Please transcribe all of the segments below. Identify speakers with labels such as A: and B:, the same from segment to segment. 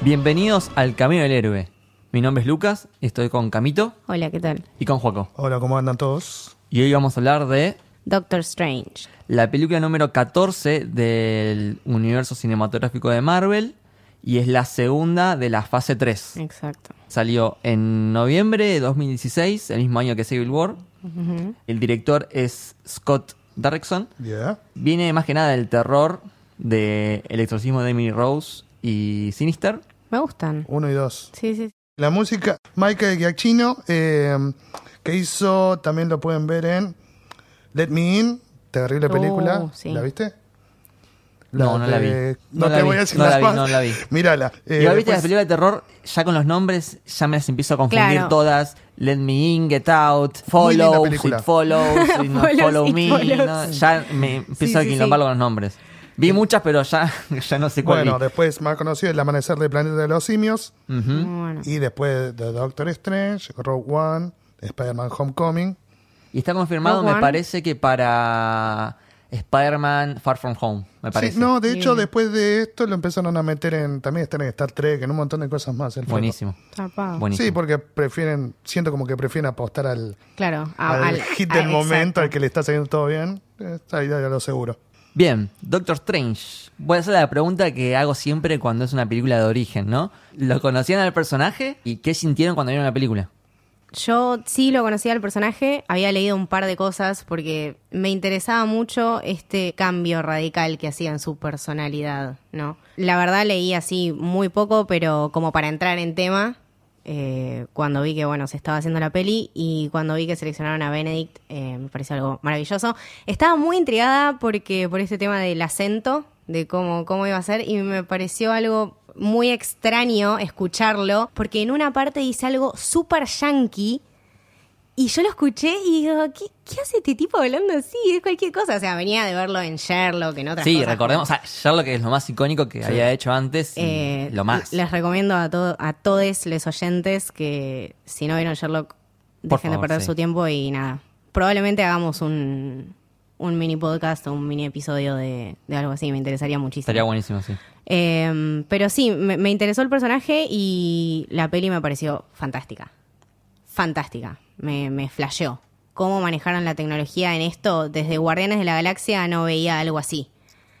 A: Bienvenidos al Camino del Héroe. Mi nombre es Lucas, estoy con Camito
B: Hola, ¿qué tal?
A: y con Juaco.
C: Hola, ¿cómo andan todos?
A: Y hoy vamos a hablar de
B: Doctor Strange.
A: la película número 14 del universo cinematográfico de Marvel y es la segunda de la fase 3.
B: Exacto.
A: Salió en noviembre de 2016, el mismo año que Civil War. El director es Scott Derrickson.
C: Yeah.
A: Viene más que nada del terror de El exorcismo de Emily Rose y Sinister.
B: Me gustan.
C: Uno y dos.
B: Sí, sí.
C: La música, Michael Giacchino, eh, que hizo, también lo pueden ver en Let Me In, terrible
B: Oh,
C: película.
B: sí.
C: ¿La viste?
A: No, no la vi.
C: de-
A: No
C: No,
A: la
C: te
A: vi,
C: voy a decir
A: no la
C: nada
A: vi,
C: más.
A: no la vi.
C: Mírala. Eh,
A: Igual viste
C: después-
A: las películas de terror, ya con los nombres, ya me las empiezo a confundir
B: Claro.
A: todas. Let me in, get out,
C: Muy linda
A: follow, it
C: película.
A: follows, y no,
B: Follows
A: follow
B: y
A: me.
B: follows.
A: no, ya me empiezo a
B: sí,
A: quilombar
B: sí.
A: con los nombres. Vi muchas, pero ya, ya no sé cuál.
C: Bueno,
A: vi.
C: después más conocido El Amanecer del Planeta de los Simios.
A: Ujú.
B: Muy bueno.
C: Y después de Doctor Strange, Rogue One, Spider-Man Homecoming.
A: Y está confirmado,
B: Rogue
A: me
B: One.
A: parece que para Spider-Man Far From Home, me
C: Sí,
A: parece.
C: no, de hecho,
B: Bien.
C: después de esto lo empezaron a meter en. También están en Star Trek, en un montón de cosas más. el flaco.
A: Buenísimo.
B: Zarpado.
A: Buenísimo.
C: Sí, porque prefieren, siento como que prefieren apostar al,
B: Claro.
C: al
B: a- al-
C: hit
B: a-
C: del
B: exacto.
C: momento, al que le está saliendo todo bien. Está ahí, ya lo seguro.
A: Bien, Doctor Strange. Voy a hacer la pregunta que hago siempre cuando es una película de origen, ¿no? ¿Lo conocían al personaje y qué sintieron cuando vieron la película?
B: Yo sí lo conocía al personaje, había leído un par de cosas porque me interesaba mucho este cambio radical que hacía en su personalidad, ¿no? La verdad leí así muy poco, pero como para entrar en tema, eh, cuando vi que, bueno, se estaba haciendo la peli y cuando vi que seleccionaron a Benedict, eh, me pareció algo maravilloso. Estaba muy intrigada porque por este tema del acento, de cómo, cómo iba a ser, y me pareció algo muy extraño escucharlo, porque en una parte dice algo súper yankee. Y yo lo escuché y digo, ¿qué, qué hace este tipo hablando así? Es cualquier cosa. O sea, venía de verlo en Sherlock, en otras
A: Sí,
B: cosas.
A: recordemos, o sea, Sherlock es lo más icónico que había hecho antes y
B: Eh,
A: lo más.
B: Les recomiendo a, to- a todos los oyentes que si no vieron Sherlock,
A: Por
B: dejen de
A: favor,
B: perder
A: sí.
B: su tiempo y nada. Probablemente hagamos un, un mini podcast o un mini episodio de, de algo así, me interesaría muchísimo.
A: Estaría buenísimo, sí.
B: Eh, pero sí, me, me interesó el personaje y la peli me pareció fantástica. Fantástica. Me, me flasheó. Cómo manejaron la tecnología en esto. Desde Guardianes de la Galaxia no veía algo así.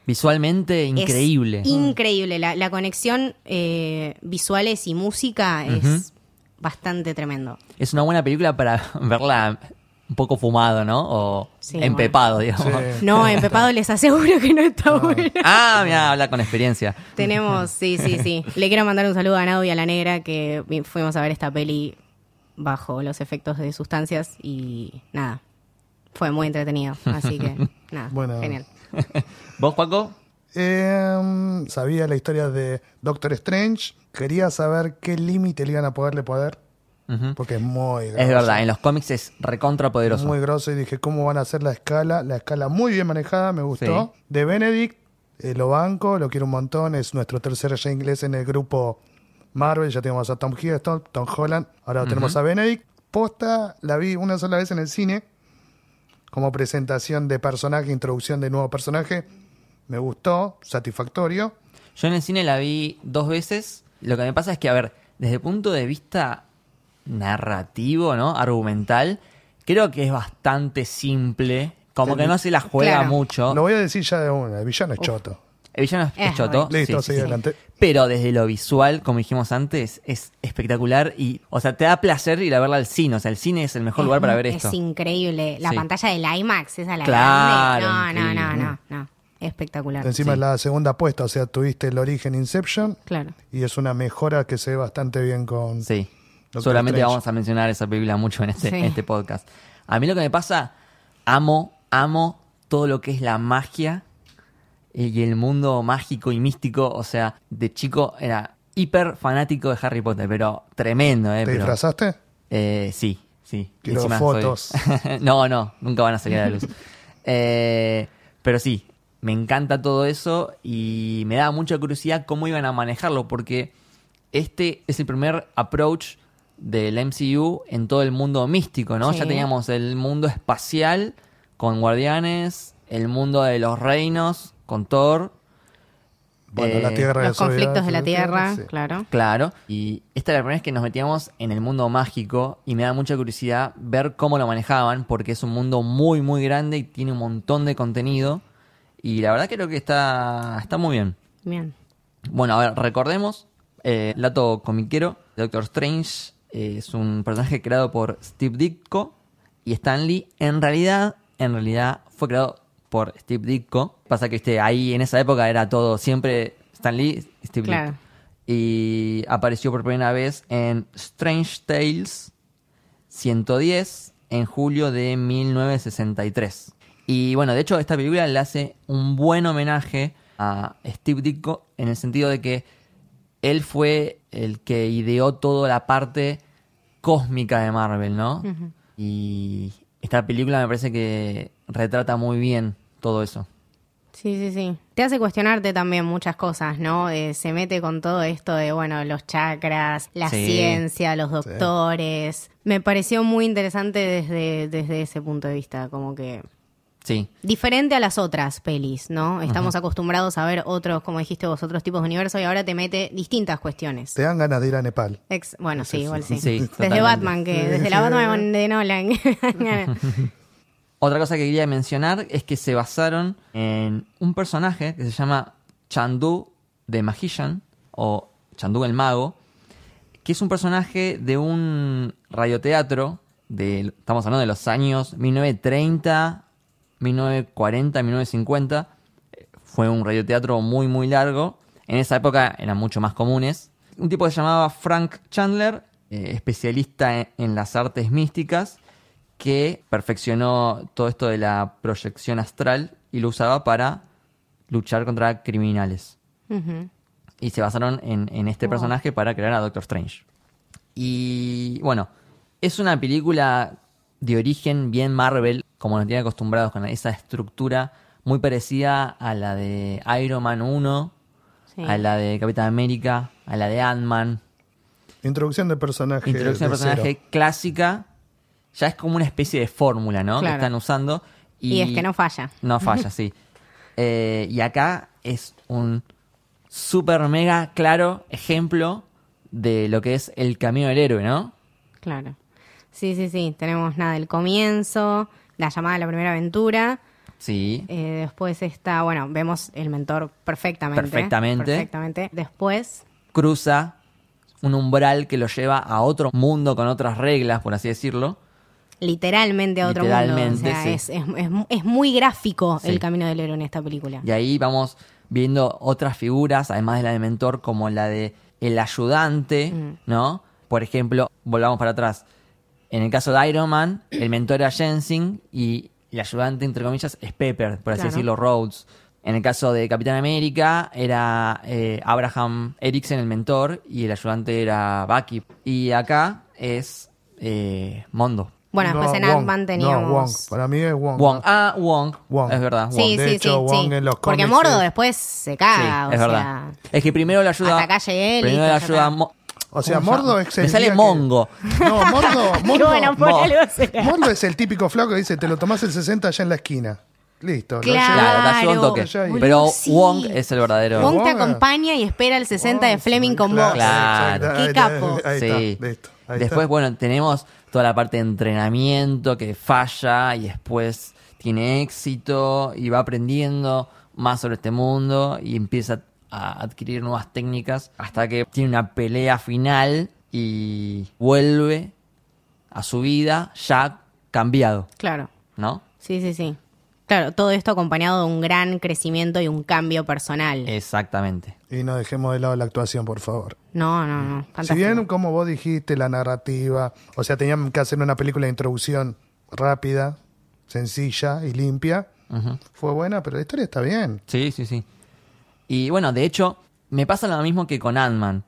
A: Visualmente
B: Es
A: increíble.
B: increíble. La, la conexión eh, visuales y música es bastante tremendo.
A: es una buena película para verla un poco fumado, ¿no? O
B: Sí,
A: empepado, digamos.
C: Sí.
B: No, en Pepado les aseguro que no está bueno.
A: Ah, mira, habla con experiencia.
B: Tenemos, sí, sí, sí. Le quiero mandar un saludo a Nado y a la Negra que vi- fuimos a ver esta peli bajo los efectos de sustancias y nada. Fue muy entretenido, así que nada,
C: Bueno.
B: genial.
A: ¿Vos, Paco?
C: Eh, sabía la historia de Doctor Strange. Quería saber qué límite le iban a poderle poder. Porque es muy grosso.
A: Es verdad, en los cómics es recontra poderoso.
C: Muy grosso. Y dije, ¿cómo van a hacer la escala? La escala muy bien manejada, me gustó.
A: Sí.
C: De Benedict, eh, lo banco, lo quiero un montón. Es nuestro tercer ya inglés en el grupo Marvel. Ya tenemos a Tom Hiddleston, Tom Holland. Ahora tenemos a Benedict. Posta, la vi una sola vez en el cine. Como presentación de personaje, introducción de nuevo personaje. Me gustó, satisfactorio.
A: Yo en el cine la vi dos veces. Lo que me pasa es que, a ver, desde el punto de vista narrativo, ¿no? Argumental, creo que es bastante simple. Como que no se la juega
B: Claro.
A: mucho.
C: Lo voy a decir ya de una, el villano es choto.
A: El villano es,
B: Es
A: es choto.
C: horrible. Listo, sigue adelante.
A: Pero desde lo visual, como dijimos antes, es espectacular y, o sea, te da placer ir a verla al cine. O sea, el cine es el mejor lugar para ver
B: es
A: esto.
B: increíble. La
A: Sí.
B: pantalla del IMAX, esa la
A: Claro,
B: grande. No, no, no,
A: increíble.
B: no, no. Espectacular.
C: Encima es la segunda apuesta, o sea, tuviste el origen Inception.
B: Claro.
C: Y es una mejora que se ve bastante bien con...
A: Sí.
C: Doctor
A: Solamente
C: Strange.
A: vamos a mencionar esa película mucho en este,
B: Sí.
A: en este podcast. A mí lo que me pasa, amo, amo todo lo que es la magia y el mundo mágico y místico. O sea, de chico era hiper fanático de Harry Potter, pero tremendo, ¿eh?
C: ¿Te
A: Pero-
C: disfrazaste?
A: Eh, sí, sí.
C: Quiero
A: Encima soy-
C: fotos.
A: no, no, nunca van a salir a la luz. Eh, pero sí, me encanta todo eso y me da mucha curiosidad cómo iban a manejarlo, porque este es el primer approach del MCU en todo el mundo místico, ¿no?
B: Sí.
A: Ya teníamos el mundo espacial con Guardianes, el mundo de los reinos con Thor,
C: Bueno,
A: Eh,
C: la Tierra
B: Los
C: de
B: conflictos
C: Soledad,
B: de la
C: sí,
B: Tierra,
C: sí.
B: claro.
A: Claro. Y esta es la primera vez que nos metíamos en el mundo mágico y me da mucha curiosidad ver cómo lo manejaban porque es un mundo muy, muy grande y tiene un montón de contenido. Y la verdad creo que está, está muy bien.
B: Bien.
A: Bueno, a ver, recordemos, eh, dato comiquero, Doctor Strange eh, es un personaje creado por Steve Ditko y Stan Lee en realidad, en realidad fue creado por Steve Ditko. Pasa que este, ahí en esa época era todo siempre Stan Lee, Steve
B: Claro.
A: Ditko. Y apareció por primera vez en Strange Tales 110 en julio de 1963. Y bueno, de hecho esta película le hace un buen homenaje a Steve Ditko en el sentido de que él fue el que ideó toda la parte cósmica de Marvel, ¿no? Y esta película me parece que retrata muy bien todo eso.
B: Sí, sí, sí. Te hace cuestionarte también muchas cosas, ¿no? Eh, se mete con todo esto de, bueno, los chakras, la
A: Sí.
B: ciencia, los doctores. Me pareció muy interesante desde, desde ese punto de vista, como que...
A: Sí,
B: Diferente a las otras pelis, ¿no? Estamos acostumbrados a ver otros, como dijiste vos, otros tipos de universo y ahora te mete distintas cuestiones.
C: Te dan ganas de ir a Nepal.
B: Ex- bueno, sí, igual sí.
A: Sí,
B: desde
A: totalmente.
B: Batman, que desde la Batman de Nolan.
A: Otra cosa que quería mencionar es que se basaron en un personaje que se llama Chandu the Magician o Chandu el Mago, que es un personaje de un radioteatro, de, estamos hablando de los años 1930, 1940, 1950. Eh, Fue un radioteatro muy, muy largo. En esa época eran mucho más comunes. Un tipo que se llamaba Frank Chandler, eh, especialista en- en las artes místicas, que perfeccionó todo esto de la proyección astral y lo usaba para luchar contra criminales.
B: Ujú.
A: Y se basaron en, en este personaje para crear a Doctor Strange. Y bueno, es una película de origen bien Marvel, como nos tiene acostumbrados con esa estructura muy parecida a la de Iron Man 1,
B: Sí.
A: a la de Capitán América, a la de Ant-Man.
C: Introducción de personaje.
A: Introducción
C: de
A: de personaje clásica, ya es como una especie de fórmula, ¿no?
B: Claro.
A: Que están usando. Y,
B: Y es que no falla.
A: No falla, sí. Eh, y acá es un super mega claro ejemplo de lo que es el camino del héroe, ¿no?
B: Claro. Sí, sí, sí. Tenemos nada, el comienzo, la llamada a la primera aventura.
A: Sí.
B: eh, después está, bueno, vemos el mentor perfectamente.
A: Perfectamente.
B: Perfectamente. Después,
A: Cruza un umbral que lo lleva a otro mundo con otras reglas, por así decirlo.
B: literalmente a otro mundo. O
A: Literalmente,
B: sea,
A: sí.
B: es, es- es- es muy gráfico
A: Sí.
B: el camino del héroe en esta película.
A: Y ahí vamos viendo otras figuras, además de la de mentor, como la de el ayudante,
B: Mm.
A: ¿no? Por ejemplo, volvamos para atrás. En el caso de Iron Man, el mentor era Jensen y el ayudante, entre comillas, es Pepper, por así
B: Claro.
A: decirlo, Rhodes. En el caso de Capitán América, era eh, Abraham Eriksen el mentor y el ayudante era Bucky. Y acá es eh, Mondo.
B: Bueno,
C: No,
B: después en
C: Wong.
B: Ant-Man teníamos.
C: No, Wong. Para mí es Wong.
A: Wong. Ah, Wong.
C: Wong.
A: Es verdad, Wong.
B: Sí,
C: De
B: sí,
C: hecho,
B: sí, sí.
C: Wong en los
B: Porque
C: cómics
B: Mordo
C: es-
B: después se
A: Sí,
B: caga. Ah, o
A: es
B: sea,
A: verdad. Es que primero le ayuda.
B: hasta acá llegué,
A: Primero
B: listo,
A: le
B: ya
A: ayuda.
B: está.
A: a Mo-
C: O sea,
A: ¿Cómo se llama?
C: Mordo es el
A: Me sale
C: día que-
A: Mongo.
C: No, Mordo, Mordo,
B: bueno, por
A: Mo-
B: algo será.
C: Mordo es el típico flaco que dice, te lo tomás el 60 allá en la esquina. Listo. lo
B: Claro.
C: llevo.
A: Claro, te ayuda un toque.
C: Claro. Boludo,
A: Pero
B: sí.
A: Wong es el verdadero.
B: Wong te
C: Wong.
B: acompaña y espera el 60 de
C: Wong,
B: Fleming
C: sí,
B: con
C: claro,
B: vos.
A: Claro.
C: exacto.
B: Qué
C: Ahí está,
B: capo.
C: Ahí está,
A: Sí.
C: listo. ahí
A: después,
C: está.
A: bueno, tenemos toda la parte de entrenamiento que falla y después tiene éxito y va aprendiendo más sobre este mundo y empieza a adquirir nuevas técnicas hasta que tiene una pelea final y vuelve a su vida ya cambiado,
B: Claro.
A: ¿no?
B: Sí, sí, sí. Claro, todo esto acompañado de un gran crecimiento y un cambio personal.
C: Eh,
A: Exactamente.
C: Y no dejemos de lado la actuación, por favor.
B: No, no, no.
C: Si
B: Fantástico.
C: bien, como vos dijiste, la narrativa, o sea, tenían que hacer una película de introducción rápida, sencilla y limpia, fue buena, pero la historia está bien.
A: Sí, sí, sí. Y bueno, de hecho, me pasa lo mismo que con Ant-Man.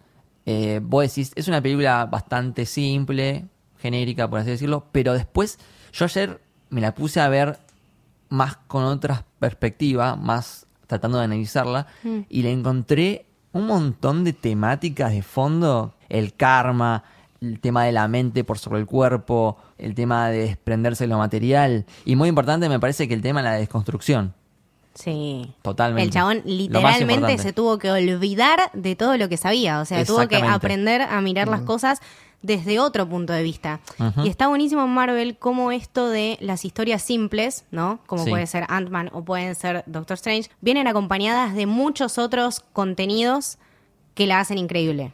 A: Eh, vos decís, es una película bastante simple, genérica, por así decirlo, pero después yo ayer me la puse a ver más con otras perspectivas, más tratando de analizarla, y le encontré un montón de temáticas de fondo, el karma, el tema de la mente por sobre el cuerpo, el tema de desprenderse de lo material, y muy importante me parece que el tema de la desconstrucción.
B: Sí.
A: Totalmente.
B: El chabón
A: Lo más
B: literalmente
A: importante.
B: se tuvo que olvidar de todo lo que sabía. O sea, tuvo que
A: Exactamente.
B: aprender a mirar
C: Mm.
B: las cosas desde otro punto de vista.
A: Ujú.
B: Y está buenísimo en Marvel como esto de las historias simples, ¿no? Como
A: Sí.
B: puede ser Ant-Man o pueden ser Doctor Strange, vienen acompañadas de muchos otros contenidos que la hacen increíble.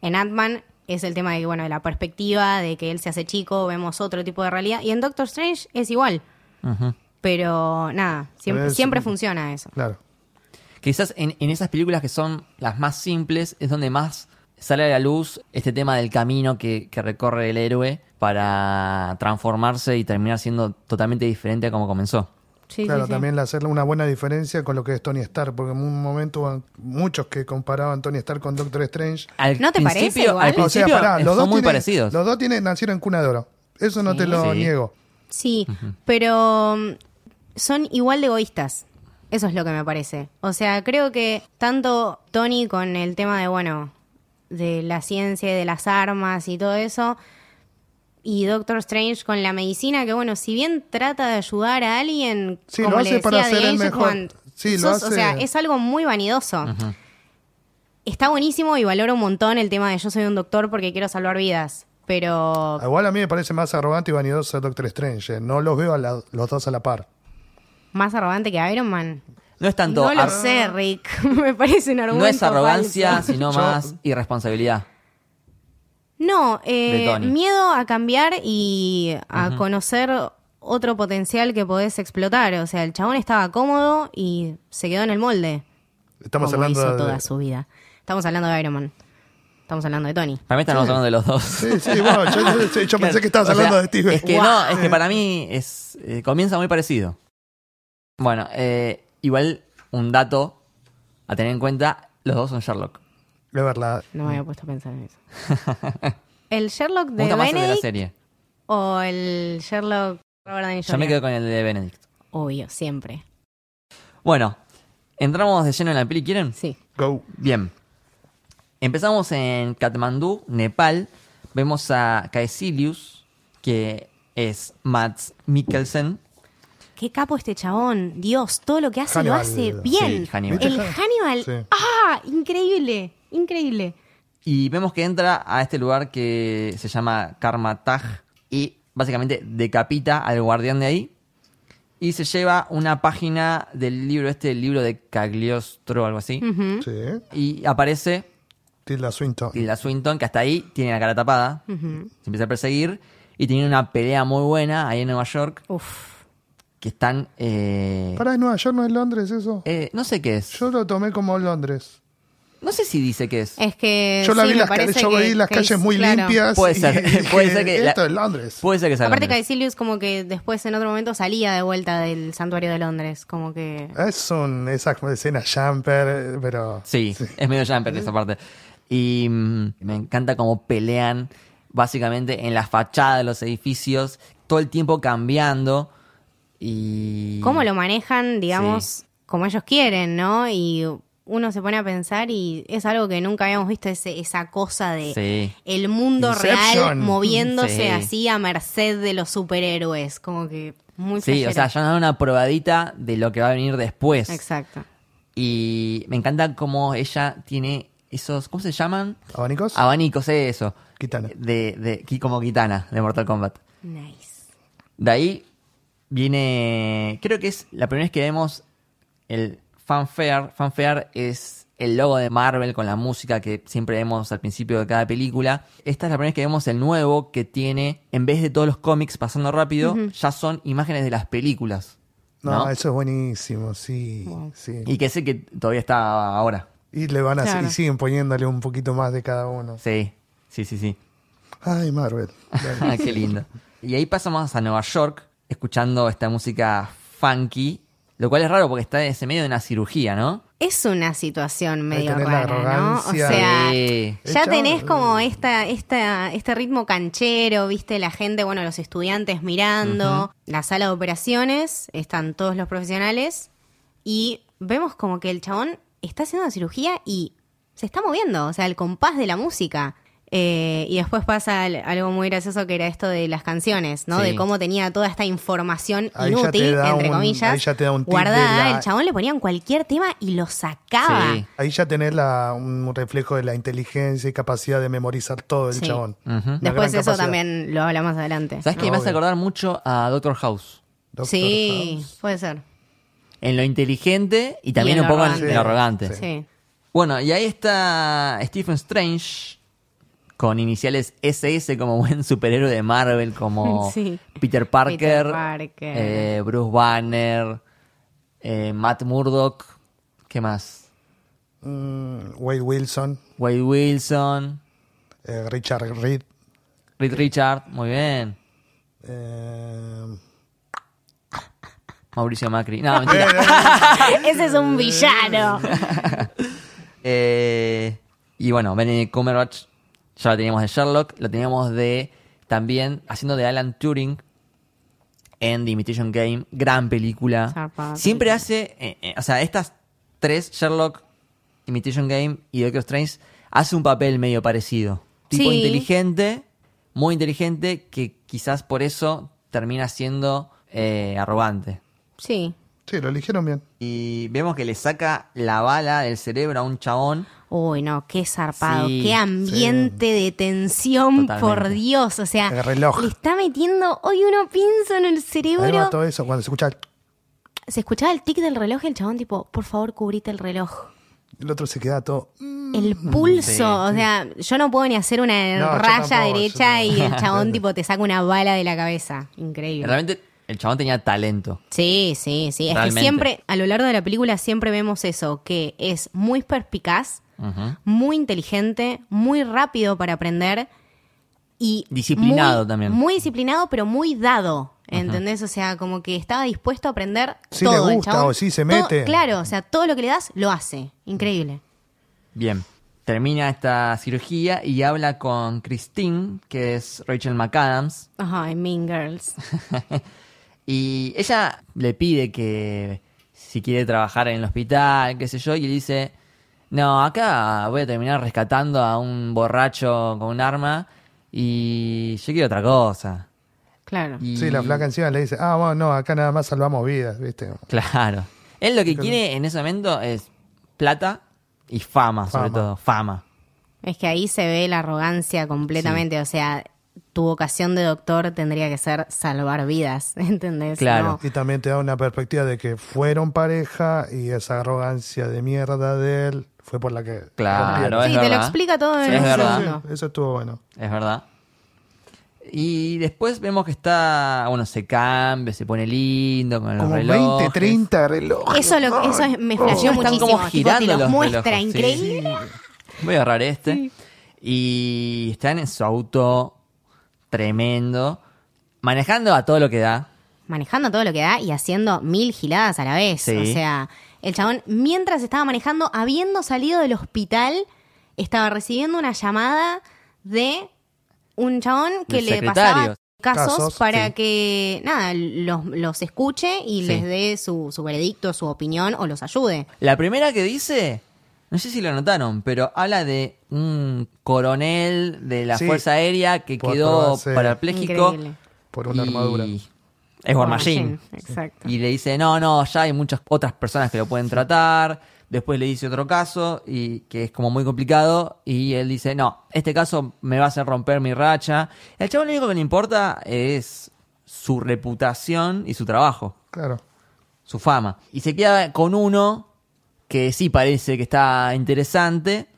B: En Ant-Man es el tema de, que, bueno, de la perspectiva, de que él se hace chico, vemos otro tipo de realidad. Y en Doctor Strange es igual.
A: Ujú.
B: Pero nada, siempre,
C: Pero es-
B: siempre funciona eso.
C: Claro.
A: Quizás en, en esas películas que son las más simples es donde más sale a la luz este tema del camino que, que recorre el héroe para transformarse y terminar siendo totalmente diferente a como comenzó.
B: Sí,
C: claro,
B: sí, sí.
C: también hacerle una buena diferencia con lo que es Tony Stark, porque en un momento hubo muchos que comparaban Tony Stark con Doctor Strange.
A: Al
B: ¿No te parece
A: principio,
B: igual?
A: al
C: O sea,
A: principio
C: pará,
A: eh,
C: los dos
A: son muy
C: tienen-
A: parecidos.
C: Los dos tienen, nacieron en cuna de oro. Eso no te lo
A: Sí.
C: niego.
B: Sí, pero mm, son igual de egoístas. Eso es lo que me parece. O sea, creo que tanto Tony con el tema de, bueno, de la ciencia, y de las armas y todo eso, y Doctor Strange con la medicina, que bueno, si bien trata de ayudar a alguien,
C: Sí,
B: como
C: lo
B: le
C: hace para
B: decía
C: ser
B: The
C: el
B: Ancient
C: mejor.
B: One,
C: Sí, lo
B: sos- O
C: hace-
B: sea, es algo muy vanidoso. Está buenísimo y valoro un montón el tema de yo soy un doctor porque quiero salvar vidas, pero...
C: Igual a mí me parece más arrogante y vanidoso Doctor Strange. eh. No los veo a la- los dos a la par.
B: más arrogante que Iron Man.
A: No es tanto
B: no lo
A: ar-
B: sé, Rick. Me parece un argumento
A: no es arrogancia,
B: falso.
A: sino
C: Yo-
A: más irresponsabilidad.
B: No, eh,
A: De Tony.
B: miedo a cambiar y a conocer otro potencial que podés explotar. O sea, el chabón estaba cómodo y se quedó en el molde.
C: Estamos
B: como
C: hablando
B: hizo
C: de-
B: toda su vida. Estamos hablando de Iron Man. Estamos hablando de Tony.
A: Para mí estamos hablando de los dos.
C: Sí, sí, bueno, yo, yo- yo pensé que estabas
A: O sea,
C: hablando de Steve.
A: Es que no, es que para mí es, eh, comienza muy parecido. Bueno, eh, igual un dato a tener en cuenta, los dos son Sherlock.
C: De verdad.
B: No me había puesto a pensar en eso. ¿El Sherlock
A: Me
B: de
A: gusta más el de la
B: Benedict
A: serie.
B: o el Sherlock Robert Downey
A: Yo me
B: Jr.?
A: quedo con el de Benedict.
B: Obvio, siempre.
A: Bueno, entramos de lleno en la peli, ¿quieren?
B: Sí.
C: Go.
A: Bien. Empezamos en Katmandú, Nepal. Vemos a Caecilius, que es Mats Mikkelsen.
B: Qué capo este chabón. Dios, todo lo que hace
C: Hannibal.
B: lo hace bien.
A: Sí, Hannibal.
B: El Hannibal.
C: Sí.
B: ¡Ah! Increíble. Increíble.
A: Y vemos que entra a este lugar que se llama Karma Taj y básicamente decapita al guardián de ahí. Y se lleva una página del libro, este el libro de Cagliostro o algo así.
C: Sí.
A: Y aparece
C: Tilda Swinton.
A: Tilda Swinton, que hasta ahí tiene la cara tapada. Se empieza a perseguir. Y tiene una pelea muy buena ahí en Nueva York.
B: Uf.
A: Que están. eh,
C: Pará, ¿es Nueva York, no es Londres eso?
A: eh, no sé qué es.
C: Yo Eh, lo tomé como Londres.
A: No sé si dice qué es.
B: Es que.
C: Yo la
B: sí,
C: vi
B: me
C: las, ca-
B: parece
C: yo
B: que-
C: vi las
B: que
C: calles
B: es-
C: muy
B: claro.
C: limpias.
A: Puede
C: y
A: ser,
C: dije,
A: puede ser que la-
C: Esto es Londres.
A: Puede ser que sea.
B: Aparte,
A: Londres.
B: Caecilius, como que después en otro momento salía de vuelta del santuario de Londres. Como que.
C: Es un, esa escena jumper, eh, pero.
A: Sí, es medio jumper esa parte. Y mm, me encanta cómo pelean básicamente en la fachada de los edificios, todo el tiempo cambiando. Y.
B: ¿Cómo lo manejan, digamos, como ellos quieren, no? Y uno se pone a pensar y es algo que nunca habíamos visto, ese, esa cosa de.
A: Sí.
B: el mundo real
C: Inception.
B: moviéndose
A: Sí.
B: así a merced de los superhéroes. Como que muy
A: Sí, o
B: flashero.
A: sea, ya nos dan una probadita de lo que va a venir después.
B: Exacto.
A: Y me encanta cómo ella tiene esos. ¿Cómo se llaman?
C: ¿Abanicos?
A: Abanicos, eh, eso.
C: Kitana.
A: De, de, qui- como Kitana, de Mortal Kombat.
B: Nice.
A: De ahí viene. Creo que es la primera vez que vemos el fanfare. Fanfare es el logo de Marvel con la música que siempre vemos al principio de cada película. Esta es la primera vez que vemos el nuevo que tiene, en vez de todos los cómics pasando rápido, ya son imágenes de las películas.
C: no,
A: ¿no?
C: eso es buenísimo, sí. sí.
A: Y que sé que todavía está ahora.
C: Y, le van a
B: Claro.
C: y siguen poniéndole un poquito más de cada uno.
A: Sí, sí, sí, sí.
C: Ay, Marvel. Dale.
A: Ah, Qué lindo. Y ahí pasamos a Nueva York escuchando esta música funky, lo cual es raro porque está en ese medio de una cirugía, ¿no?
B: Es una situación medio
C: tenés la
B: rara, ¿no? O
C: arrogancia.
B: sea,
A: Sí.
B: ya
C: Hecha-
B: tenés como esta, esta, este ritmo canchero, viste, la gente, bueno, los estudiantes mirando, la sala de operaciones, están todos los profesionales, y vemos como que el chabón está haciendo una cirugía y se está moviendo, o sea, el compás de la música. Eh, y después pasa al- algo muy gracioso que era esto de las canciones, ¿no?
A: Sí.
B: De cómo tenía toda esta información
C: Ahí ya te
B: inútil,
C: da
B: entre
C: un-
B: comillas,
C: ahí ya te da un tip de
B: guardada.
C: la-
B: El chabón le ponían cualquier tema y lo sacaba.
A: Sí.
C: Ahí ya tenés la- un reflejo de la inteligencia y capacidad de memorizar todo el
B: Sí.
C: chabón.
A: Ujú.
C: Una gran
B: Después eso
C: capacidad.
B: también lo hablamos adelante.
A: ¿Sabes
C: No,
A: qué? Me hace
C: obvio.
A: acordar mucho a Doctor House.
C: Doctor
B: sí,
C: House.
B: puede ser.
A: En lo inteligente y también
B: en
A: un
B: lo
A: poco en
B: arrogante.
A: lo arrogante.
B: Sí.
A: Bueno, y ahí está Stephen Strange con iniciales SS como buen superhéroe de Marvel, como
B: Sí.
A: Peter Parker,
B: Peter Parker.
A: eh, Bruce Banner, eh, Matt Murdock, ¿qué más?
C: Mm, Wade Wilson,
A: Wade Wilson,
C: eh, Richard Reed.
A: Reed Richard, muy bien.
C: eh,
A: Mauricio Macri. No, mentira.
B: Ese es un villano.
A: Eh, y bueno, Benedict Cumberbatch ya lo teníamos de Sherlock, lo teníamos de también haciendo de Alan Turing en The Imitation Game, gran película.
B: Zarpada
A: Siempre
B: película.
A: hace, eh, eh, o sea, estas tres, Sherlock, Imitation Game y Doctor Strange, hace un papel medio parecido. Tipo
B: Sí.
A: inteligente, muy inteligente, que quizás por eso termina siendo eh, arrogante.
B: Sí.
C: sí, lo eligieron bien.
A: Y vemos que le saca la bala del cerebro a un chabón.
B: Uy, no, qué zarpado,
A: Sí,
B: qué ambiente de tensión,
A: Totalmente.
B: por Dios. O sea,
C: El reloj.
B: le está metiendo hoy uno pinzo en el
C: A mí me
B: cerebro.
C: mató eso cuando se escucha el-
B: Se escuchaba el tic del reloj y el chabón tipo, por favor, cubrite el reloj.
C: el otro se queda todo. mm,
B: El pulso,
A: sí,
B: o sea, yo no puedo ni hacer una
C: No, yo
B: raya
C: tampoco,
B: derecha
C: yo
B: y el
C: no.
B: chabón tipo te saca una bala de la cabeza. Increíble.
A: Realmente el chabón tenía talento.
B: Sí, sí, sí. Es
A: Realmente.
B: que siempre, a lo largo de la película, siempre vemos eso, que es muy perspicaz,
A: Ujú.
B: muy inteligente, muy rápido para aprender y...
A: Disciplinado
B: muy-
A: también.
B: Muy disciplinado, pero muy dado, ¿entendés? O sea, como que estaba dispuesto a aprender
C: Sí le
B: todo. el
C: gusta
B: chabón.
C: o sí se
B: Todo-
C: mete.
B: claro, o sea, todo lo que le das, lo hace. Increíble.
A: Bien. Termina esta cirugía y habla con Christine, que es Rachel McAdams.
B: Ay, Mean Girls.
A: Y ella le pide que si quiere trabajar en el hospital, qué sé yo, y le dice, no, acá voy a terminar rescatando a un borracho con un arma y yo quiero otra cosa.
B: Claro.
A: Y-
C: Sí, la flaca encima le dice, ah, bueno, no, acá nada más salvamos vidas, ¿viste?
A: Claro. Él lo que quiere en ese momento es plata y fama, sobre
C: Fama.
A: todo, fama.
B: Es que ahí se ve la arrogancia completamente, o sea, tu vocación de doctor tendría que ser salvar vidas, ¿entendés?
A: Claro.
B: No.
C: Y también te da una perspectiva de que fueron pareja y esa arrogancia de mierda de él fue por la que.
A: Claro,
C: rompieron.
A: es
B: Sí, te lo
A: verdad.
B: explica todo en
A: Sí, es
B: un
A: verdad.
B: segundo.
C: Eso estuvo bueno.
A: Es verdad. Y después vemos que está, bueno, se cambia, se pone lindo con los
C: Como
A: relojes.
C: 20, 30 relojes.
B: Eso, lo, eso es- me flasheó
A: Están como
B: muchísimo. tipo,
A: girando
B: te los,
A: los
B: muestra,
A: relojes, sí.
B: increíble.
A: Voy a agarrar este. Y están en su auto tremendo, manejando a todo lo que da.
B: Manejando todo lo que da y haciendo mil giladas a la vez.
A: Sí.
B: O sea, el chabón, mientras estaba manejando, habiendo salido del hospital, estaba recibiendo una llamada de un chabón que
A: Del
B: le
A: secretario.
B: pasaba casos,
C: Casos,
B: para
A: sí.
B: que nada los, los escuche y
A: Sí.
B: les dé su, su veredicto, su opinión o los ayude.
A: La primera que dice, no sé si lo notaron, pero habla de un coronel de la
C: Sí.
A: Fuerza Aérea que
C: Por
A: quedó
C: probarse-
A: parapléjico.
B: Increíble.
C: Por una
A: y-
C: armadura.
A: Es War
B: Por
A: Machine.
B: Machine, Exacto.
A: Y le dice, no, no, ya hay muchas otras personas que lo pueden tratar. Después le dice otro caso y que es como muy complicado. Y él dice, no, este caso me va a hacer romper mi racha. El chabón lo único que le importa es su reputación y su trabajo,
C: Claro.
A: su fama. Y se queda con uno que sí parece que está interesante.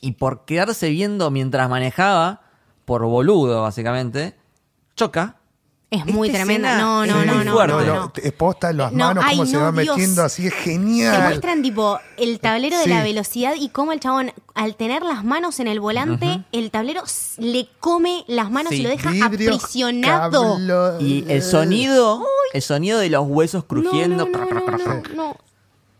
A: Y por quedarse viendo mientras manejaba, por boludo básicamente, choca.
B: Es muy
A: Esta
B: tremenda.
A: escena
B: No,
A: es
B: no,
A: muy
B: no, no,
A: fuerte.
B: no,
A: No,
B: no.
C: Es posta, las
B: No,
C: manos, cómo
B: ay,
C: se
B: no,
C: va
B: Dios.
C: metiendo así, es
B: Te
C: genial.
B: muestran tipo el tablero de la
C: Sí.
B: velocidad y cómo el chabón, al tener las manos en el volante, el tablero s- le come las manos
A: Sí.
B: y lo deja
C: Vidrio, eh,
B: aprisionado.
C: cablo-
A: Y el sonido, el sonido de los huesos crujiendo.
B: No, no, no, no, no, no.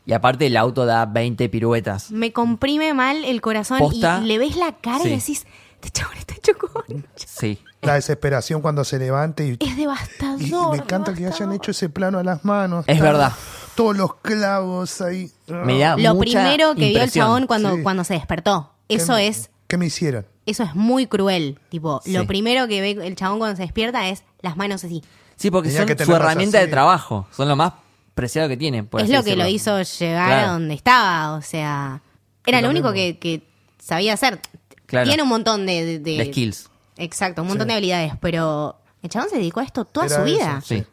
A: Y aparte el auto da 20 piruetas.
B: Me comprime mal el corazón
A: Posta.
B: y le ves la cara
A: Sí.
B: y decís, este chabón está chocón.
A: Sí.
C: La desesperación cuando se levante y
B: Es devastador.
C: Y me encanta que hayan
B: devastador.
C: hecho ese plano a las manos.
A: Es
C: Tan-
A: verdad.
C: Todos los clavos ahí.
A: Me da
B: Lo
A: mucha
B: primero que vio el
A: impresión.
B: chabón cuando,
C: Sí.
B: cuando se despertó. Eso
C: ¿Qué-
B: es
C: ¿Qué me hicieron?
B: eso es muy cruel. Tipo,
A: Sí.
B: lo primero que ve el chabón cuando se despierta es las manos así.
A: Sí, porque
C: Tenía
A: son
C: que
A: su
C: tenerlas
A: herramienta de
C: así.
A: trabajo. Son lo más preciado que tienen. por
B: es
A: así
B: lo que
A: decirlo.
B: lo hizo llegar
A: Claro.
B: a donde estaba, o sea, era
C: Lo
B: lo, único
C: mismo.
B: que, que sabía hacer.
A: Claro.
B: Tiene un montón de, de- de-
A: De skills.
B: Exacto, un montón
C: Sí.
B: de habilidades, pero el chabón se dedicó a esto toda
C: Era
B: su
C: eso,
B: vida.
A: Sí.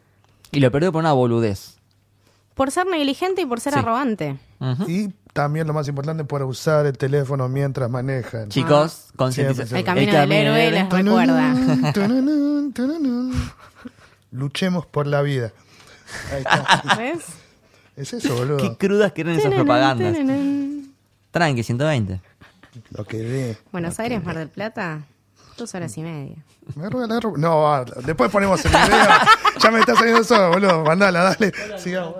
A: Y lo perdió por una boludez.
B: Ah. Por ser negligente y por ser
A: Sí.
B: arrogante.
A: Ujú.
C: Y también lo más importante, por usar el teléfono mientras manejan.
A: Chicos,
C: Sí,
A: concientización.
C: El
B: camino del héroe, las- Ah, Recuerda.
C: Tananán, tananán, tananán. Luchemos por la vida. Ahí está.
B: ¿Ves?
C: Es eso, boludo.
A: Qué crudas que eran esas
B: Tananán,
A: propagandas.
B: tananán.
A: Tranqui, 120.
C: Lo que dé.
B: Buenos Aires, Mar del Plata, dos horas y media.
C: Me roba la ropa. No, va, después ponemos el video. ya me está saliendo eso, boludo. Mandala, dale. Sigamos.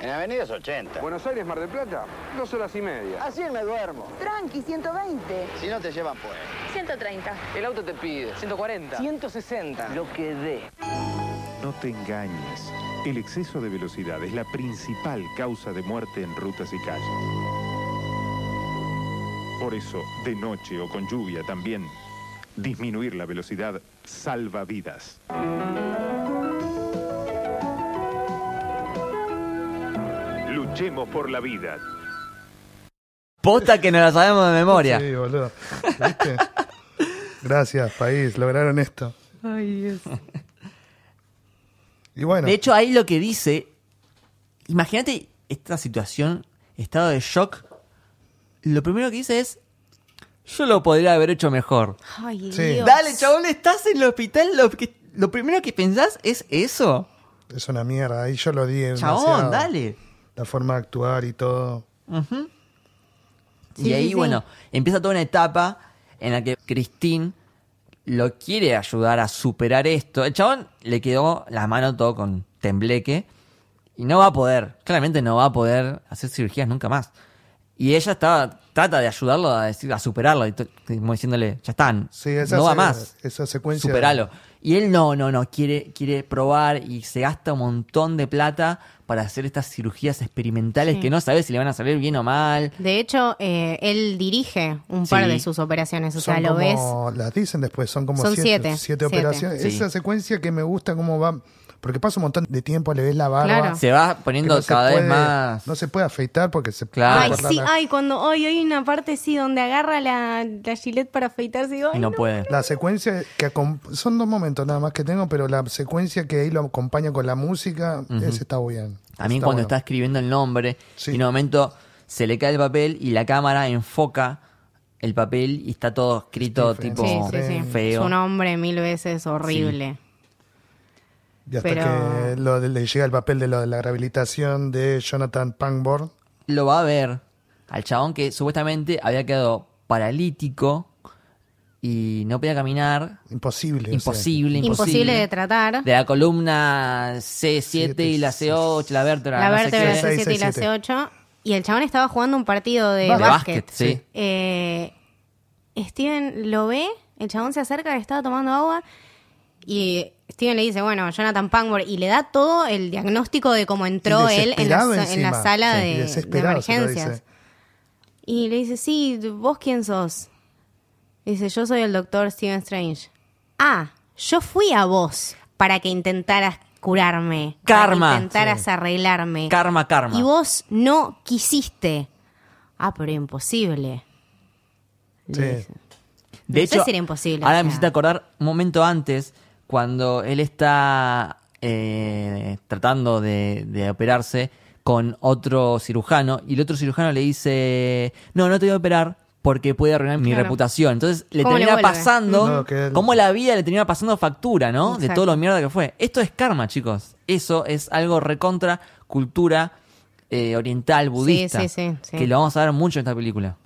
D: En Avenida es 80.
E: Buenos Aires, Mar del Plata, dos horas y media.
D: Así me duermo.
F: Tranqui, 120.
D: Si no te llevan, pues.
F: 130.
G: El auto te pide 140. 160.
D: Lo que dé.
H: No te engañes. El exceso de velocidad es la principal causa de muerte en rutas y calles. Por eso, de noche o con lluvia también, disminuir la velocidad salva vidas. Luchemos por la vida.
A: Posta que no la sabemos de memoria.
C: Sí, boludo. ¿Viste? Gracias, país. Lograron esto. Ay, Dios. Y bueno,
A: De hecho, ahí lo que dice. Imagínate esta situación, estado de shock. Lo primero que dice es. Yo lo podría haber hecho mejor.
B: Ay,
C: Sí.
B: Dios.
A: Dale, chabón, estás en el hospital. Lo, que- lo primero que pensás es eso.
C: es una mierda. Ahí yo lo di. demasiado.
A: Chabón, dale.
C: La forma de actuar y todo.
A: y
B: Sí,
A: ahí,
B: sí, sí.
A: bueno, empieza toda una etapa en la que Christine lo quiere ayudar a superar esto. El chabón le quedó la mano todo con tembleque y no va a poder, claramente no va a poder hacer cirugías nunca más. Y ella estaba, trata de ayudarlo a, decir, a superarlo, y to- como diciéndole, ya están,
C: Sí, esa
A: no va
C: se-
A: más,
C: esa secuencia-
A: superalo. Y él no, no, no, quiere, quiere probar y se gasta un montón de plata para hacer estas cirugías experimentales que no sabe si le van a salir bien o mal.
B: De hecho, eh, él dirige un
A: Sí.
B: par de sus operaciones, o sea,
C: son
B: lo ves.
C: como, las dicen después, son como
B: Son
C: siete,
B: siete.
C: siete
B: Siete.
C: operaciones.
A: Sí.
C: Esa secuencia que me gusta cómo va, porque pasa un montón de tiempo, le ves la barba.
B: Claro.
A: se va
C: que
A: poniendo
C: no se
A: cada vez
C: puede-
A: más.
C: No se puede afeitar porque se
A: Claro.
B: Ay,
C: puede cortar
B: sí,
C: la,
B: ay, cuando hoy hay una parte sí donde agarra la, la gilet para afeitarse y digo,
A: y
B: ay,
A: no
B: no.
A: puede.
C: la secuencia que acom- son dos momentos nada más que tengo, pero la secuencia que ahí lo acompaña con la música, ese está bien.
A: También cuando
C: Está bueno.
A: está escribiendo el nombre,
C: Sí.
A: y en un momento se le cae el papel y la cámara enfoca el papel y está todo escrito
C: Stephen,
A: tipo
B: Sí, sí, sí.
A: feo.
B: Es un hombre mil veces horrible.
C: Y hasta
B: pero-
C: que lo de- le llega el papel de lo de la rehabilitación de Jonathan Pangborn.
A: Lo va a ver al chabón que supuestamente había quedado paralítico y no podía caminar.
C: Imposible. o sea,
A: Imposible, imposible.
B: Imposible de tratar.
A: De la columna C7 y la C8, la vértebra.
B: la
A: no sé
B: vértebra
A: qué.
C: seis,
B: C7 y la
C: seis, siete.
B: C8. Y el chabón estaba jugando un partido de,
A: De
B: básquet.
A: básquet, sí.
B: Eh, Steven lo ve, el chabón se acerca, estaba tomando agua. Y Steven le dice, bueno, Jonathan Pangborn. Y le da todo el diagnóstico de cómo entró
C: Y
B: él en la,
C: desesperado
B: sa- en la
C: encima.
B: sala
C: Sí, y
B: de, de
C: desesperado se lo dice.
B: emergencias. Y le dice, sí, ¿vos quién sos? Dice, yo soy el doctor Steven Strange. Ah, yo fui a vos para que intentaras curarme.
A: Karma.
B: Para que intentaras arreglarme.
A: Karma, karma.
B: Y vos no quisiste. Ah, pero imposible. Le
C: Sí.
B: dice.
A: De
B: No
A: hecho,
B: sé si era imposible,
A: Ahora
B: o sea.
A: me hiciste acordar un momento antes, cuando él está eh, tratando de, de operarse con otro cirujano, y el otro cirujano le dice, no, no te voy a operar porque puede arruinar mi
B: Claro.
A: reputación. Entonces le
B: ¿Cómo le
A: termina
B: vuelve?
A: pasando,
C: No, que él-
A: como la vida le termina pasando factura, ¿no? De
B: Exacto.
A: todo lo mierda que fue. Esto es karma, chicos. Eso es algo recontra cultura eh, oriental, budista,
B: sí, sí, sí.
A: que lo vamos a ver mucho en esta película.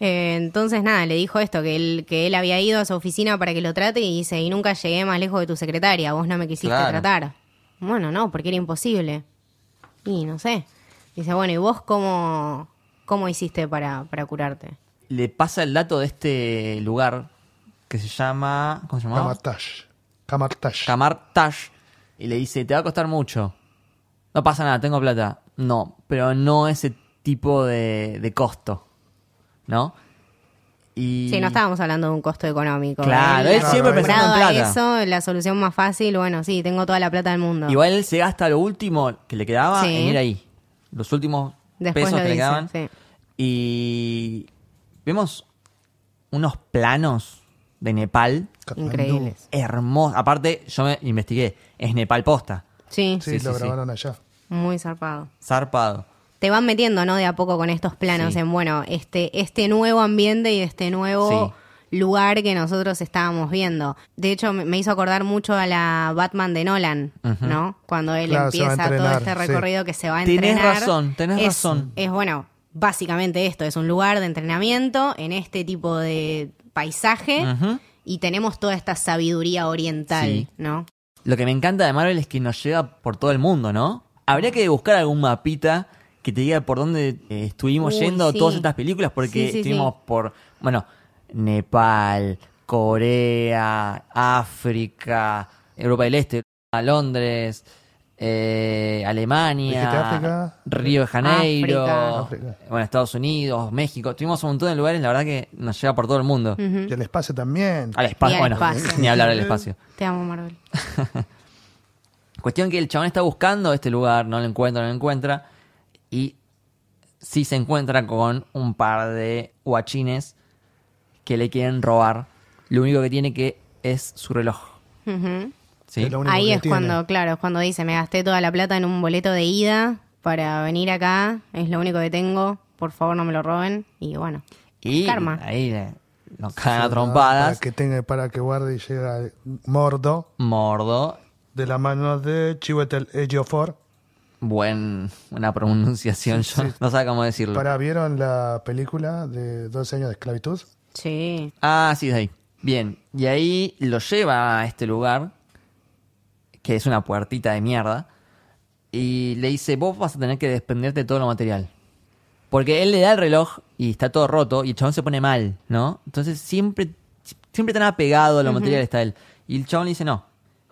B: Eh, entonces, nada, le dijo esto, que él, que él había ido a su oficina para que lo trate y dice, y nunca llegué más lejos de tu secretaria, vos no me quisiste
A: Claro.
B: tratar. Bueno, no, porque era imposible. Y no sé. Dice, bueno, ¿y vos cómo, cómo hiciste para, para curarte?
A: le pasa el dato de este lugar que se llama. ¿Cómo se llamaba?
C: Camartash. Camartash.
A: Camartash. Y le dice: Te va a costar mucho. No pasa nada, tengo plata. No, pero no ese tipo de, de costo. ¿no? Y...
B: Sí, no estábamos hablando de un costo económico.
A: Claro,
B: él
A: él siempre pensando en plata.
B: eso, la solución más fácil, bueno, sí, tengo toda la plata del mundo.
A: Igual él se gasta lo último que le quedaba
B: Sí.
A: en ir ahí. Los últimos
B: Después
A: pesos que
B: lo
A: le
B: dice,
A: quedaban.
B: sí.
A: Y vemos unos planos de Nepal
C: Katmandú.
B: Increíbles.
A: hermosos. Aparte, yo me investigué. Es Nepal posta.
B: Sí,
C: Sí,
A: Sí,
C: lo
A: sí, sí.
C: grabaron allá.
B: muy zarpado.
A: Zarpado.
B: Te van metiendo, ¿no? De a poco con estos planos
A: Sí.
B: en, bueno, este, este nuevo ambiente y este nuevo lugar que nosotros estábamos viendo. De hecho, me- me hizo acordar mucho a la Batman de Nolan,
A: Ujú.
B: ¿no? Cuando él
C: Claro, se va a
B: empieza todo
C: entrenar,
B: este
C: sí.
B: recorrido que se va a
A: Tenés
B: entrenar.
A: razón, tenés
B: Es-
A: razón.
B: Es bueno, básicamente esto, es un lugar de entrenamiento en este tipo de paisaje
A: Ujú.
B: y tenemos toda esta sabiduría oriental,
A: Sí.
B: ¿no?
A: Lo que me encanta de Marvel es que nos llega por todo el mundo, ¿no? Habría que buscar algún mapita que te diga por dónde eh, estuvimos
B: Uy,
A: yendo
B: sí.
A: todas estas películas, porque
B: Sí, sí,
A: estuvimos
B: sí.
A: por, bueno, Nepal, Corea, África, Europa del Este, a Londres, eh,
C: Dijiste
A: Alemania,
C: África.
A: Río de Janeiro,
B: África.
C: África.
A: bueno, Estados Unidos, México. Estuvimos en un montón de lugares, la verdad que nos llega por todo el mundo.
C: Y el espacio también.
A: Al espacio,
B: al
A: bueno,
B: espacio.
A: ni hablar del espacio.
B: Te amo, Marvel.
A: Cuestión que el chabón está buscando este lugar, no lo encuentra, no lo encuentra, y sí se encuentra con un par de guachines que le quieren robar. Lo único que tiene que es su reloj.
B: Ujú.
A: ¿sí?
C: Es lo único
B: Ahí
C: que
B: es
C: tiene.
B: cuando, claro, es cuando dice, me gasté toda la plata en un boleto de ida para venir acá, es lo único que tengo, por favor no me lo roben. Y bueno,
A: Y
B: karma.
A: ahí le- lo cagan a
C: Para
A: trompadas.
C: que, tenga, para que guarde y llega Mordo
A: Mordo.
C: de la mano de Chiwetel Ejiofor.
A: Buen, una pronunciación, yo no sé cómo decirlo.
C: Para, ¿vieron la película de 12 años de esclavitud?
B: sí.
A: Ah, sí, de ahí. Bien, y ahí lo lleva a este lugar, que es una puertita de mierda, y le dice, vos vas a tener que desprenderte de todo lo material. Porque él le da el reloj y está todo roto y el chabón se pone mal, ¿no? Entonces siempre, siempre tan apegado a lo material está él. Y el chabón le dice, no.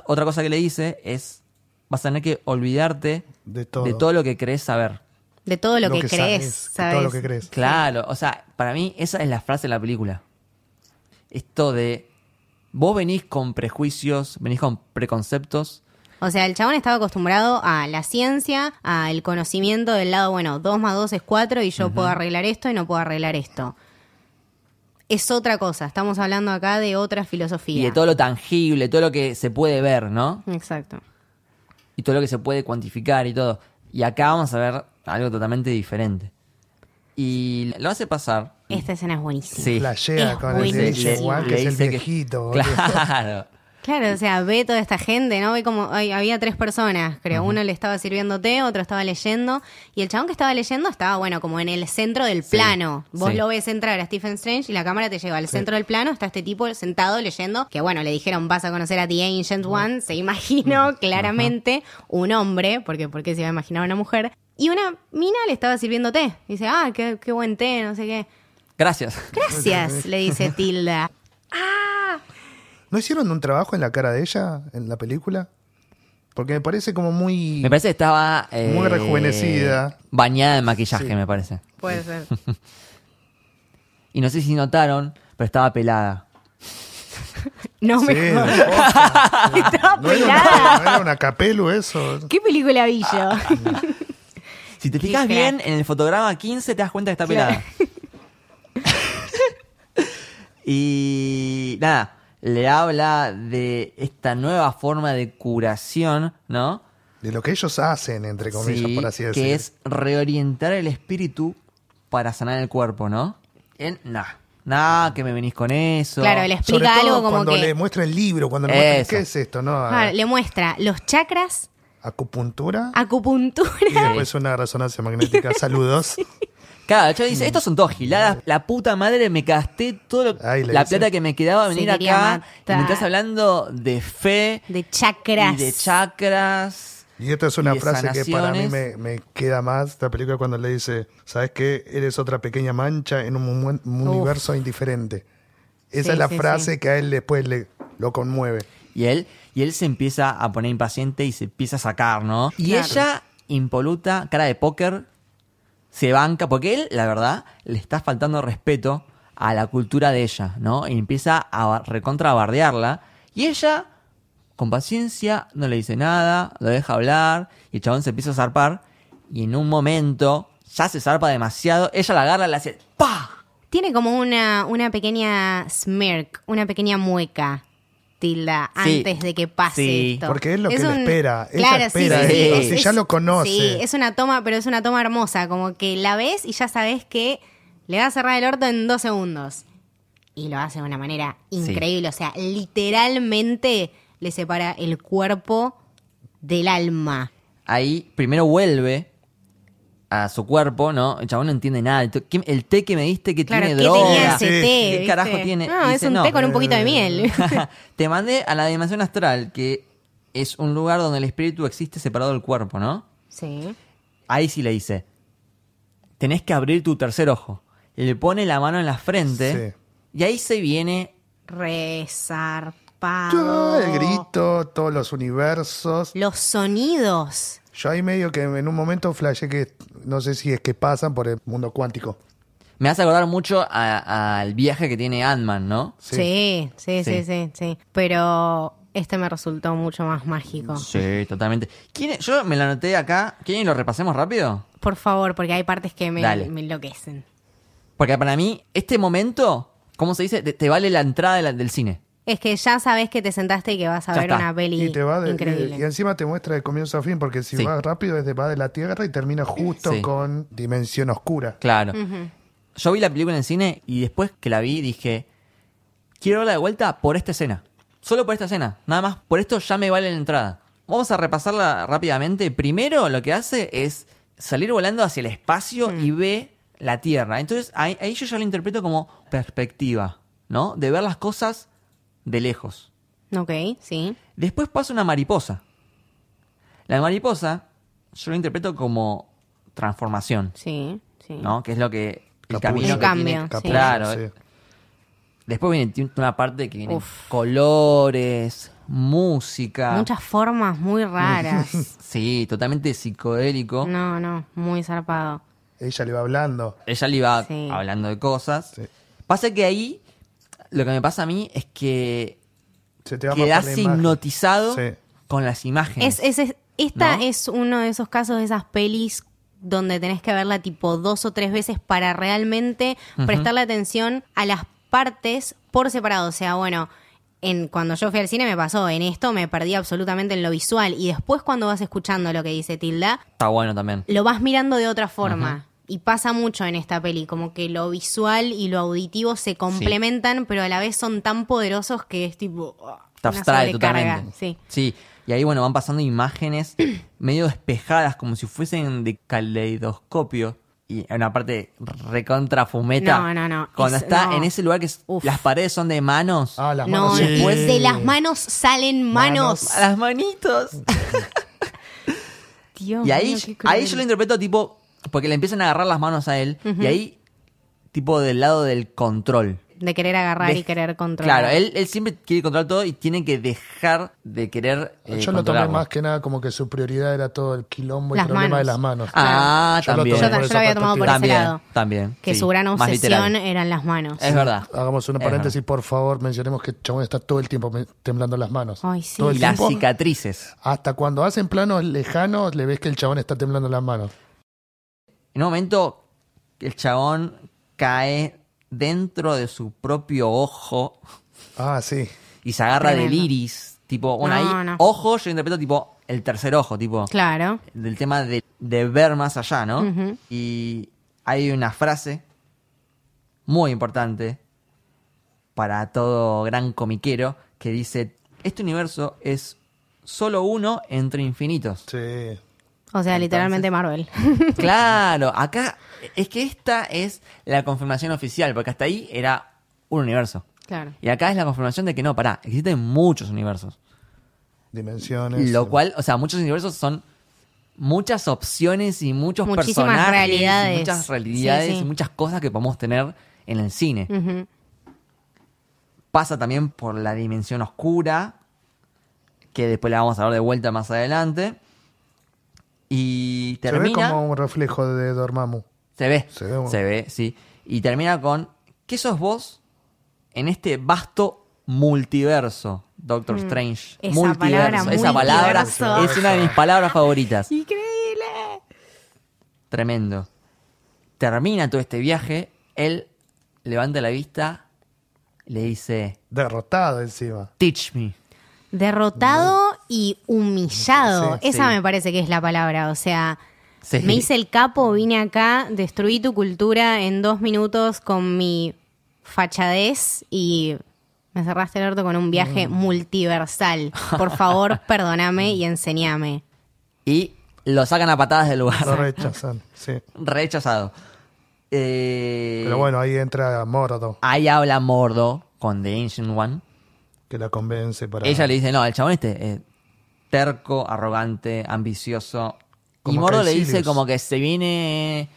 A: Otra cosa que le dice es, vas a tener que olvidarte
C: De todo.
A: de todo lo que crees saber.
B: De todo lo,
C: Lo
B: que,
C: que
B: crees,
C: sabes, de
B: ¿sabes?
C: todo lo que crees.
A: Claro, o sea, para mí esa es la frase de la película. Esto de vos venís con prejuicios, venís con preconceptos.
B: O sea, el chabón estaba acostumbrado a la ciencia, al conocimiento del lado, bueno, 2 más 2 es 4 y yo puedo arreglar esto y no puedo arreglar esto. Es otra cosa, estamos hablando acá de otra filosofía.
A: Y de todo lo tangible, todo lo que se puede ver, ¿no?
B: Exacto.
A: Y todo lo que se puede cuantificar y todo. Y acá vamos a ver algo totalmente diferente. Y lo hace pasar.
B: Esta Este escena es buenísima.
A: Sí.
C: Flashea
B: Es
C: con el de
B: buenísimo.
C: Ejiofor, que
A: Le
C: es el
A: dice que-
C: viejito. boludo.
A: Claro.
B: Claro, o sea, ve toda esta gente, ¿no? Ve como ay, había tres personas, creo. Uno le estaba sirviendo té, otro estaba leyendo. Y el chabón que estaba leyendo estaba, bueno, como en el centro del plano. Vos
A: sí.
B: lo ves entrar a Stephen Strange y la cámara te lleva al centro del plano. Está este tipo sentado leyendo, que bueno, le dijeron, vas a conocer a The Ancient One. Se imaginó claramente un hombre, porque ¿por qué se iba a imaginar una mujer? Y una mina le estaba sirviendo té. Dice, ah, qué, qué buen té, no sé qué.
A: Gracias.
B: Gracias, le dice Tilda.
C: ¿No hicieron un trabajo en la cara de ella en la película? Porque me parece como muy...
A: Me parece que estaba... eh,
C: Muy rejuvenecida.
A: Bañada de maquillaje, me parece.
B: Puede ser.
A: Y no sé si notaron, pero estaba pelada.
B: No
C: Sí,
B: me jodas. Estaba
C: no, era
B: pelada.
C: una, no era una capelu eso.
B: ¿Qué película vi yo?
A: Ah, Si te
B: Qué
A: fijas
B: crack.
A: bien, en el fotograma 15 te das cuenta que está pelada. y nada, le habla de esta nueva forma de curación, ¿no?
C: De lo que ellos hacen, entre comillas,
A: Sí,
C: por así decirlo.
A: que es reorientar el espíritu para sanar el cuerpo, ¿no? En, nah, nah, que me venís con eso.
B: Claro, el
C: Sobre
B: explica
C: todo
B: algo como
C: cuando
B: que
C: le muestra el libro, cuando le muestra
A: Eso.
C: qué es esto, ¿no?
B: Ah, le Ah, muestra los chakras,
C: Acupuntura y
B: acupuntura.
C: después una resonancia magnética. Saludos.
A: Claro, el chavo
B: Mm.
A: dice, estos son todos giladas, la puta madre me gasté todo lo-
C: Ahí le
A: la
C: dice.
A: plata que me quedaba a
B: Se
A: venir
B: quería
A: acá. Y
B: matar.
A: me estás hablando de fe
B: De chakras.
A: y de chakras.
C: Y esta es una
A: Y de
C: frase que para mí me,
A: sanaciones.
C: me queda más, esta película cuando le dice, ¿sabes qué? Eres otra pequeña mancha en un, mu- un
B: Uf.
C: universo indiferente. Esa
B: Sí,
C: es la
B: sí,
C: frase que a él después le, lo conmueve.
A: Y él, y él se empieza a poner impaciente y se empieza a sacar, ¿no? Y
B: Claro.
A: ella, impoluta, cara de póker, se banca, porque él, la verdad, le está faltando respeto a la cultura de ella, ¿no? Y empieza a ba- recontra bardearla. Y ella, con paciencia, no le dice nada, lo deja hablar, y el chabón se empieza a zarpar. Y en un momento, ya se zarpa demasiado, ella la agarra, le hace ¡Pah!
B: Tiene como una, una pequeña smirk, una pequeña mueca, tilda,
A: Sí.
B: antes de que pase
A: Sí.
B: esto.
C: Porque es lo que le espera. Ella
B: Claro,
C: espera
B: sí, sí,
A: esto,
B: sí.
A: si
B: Es-
C: ya lo conoce.
B: Sí, es una toma, pero es una toma hermosa. Como que la ves y ya sabes que le va a cerrar el orto en dos segundos. Y lo hace de una manera increíble. O sea, literalmente le separa el cuerpo del alma.
A: ahí primero vuelve a su cuerpo, ¿no? El chabón no entiende nada. El to- ¿qué- El té que me diste que
B: Claro, ¿qué
A: tiene droga.
B: tenía ese
C: Sí.
B: té?
A: ¿Qué
B: viste?
A: carajo tiene?
B: No,
A: Y
B: es
A: dice,
B: un
A: "No".
B: té con un poquito de miel.
A: Te mandé a la dimensión astral, que es un lugar donde el espíritu existe separado del cuerpo, ¿no?
B: sí.
A: Ahí sí le dice, tenés que abrir tu tercer ojo. Y le pone la mano en la frente.
C: Sí.
A: Y ahí se viene
C: Yo,
B: Ah. Resarpado.
C: el grito, todos los universos.
B: Los sonidos.
C: Yo ahí medio que en un momento flashé que no sé si es que pasan por el mundo cuántico.
A: me hace acordar mucho a- al viaje que tiene Ant-Man, ¿no?
B: Sí. Sí, sí,
A: Sí.
B: sí, sí, Pero este me resultó mucho más mágico.
C: Mm.
A: Sí, totalmente. ¿Quién, yo me la anoté acá. ¿Quieren lo repasemos rápido?
B: Por favor, porque hay partes que me,
A: Dale.
B: me enloquecen.
A: Porque para mí, este momento, ¿cómo se dice? Te, te vale la entrada de la- del cine.
B: Es que ya sabes que te sentaste y que vas a
A: Ya
B: ver
A: está.
B: una peli
C: Y te va de-
B: increíble.
C: y encima te muestra de comienzo a fin, porque si
A: Sí.
C: vas rápido es de, va de la Tierra y termina justo
A: Sí.
C: con Dimensión Oscura.
A: Claro. Yo vi la película en el cine y después que la vi dije, quiero verla de vuelta por esta escena. Solo por esta escena. Nada más. Por esto ya me vale la entrada. Vamos a repasarla rápidamente. Primero lo que hace es salir volando hacia el espacio y ve la Tierra. Entonces ahí, ahí yo ya lo interpreto como perspectiva, ¿no? De ver las cosas de lejos.
B: Ok, sí.
A: Después pasa una mariposa. La mariposa, yo lo interpreto como transformación,
B: Sí, sí.
A: ¿no? Que es lo que. El
C: Capullo.
A: camino
B: Un
A: que
B: cambio,
A: tiene.
B: sí.
A: Claro.
C: sí.
A: Después viene ti- una parte que viene
B: Uf.
A: colores, música.
B: Muchas formas muy raras.
A: Sí, totalmente psicodélico.
B: no, no, muy zarpado.
C: Ella le va hablando.
A: Ella le iba
B: Sí.
A: hablando de cosas.
C: Sí.
A: Pasa que ahí, lo que me pasa a mí es que
C: Se te va más por
A: quedas
C: la imagen.
A: hipnotizado
C: Sí.
A: con las imágenes.
B: Es, es- es- esta
A: ¿No?
B: es uno de esos casos de esas pelis donde tenés que verla tipo dos o tres veces para realmente prestarle atención a las partes por separado. O sea, bueno, en, cuando yo fui al cine me pasó, en esto me perdí absolutamente en lo visual. Y después cuando vas escuchando lo que dice Tilda,
A: Está bueno también.
B: lo vas mirando de otra forma. Y pasa mucho en esta peli, como que lo visual y lo auditivo se complementan, pero a la vez son tan poderosos que es tipo... ah,
A: Te
B: una
A: abstrae
B: sobrecarga.
A: totalmente.
B: Sí.
A: Y ahí, bueno, van pasando imágenes medio despejadas, como si fuesen de caleidoscopio. Y una parte recontra fumeta.
B: No, no, no.
A: Cuando
B: Es-
A: está
B: no.
A: en ese lugar que es-
B: Uf.
A: las paredes son de manos. Ah,
C: Ah, las
B: No,
C: manos.
A: sí.
B: y
A: Después-
B: de las manos salen manos.
A: A Las manitos.
B: Dios
A: Y ahí,
B: mío, qué
A: ahí
B: cruel.
A: yo lo interpreto tipo, porque le empiezan a agarrar las manos a él. Y ahí, tipo del lado del control.
B: De querer agarrar
A: De-
B: y querer controlar.
A: Claro, él, él siempre quiere controlar todo y tiene que dejar de querer. eh,
C: Yo lo tomé
A: controlarlo.
C: más que nada como que su prioridad era todo el quilombo y
B: Las
C: problema
B: manos.
C: de las manos.
A: Ah,
C: lo
A: también.
C: tomé
A: Yo ta-
C: por
B: yo
C: esa
B: lo había tomado por
C: perspectiva.
A: También,
B: lado.
A: también.
B: Que
A: sí.
B: su gran
A: Más literal. Eh,
B: obsesión eran las manos.
A: Es verdad.
C: Hagamos una
A: Es
C: paréntesis, por favor. Mencionemos que el Chabón está todo el tiempo me- temblando las manos.
B: Ay, sí.
C: Todo
A: verdad.
C: el
A: Y las
C: tiempo.
A: cicatrices.
C: Hasta cuando hacen planos lejanos, le ves que el chabón está temblando las manos.
A: En un momento, el chabón cae dentro de su propio ojo
C: Ah, sí.
A: y se agarra
B: Tremendo.
A: del iris. Tipo, bueno,
B: No,
A: ahí,
B: no.
A: ojo, yo interpreto tipo el tercer ojo, tipo,
B: Claro.
A: del tema de, de ver más allá, ¿no?
B: Ujú.
A: Y hay una frase muy importante para todo gran comiquero que dice, este universo es solo uno entre infinitos.
C: Sí.
B: O sea, literalmente Marvel.
A: Claro, acá es que esta es la confirmación oficial, porque hasta ahí era un universo.
B: claro.
A: Y acá es la confirmación de que no, pará, existen muchos universos.
C: Dimensiones.
A: Lo cual, o sea, muchos universos son muchas opciones y muchos
B: Muchísimas
A: personajes. y
B: realidades.
A: muchas realidades
B: Sí, Mm. sí.
A: y muchas cosas que podemos tener en el cine.
B: Ujú.
A: Pasa también por la dimensión oscura, que después la vamos a ver de vuelta más adelante. Y
C: Se ve
A: termina.
C: como un reflejo de Dormammu.
A: Se ve.
C: Se ve, bueno.
A: Se ve, sí. Y termina con, ¿qué sos vos en este vasto multiverso, Doctor Strange?
B: Mm. Esa palabra,
A: Esa palabra
B: multiverso.
A: es una de mis palabras favoritas.
B: Increíble.
A: Tremendo. Termina todo este viaje, él levanta la vista, le dice,
C: Derrotado encima.
A: teach me.
B: Derrotado y humillado.
A: Sí,
B: Esa
A: sí.
B: me parece que es la palabra. O sea,
A: Sí.
B: me hice el capo, vine acá, destruí tu cultura en dos minutos con mi fachadez y me cerraste el orto con un viaje multiversal. Por favor, perdóname y enseñame.
A: Y lo sacan a patadas del lugar.
C: Lo rechazan, sí.
A: Rechazado. Eh,
C: Pero bueno, ahí entra Mordo,
A: Ahí habla Mordo con The Ancient One.
C: que la convence para...
A: Ella le dice, no, el chabón este es terco, arrogante, ambicioso. y
C: Como
A: Mordo le dice
C: Caecilius.
A: como que se viene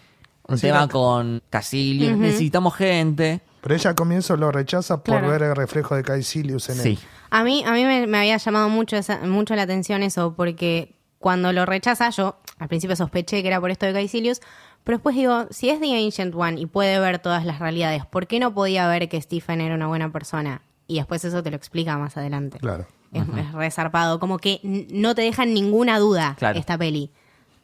A: un
C: Sí,
A: tema
C: la-
A: con Casilio. Necesitamos gente.
C: Pero ella al comienzo lo rechaza por
B: Claro.
C: ver el reflejo de Caecilius en
A: Sí.
C: él.
B: A mí, a mí me, me había llamado mucho, esa- mucho la atención eso, porque cuando lo rechaza, yo al principio sospeché que era por esto de Caecilius, pero después digo, si es The Ancient One y puede ver todas las realidades, ¿por qué no podía ver que Stephen era una buena persona? Y después eso te lo explica más adelante.
C: Claro.
B: Es, es re zarpado, como que n- no te dejan ninguna duda
A: Claro.
B: esta peli.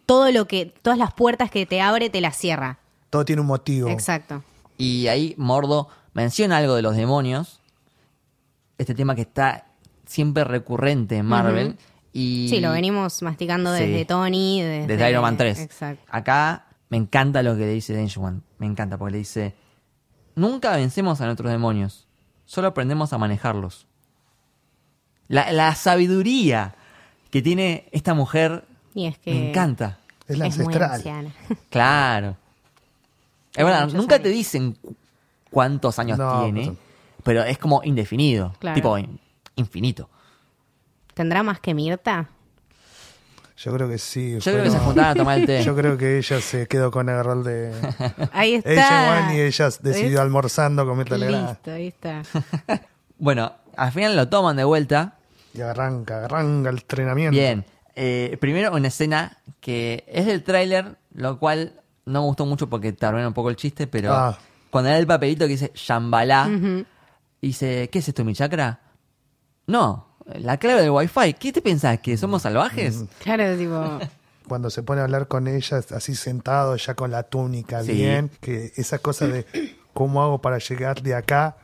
B: Todo lo que, todas las puertas que te abre te las cierra.
C: Todo tiene un motivo.
B: Exacto.
A: Y ahí Mordo menciona algo de los demonios. Este tema que está siempre recurrente en Marvel.
B: Ujú.
A: y
B: Sí, lo venimos masticando
A: Sí.
B: desde Tony, desde,
A: desde Iron Man 3.
B: Exacto.
A: Acá me encanta lo que le dice Danger One. Me encanta porque le dice, nunca vencemos a nuestros demonios, solo aprendemos a manejarlos. La, la sabiduría que tiene esta mujer
B: Y es que
A: me encanta.
C: Es la
B: es muy
C: ancestral.
B: anciana.
A: Claro. Es verdad,
B: muchos
A: nunca te
B: años.
A: dicen cu- cuántos años
C: No,
A: tiene,
C: pero-
A: pero es como indefinido,
B: Claro.
A: tipo in- infinito.
B: ¿Tendrá más que Mirta?
C: Yo creo que sí.
A: Yo creo que se
C: fueron-
A: juntaron a tomar el té.
C: Yo creo que ella se quedó con el rol de
B: Ahí está.
C: ella One y ella
B: ¿Ves?
C: decidió almorzando con Mirta Legrand.
B: Listo, ahí está.
A: Bueno, al final lo toman de vuelta.
C: Y arranca, arranca el entrenamiento.
A: Bien. Eh, primero una escena que es del tráiler, lo cual no me gustó mucho porque tardó un poco el chiste, pero
C: Ah.
A: cuando era el papelito que dice Shambhala, dice, ¿qué es esto, mi chakra? No, la clave del wifi. ¿Qué te pensás? ¿Que somos salvajes?
B: Claro, tipo.
C: Cuando se pone a hablar con ella, así sentado, ya con la túnica,
A: Sí.
C: bien. Que esa cosa de cómo hago para llegar de acá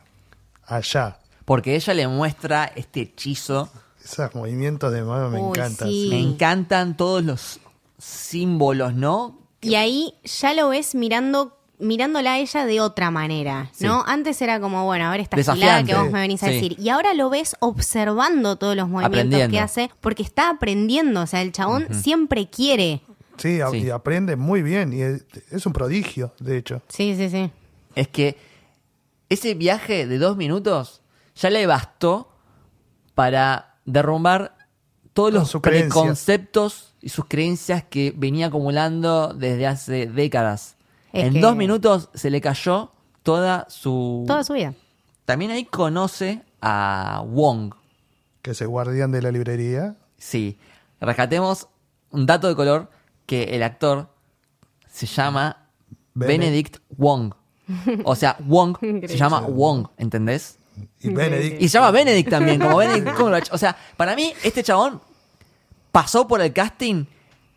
C: a allá.
A: Porque ella le muestra este hechizo.
C: Esos movimientos de mano me
B: Uy,
C: encantan.
B: sí.
A: Me encantan todos los símbolos, ¿no?
B: Y ahí ya lo ves mirando mirándola a ella de otra manera, ¿no?
A: Sí.
B: Antes era como, bueno, a ver esta gilada que
A: Desafiante.
B: vos me venís a
A: Sí.
B: decir. Y ahora lo ves observando todos los movimientos
A: Aprendiendo.
B: que hace, porque está aprendiendo, o sea, el chabón siempre quiere.
C: Sí, a-
A: Sí.
C: y aprende muy bien. Y es, es un prodigio, de hecho.
B: Sí, sí, sí.
A: es que ese viaje de dos minutos ya le bastó para derrumbar todos
C: Con
A: los
C: sus creencias.
A: preconceptos y sus creencias que venía acumulando desde hace décadas.
B: Es
A: en
B: que-
A: dos minutos se le cayó toda su...
B: Toda su vida.
A: También ahí conoce a Wong.
C: Que se guardián de la librería.
A: Sí. Rescatemos un dato de color que el actor se llama
C: Bene-
A: Benedict Wong. O sea, Wong se
B: Increíble.
A: llama Wong, ¿entendés?
C: Y Benedict.
A: Y se llama Benedict también, como Benedict Cumberbatch. O sea, para mí, este chabón pasó por el casting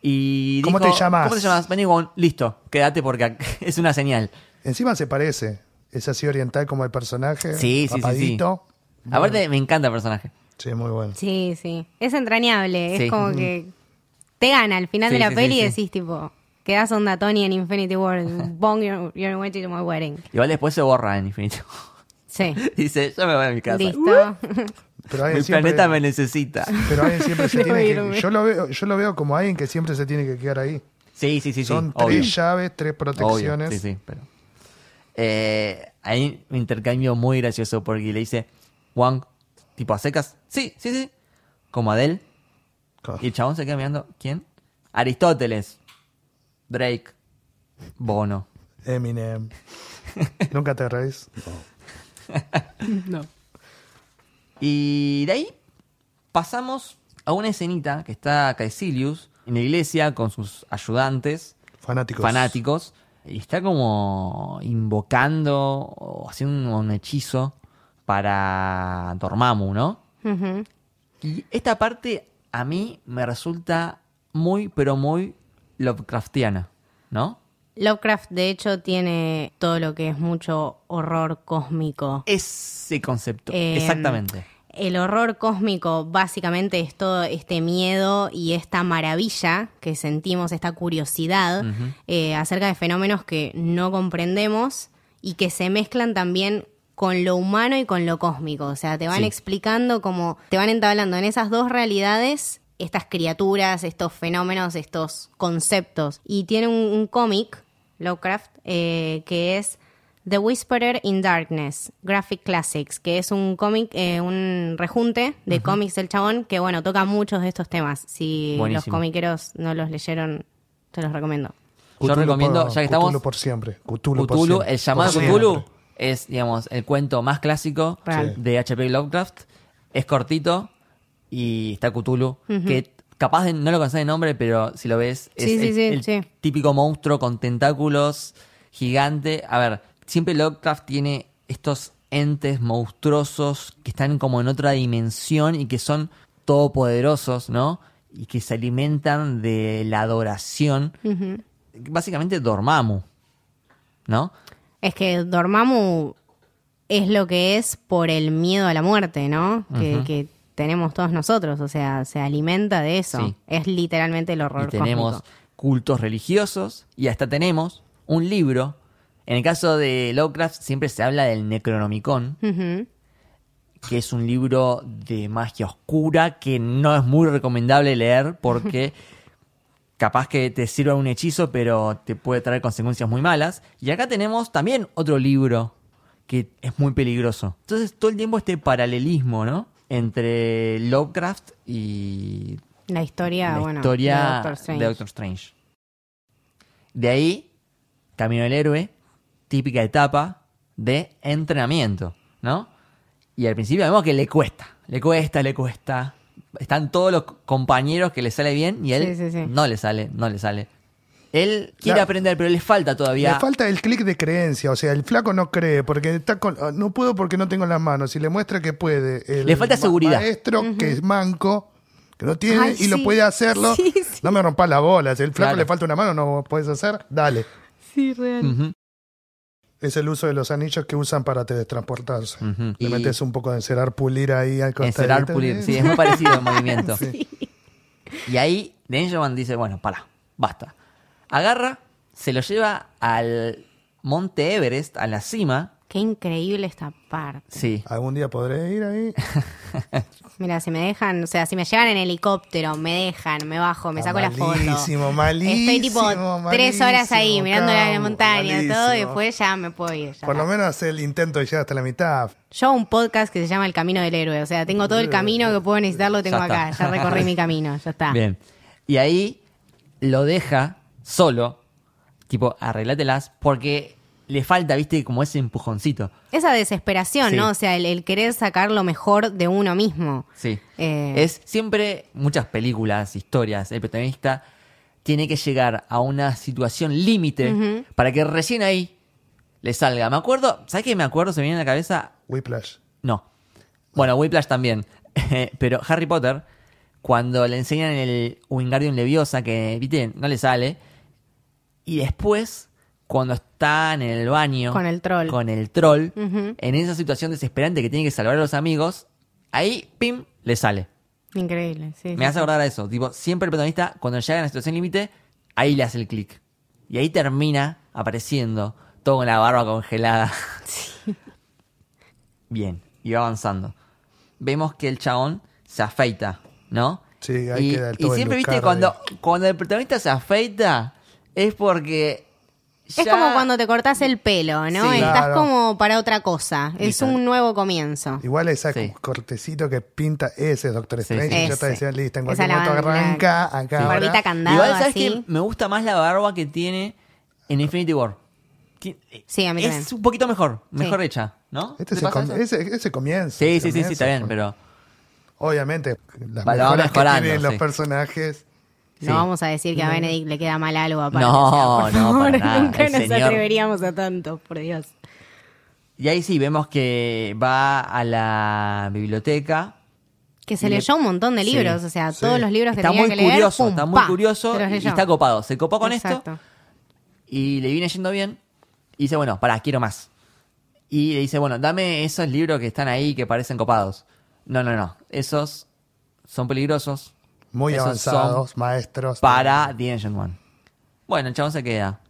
A: y.
C: ¿Cómo
A: dijo,
C: te llamás?
A: ¿Cómo te llamas? Benedict Wong, listo, quédate porque ac- es una señal.
C: Encima se parece. Es así oriental como el personaje.
A: Sí, sí, sí, sí.
C: papadito.
A: Aparte, me encanta el personaje.
C: Sí, muy bueno.
B: Sí, sí. Es entrañable.
A: Sí.
B: Es como que te gana al final
A: Sí,
B: de la
A: sí,
B: peli
A: sí,
B: y
A: sí.
B: decís, tipo, quedás onda Tony en Infinity War. Bong, you're, you're invited to my wedding.
A: Igual después se borra en infinito.
B: Sí.
A: Dice, yo me voy a mi casa.
B: Listo.
C: Pero
A: Mi
C: alguien siempre,
A: planeta me necesita.
C: pero alguien siempre se
B: Quiero
C: tiene
B: irme.
C: que, yo lo veo, yo lo veo como alguien que siempre se tiene que quedar ahí.
A: Sí, sí, sí, sí.
C: Son
A: obvio.
C: tres llaves, tres protecciones.
A: Obvio, sí, sí, pero. Eh, hay un intercambio muy gracioso porque le dice, Wang, tipo a secas. Sí, sí, sí. Como Adele.
C: Co-
A: Y el chabón se queda mirando, ¿quién? Aristóteles. Drake. Bono.
C: Eminem. Nunca te reís.
A: Y de ahí pasamos a una escenita que está Caecilius en la iglesia con sus ayudantes.
C: Fanáticos.
A: fanáticos. Y está como invocando o haciendo un hechizo para Dormammu, ¿no?
B: Ujú.
A: Y esta parte a mí me resulta muy, pero muy Lovecraftiana, ¿no?
B: Lovecraft, de hecho, tiene todo lo que es mucho horror cósmico.
A: Ese concepto,
B: Eh,
A: exactamente.
B: El horror cósmico básicamente es todo este miedo y esta maravilla que sentimos, esta curiosidad eh, acerca de fenómenos que no comprendemos y que se mezclan también con lo humano y con lo cósmico. O sea, te van
A: Sí.
B: explicando cómo te van entablando en esas dos realidades estas criaturas, estos fenómenos, estos conceptos. Y tiene un, un cómic, Lovecraft, eh, que es The Whisperer in Darkness, Graphic Classics, que es un cómic, eh, un rejunte de cómics del chabón que, bueno, toca muchos de estos temas. Si
A: Buenísimo.
B: los comiqueros no los leyeron, te los recomiendo.
A: Yo
C: Cthulhu
A: recomiendo,
C: por-
A: ya que estamos,
C: Cthulhu por siempre. Cthulhu, por
A: Cthulhu,
C: siempre.
A: el llamado
C: Por
A: Cthulhu
C: siempre.
A: es, digamos, el cuento más clásico
B: Real.
A: de H.P. Lovecraft. Es cortito y está Cthulhu, que capaz de- no lo conocés de nombre, pero si lo ves, es
B: Sí, sí,
A: el,
B: sí,
A: el
B: sí.
A: típico monstruo con tentáculos gigante. A ver, siempre Lovecraft tiene estos entes monstruosos que están como en otra dimensión y que son todopoderosos, ¿no? Y que se alimentan de la adoración. Básicamente Dormammu, ¿no?
B: Es que Dormammu es lo que es por el miedo a la muerte, ¿no? Que, que tenemos todos nosotros, o sea, se alimenta de eso.
A: Sí.
B: Es literalmente el horror
A: y tenemos
B: cósmico.
A: cultos religiosos y hasta tenemos un libro. En el caso de Lovecraft siempre se habla del Necronomicon,
B: Ujú.
A: que es un libro de magia oscura que no es muy recomendable leer porque capaz que te sirva un hechizo, pero te puede traer consecuencias muy malas. Y acá tenemos también otro libro que es muy peligroso. Entonces todo el tiempo este paralelismo, ¿no? Entre Lovecraft y
B: La historia,
A: la
B: bueno,
A: historia
B: de Doctor Strange.
A: de Doctor Strange. De ahí, Camino del Héroe, típica etapa de entrenamiento, ¿no? Y al principio vemos que le cuesta, le cuesta, le cuesta. Están todos los compañeros que le sale bien y él
B: Sí, sí, sí.
A: no le sale, no le sale. Él quiere
C: La-
A: aprender, pero le falta todavía.
C: Le falta el clic de creencia, o sea, el flaco no cree, porque está con, ah, no puedo porque no tengo las manos, si le muestra que puede. El
A: Le falta seguridad.
C: maestro que es manco, que no tiene
B: Ay,
C: y lo
B: sí.
C: puede hacerlo,
B: Sí, sí.
C: no me rompas las bolas, el flaco
A: Claro.
C: le falta una mano, no puedes hacer, dale.
B: Sí, real.
A: Ujú,
C: Es el uso de los anillos que usan para teletransportarse.
A: ujú.
C: Le
A: Y
C: metes un poco de encerar, pulir ahí al costado.
A: encerar, pulir. Sí, es muy parecido el movimiento. Y ahí Dangerman dice, bueno, para, basta. Agarra, se lo lleva al monte Everest, a la cima.
B: Qué increíble esta parte.
A: Sí.
C: Algún día podré ir ahí.
B: Mira, si me dejan, o sea, si me llevan en helicóptero, me dejan, me bajo, me
C: Está
B: saco la foto.
C: Ah, malísimo, malísimo,
B: Estoy tipo tres
C: malísimo,
B: horas ahí mirando la
C: Cam,
B: montaña, todo, y
C: malísimo.
B: después ya me puedo ir. ya
C: Por lo
B: está.
C: menos el intento de llegar hasta la mitad.
B: Yo hago un podcast que se llama El Camino del Héroe, o sea, tengo todo el camino que puedo necesitar, lo tengo
A: Ya está.
B: acá, ya recorrí mi camino, ya está.
A: Bien. Y ahí lo deja solo. Tipo, arreglatelas. Porque le falta, viste, como ese empujoncito.
B: Esa desesperación,
A: Sí.
B: ¿no? O sea, el, el querer sacar lo mejor de uno mismo.
A: Sí.
B: Eh.
A: Es siempre muchas películas, historias. El protagonista tiene que llegar a una situación límite para que recién ahí le salga. Me acuerdo, ¿sabes qué me acuerdo? Se me viene a la cabeza
C: Whiplash.
A: No. Bueno, Whiplash también. Pero Harry Potter, cuando le enseñan el Wingardium Leviosa, que, viste, no le sale. Y después, cuando está en el baño.
B: Con el troll.
A: Con el troll. En esa situación desesperante que tiene que salvar a los amigos. Ahí, pim, le sale.
B: Increíble, sí.
A: Me
B: sí,
A: hace acordar a eso. Tipo, siempre el protagonista, cuando llega a la situación límite, ahí le hace el clic. Y ahí termina apareciendo, todo con la barba congelada. Bien, y va avanzando. Vemos que el chabón se afeita, ¿no?
C: Sí, ahí
A: y,
C: queda el-
A: y
C: todo el
A: siempre, viste,
C: Lucardi.
A: cuando, cuando el protagonista se afeita, es porque.
B: Es
A: ya-
B: como cuando te cortás el pelo, ¿no?
A: Sí.
B: Estás
C: Claro.
B: como para otra cosa. Es
A: Literal.
B: un nuevo comienzo.
C: Igual ese
A: Sí.
C: cortecito que pinta ese Doctor
A: Sí,
C: Strange.
A: sí.
C: y Yo
B: Ese.
C: te decía, listo, en
B: Esa
C: cualquier momento
B: la- la-
C: arranca. Acá
B: Sí.
C: ahora.
B: Barbita candado
A: Igual, ¿sabes
B: así.
A: que Me gusta más la barba que tiene en Infinity War. Que-
B: Sí, a mí también.
A: Es un poquito mejor, mejor hecha, ¿no?
C: Este
A: ¿Te
C: es el
A: pasa
C: com-
A: eso?
C: ese, ese comienzo.
A: Sí, sí, sí, sí,
C: comienzo,
A: está bien,
C: con-
A: pero
C: Obviamente, las
A: Va, lo va
C: mejoras que
A: mejorando,
C: tienen los
A: sí.
C: personajes.
A: Sí.
B: No vamos a decir que a Benedict le queda mal algo aparte.
A: No,
B: o sea, por
A: no,
B: favor,
A: para nada.
B: Nunca
A: El
B: nos
A: señor-
B: atreveríamos a tanto, por Dios.
A: Y ahí sí, vemos que va a la biblioteca.
B: Que se
A: Y le-
B: leyó un montón de
A: Sí,
B: libros, o sea,
C: sí.
B: todos los libros que
A: Está
B: tenía
A: muy
B: que leer.
A: curioso,
B: pum,
A: está muy
B: pa,
A: curioso
B: se los
A: y
B: leyó.
A: está copado. Se copó con
B: Exacto.
A: esto y le viene yendo bien. Y dice, bueno, pará, quiero más. Y le dice, bueno, dame esos libros que están ahí que parecen copados. No, no, no. Esos son peligrosos
C: Muy
A: Esos
C: avanzados, maestros.
A: para The Ancient One. Bueno, el chabón se queda.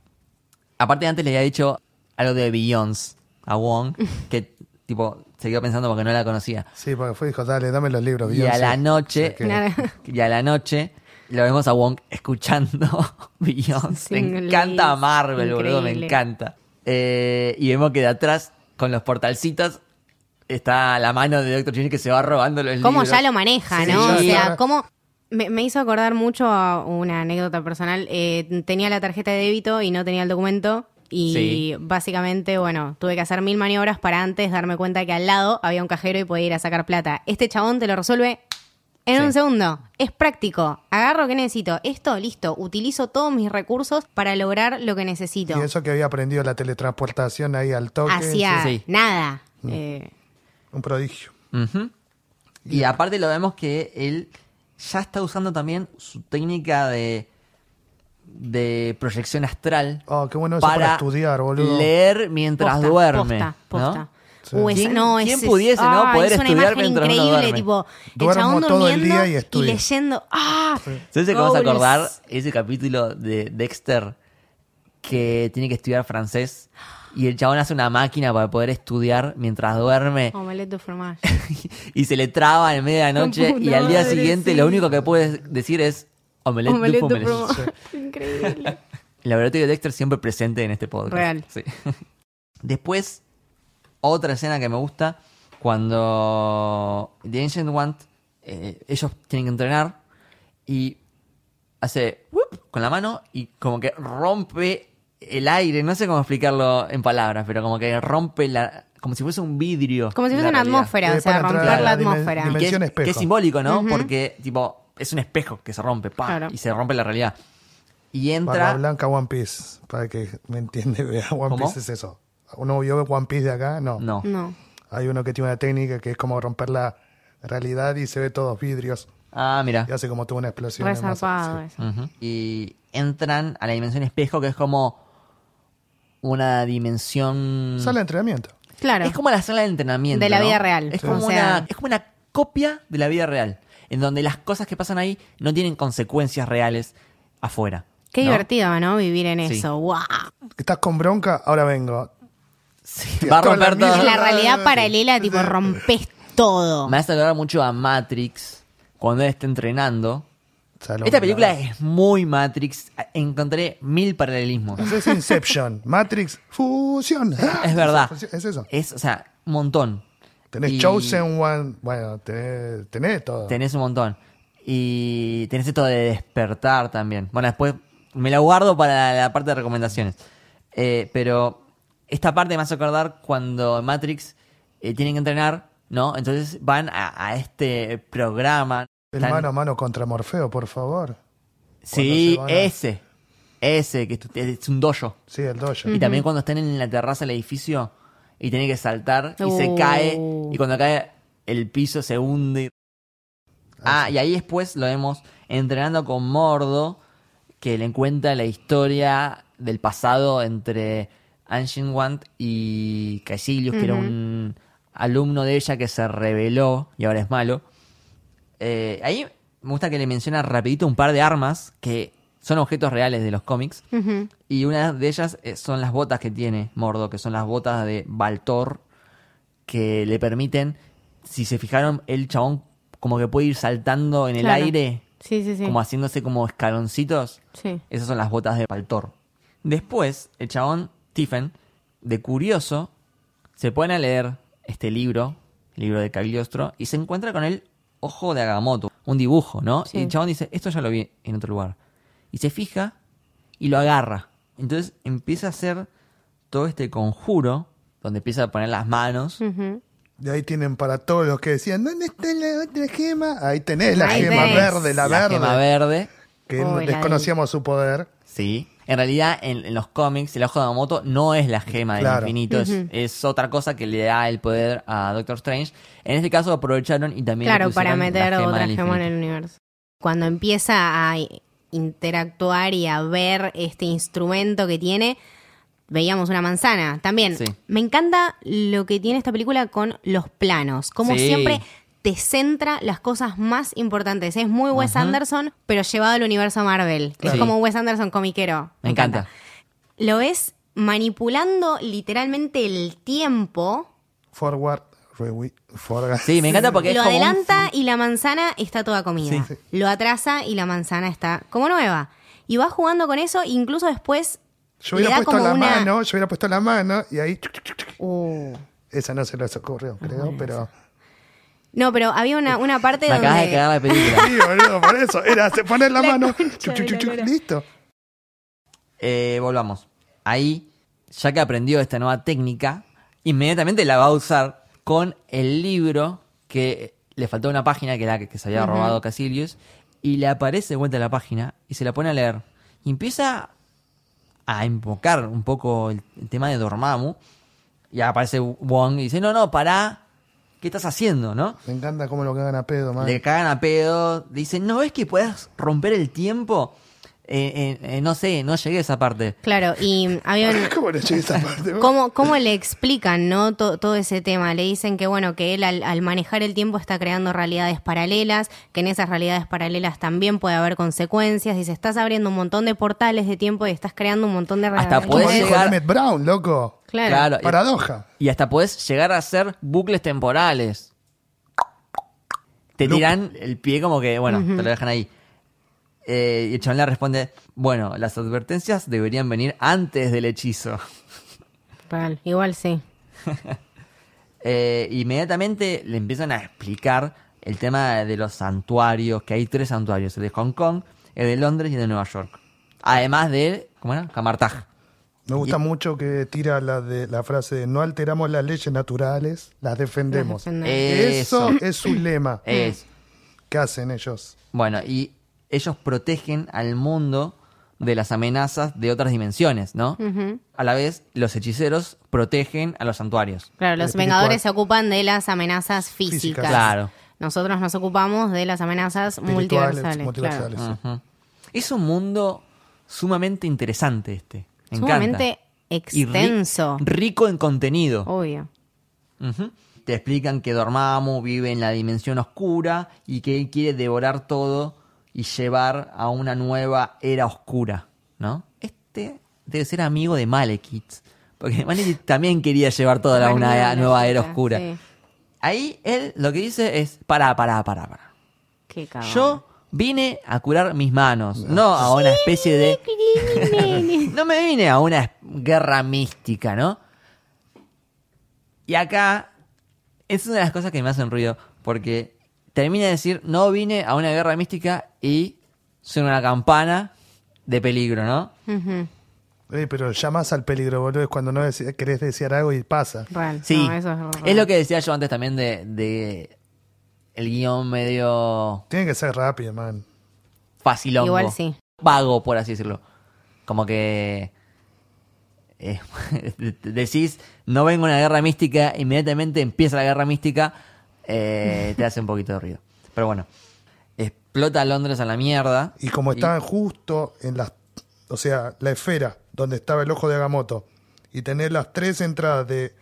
A: Aparte, antes le había dicho algo de Beyoncé a Wong, que tipo se quedó pensando porque no la conocía.
C: Sí, porque fue dijo, dale, dame los libros.
A: Y a
C: Beyoncé.
A: la noche,
C: O sea que-
B: Nada.
A: y a la noche lo vemos a Wong escuchando Beyoncé. Me
B: Singles.
A: encanta Marvel, boludo, me
B: Increíble.
A: encanta. Eh, y vemos que de atrás, con los portalcitos, está la mano de Doctor Strange que se va robando los
B: Cómo
A: libros.
B: ya lo maneja,
C: Sí,
B: ¿no?
A: ya
B: o sea,
C: está.
B: cómo... Me, me hizo acordar mucho a una anécdota personal. Eh, tenía la tarjeta de débito y no tenía el documento. Y
A: Sí.
B: básicamente, bueno, tuve que hacer mil maniobras para antes darme cuenta que al lado había un cajero y podía ir a sacar plata. Este chabón te lo resuelve en
A: Sí.
B: un segundo. Es práctico. Agarro que necesito. Esto, listo. Utilizo todos mis recursos para lograr lo que necesito.
C: Y eso que había aprendido la teletransportación ahí al toque.
B: Hacia
A: sí.
B: nada.
C: Mm.
B: Eh,
C: Un prodigio.
A: Ujú. Y aparte lo vemos que él ya está usando también su técnica de, de proyección astral.
C: Oh, qué bueno eso para estudiar, boludo.
A: Leer mientras
B: Posta,
A: duerme.
B: posta,
A: ¿no?
B: posta.
C: Sí.
B: Uh, esa-
A: ¿Quién-
B: no, es-
A: quién
B: es-
A: pudiese, no,
B: ah,
A: poder
B: es una
A: estudiar
B: imagen
A: mientras uno
B: increíble,
A: duerme?
B: tipo, el
C: Duermo
B: chabón
C: todo el
B: durmiendo
C: día y estudio.
B: leyendo. ¡Ah!
A: ¿Sabes que vas a
B: Goals.
A: acordar ese capítulo de Dexter que tiene que estudiar francés y el chabón hace una máquina para poder estudiar mientras duerme
B: Omelette de fromage.
A: y se le traba en medio de la noche y al día
B: Madre,
A: siguiente
B: sí.
A: lo único que puede decir es omelette, du
B: Omelette de
A: fromage.
B: fromage. Increíble.
A: El laboratorio de Dexter siempre presente en este podcast.
B: Real.
A: Sí. Después, otra escena que me gusta, cuando The Ancient One, eh, ellos tienen que entrenar y hace whoop con la mano y como que rompe el aire, no sé cómo explicarlo en palabras, pero como que rompe la... como si fuese un vidrio.
B: Como si
A: la
B: fuese una
A: realidad.
B: atmósfera,
C: Eh,
B: o sea,
C: para entrar
B: romper la
C: a la dimen-
B: atmósfera.
A: Y que es,
C: Dimensión espejo.
A: que es simbólico, ¿no? Porque, tipo, es un espejo que se rompe, pa,
B: Claro.
A: y se rompe la realidad. Y
C: Barba
A: entra...
C: blanca One Piece, para que me entiende, vea, One
A: ¿Cómo?
C: Piece es eso. ¿Uno vio One Piece de acá? No.
A: No.
B: No.
C: Hay uno que tiene una técnica que es como romper la realidad y se ve todos vidrios.
A: Ah, mira.
C: Y hace como tuvo una explosión. en masa,
B: Resarpado
C: sí.
B: eso.
A: Ujú. Y entran a la dimensión espejo, que es como una
B: eh.
A: dimensión...
C: Sala de entrenamiento.
B: Claro.
A: Es como la sala de entrenamiento.
B: De la
A: ¿no?
B: vida real,
A: Es
B: sí.
A: como,
B: o sea-
A: una, es como una copia de la vida real, en donde las cosas que pasan ahí no tienen consecuencias reales afuera.
B: Qué
A: ¿no?
B: divertido, ¿no? Vivir en
A: Sí.
B: eso. ¡Wow!
C: Estás con bronca, ahora vengo.
A: Sí, va a
C: Toda la
A: romper
C: mierda.
A: todo.
B: La realidad paralela, tipo, rompes todo.
A: Me hace hablar mucho a Matrix cuando él está entrenando.
C: Salón,
A: Esta película
C: ¿no?
A: es muy Matrix. Encontré mil paralelismos.
C: Eso es Inception, Matrix, fusión.
A: Es verdad.
C: Es eso.
A: Es, o sea, un montón.
C: Tenés
A: Y
C: Chosen One, bueno, tenés, tenés todo.
A: Tenés un montón. Y tenés esto de despertar también. Bueno, después me la guardo para la parte de recomendaciones. Eh, pero esta parte me hace acordar cuando en Matrix eh, tienen que entrenar, ¿no? Entonces van a, a este programa.
C: El
A: Están-
C: mano a mano contra Morfeo, por favor.
A: Sí,
C: cuando se van a-
A: ese. Ese, que es un dojo.
C: Sí, el dojo.
A: Y también cuando están en la terraza del edificio y tiene que saltar y se
B: Uh.
A: cae. Y cuando cae el piso se hunde. Ah, y ahí después lo vemos entrenando con Mordo, que le cuenta la historia del pasado entre Ancient One y Caecilius, que era un alumno de ella que se rebeló y ahora es malo. Eh, ahí me gusta que le menciona rapidito un par de armas que son objetos reales de los cómics. Y una de ellas eh, son las botas que tiene Mordo, que son las botas de Baltor, que le permiten, si se fijaron, el chabón como que puede ir saltando en el
B: Claro.
A: aire,
B: Sí, sí, sí.
A: como haciéndose como escaloncitos.
B: Sí.
A: Esas son las botas de Baltor. Después, el chabón, Stephen, de curioso, se pone a leer este libro, el libro de Cagliostro, y se encuentra con el ojo de Agamotto, un dibujo, ¿no?
B: Sí.
A: Y el chabón dice, esto ya lo vi en otro lugar. Y se fija y lo agarra. Entonces empieza a hacer todo este conjuro, donde empieza a poner las manos.
B: Ujú.
C: Y ahí tienen para todos los que decían, ¿dónde está la otra gema? Ahí tenés la
B: Ahí
C: gema
B: tenés.
C: verde, la, verde.
A: gema verde.
C: que
B: Oh, la
C: desconocíamos su poder.
A: Sí. En realidad, en, en los cómics, el ojo de Amomoto no es la gema del
C: Claro.
A: infinito, es- es, otra cosa que le da el poder a Doctor Strange. En este caso aprovecharon y también le
B: Claro, para
A: pusieron la
B: meter
A: gema
B: otra
A: del
B: gema en
A: infinito.
B: el universo. Cuando empieza a i- interactuar y a ver este instrumento que tiene, veíamos una manzana. También
A: Sí.
B: me encanta lo que tiene esta película con los planos. Como
A: Sí.
B: siempre te centra las cosas más importantes. Es muy Wes
A: Ajá.
B: Anderson, pero llevado al universo Marvel.
A: Claro.
B: Es como Wes Anderson comiquero.
A: Me encanta.
B: Lo es manipulando literalmente el tiempo.
C: Forward, rewi- forward.
A: Sí, me encanta porque
B: lo
A: es como un-
B: adelanta y la manzana está toda comida.
A: Sí.
B: Lo atrasa y la manzana está como nueva. Y va jugando con eso, incluso después
C: Yo
B: le da
C: hubiera puesto
B: como
C: la
B: una.
C: mano, yo hubiera puesto la mano y ahí. chuc, chuc, chuc.
B: Uh.
C: Esa no se les ocurrió, creo, pero.
B: No, pero había una, una parte
A: Me acabas de
B: donde.
A: cagar la película.
C: Sí, boludo, por eso. Era hacer- poner la,
B: La
C: mano.
B: concha
C: chuc,
B: de
C: chuc,
B: la
C: chuc,
B: lora.
C: listo.
A: Eh, volvamos. Ahí, ya que aprendió esta nueva técnica, inmediatamente la va a usar con el libro que le faltó una página que era la que se había robado Casilius y le aparece de vuelta la página y se la pone a leer y empieza a invocar un poco el, el tema de Dormammu y aparece Wong y dice no no pará qué estás haciendo no
C: Me encanta cómo lo cagan a pedo, man.
A: le cagan a pedo. Dicen, ¿no ves que puedas romper el tiempo? Eh, eh, eh, no sé, no llegué a esa parte.
B: Claro, y había un-
C: ¿Cómo le llegué a esa parte? boludo?
B: ¿Cómo, ¿Cómo le explican no To- todo ese tema? Le dicen que bueno que él al, al manejar el tiempo está creando realidades paralelas, que en esas realidades paralelas también puede haber consecuencias. Dice, estás abriendo un montón de portales de tiempo y estás creando un montón de
A: Hasta
B: realidades.
C: Como
A: podés
C: dijo
A: llegar-
C: Emmett Brown, loco.
B: Claro.
A: y-
C: Paradoja.
A: Y hasta podés llegar a hacer bucles temporales. Te
C: Loop.
A: tiran el pie como que, bueno, te lo dejan ahí. Eh, y el chabón le responde, bueno, las advertencias deberían venir antes del hechizo.
B: Real, Igual sí.
A: Eh, inmediatamente le empiezan a explicar el tema de los santuarios, que hay tres santuarios, el de Hong Kong, el de Londres y el de Nueva York. Además de, ¿cómo era? Camartaj.
C: Me gusta mucho que tira la, de, la frase de no alteramos las leyes naturales, las defendemos.
B: Las
A: defendemos.
C: Eso
A: Eso.
C: es su lema.
A: Es,
C: ¿Qué hacen ellos?
A: bueno, y ellos protegen al mundo de las amenazas de otras dimensiones, ¿no? A la vez, los hechiceros protegen a los santuarios.
B: Claro, los
C: Espiritual.
B: Vengadores se ocupan de las amenazas físicas.
C: Este Físicas.
A: Claro.
B: Nosotros nos ocupamos de las amenazas
C: Espirituales,
B: multiversales.
C: multiversales,
B: claro. Ah.
C: sí.
A: Es un mundo sumamente interesante este. Me encanta.
B: Sumamente
A: Y ri-
B: extenso.
A: rico en contenido.
B: Obvio.
A: Ujú. Te explican que Dormammu vive en la dimensión oscura y que él quiere devorar todo y llevar a una nueva era oscura, ¿no? Este debe ser amigo de Malekith, porque Malekith también quería llevar toda a una era- nueva era oscura.
B: Sí.
A: Ahí él lo que dice es, pará, pará, pará, pará.
B: Qué cagón.
A: Yo vine a curar mis manos, no a una especie de... No me vine a una es- guerra mística, ¿no? Y acá es una de las cosas que me hacen ruido, porque termina de decir, no vine a una guerra mística y suena una campana de peligro, ¿no?
B: Ujú,
C: Eh, pero llamas al peligro, boludo, es cuando no dese- querés desear algo y pasa.
B: real.
A: Sí,
B: No, eso es,
A: es,
B: real.
A: lo que decía yo antes también de, de el guión medio
C: Tiene que ser rápido, man.
A: facilongo.
B: Igual sí.
A: Vago, por así decirlo. Como que... eh, decís, no vengo a una guerra mística, inmediatamente empieza la guerra mística, eh, te hace un poquito de ruido. Pero bueno, explota Londres a la mierda.
C: Y como estaban justo en las, o sea, la esfera donde estaba el ojo de Agamotto y tener las tres entradas de,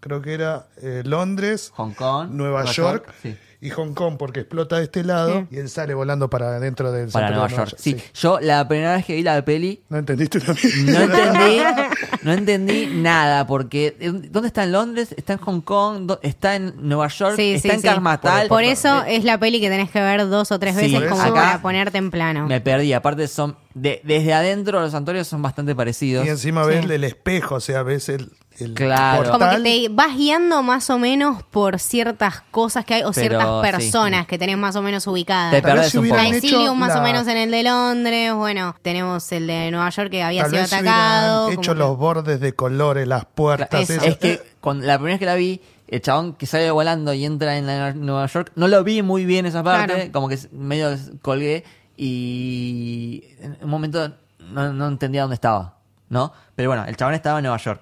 C: creo que era eh, Londres,
A: Hong Kong,
C: Nueva,
A: Nueva
C: York,
A: York, sí.
C: y Hong Kong porque explota de este lado y él sale volando para dentro del
A: para
C: santuario
A: Nueva
C: de
A: York. Sí. yo la primera vez que vi la peli
C: No entendiste la mierda.
A: no entendí, no entendí nada, porque eh, ¿dónde está en Londres? ¿Está en Hong Kong? ¿Dó- ¿Está en Nueva York?
B: Sí,
A: ¿Está
B: sí,
A: en
B: sí.
A: Karmatal?
B: Por eso
A: Eh,
B: es la peli que tenés que ver dos o tres
A: Sí,
B: veces como
A: acá-
B: para ponerte en plano.
A: Me perdí, aparte son... de- desde adentro los santuarios son bastante parecidos.
C: Y encima ves el espejo, o sea, ves el, el
A: Claro.
B: Como que
C: portal.
B: te vas guiando más o menos por ciertas cosas que hay o
A: Pero,
B: ciertas
A: sí.
B: personas que tenés más o menos ubicadas.
A: Te
C: Tal vez
A: perdés
C: si
A: un
C: hubieran
A: poco.
C: hecho
B: Exilium más
C: la-
B: o menos en el de Londres, bueno, tenemos el de Nueva York que había
C: Tal
B: sido
C: vez atacado,
B: atacado.
C: hecho
B: como que-
C: los bordes de colores, las puertas.
B: Eso.
C: eso.
A: Es que cuando, la primera vez que la vi, el chabón que sale volando y entra en la Nueva York, no lo vi muy bien esa parte,
B: Claro.
A: como que medio colgué Y en un momento no, no entendía dónde estaba, ¿no? Pero bueno, el chabón estaba en Nueva York.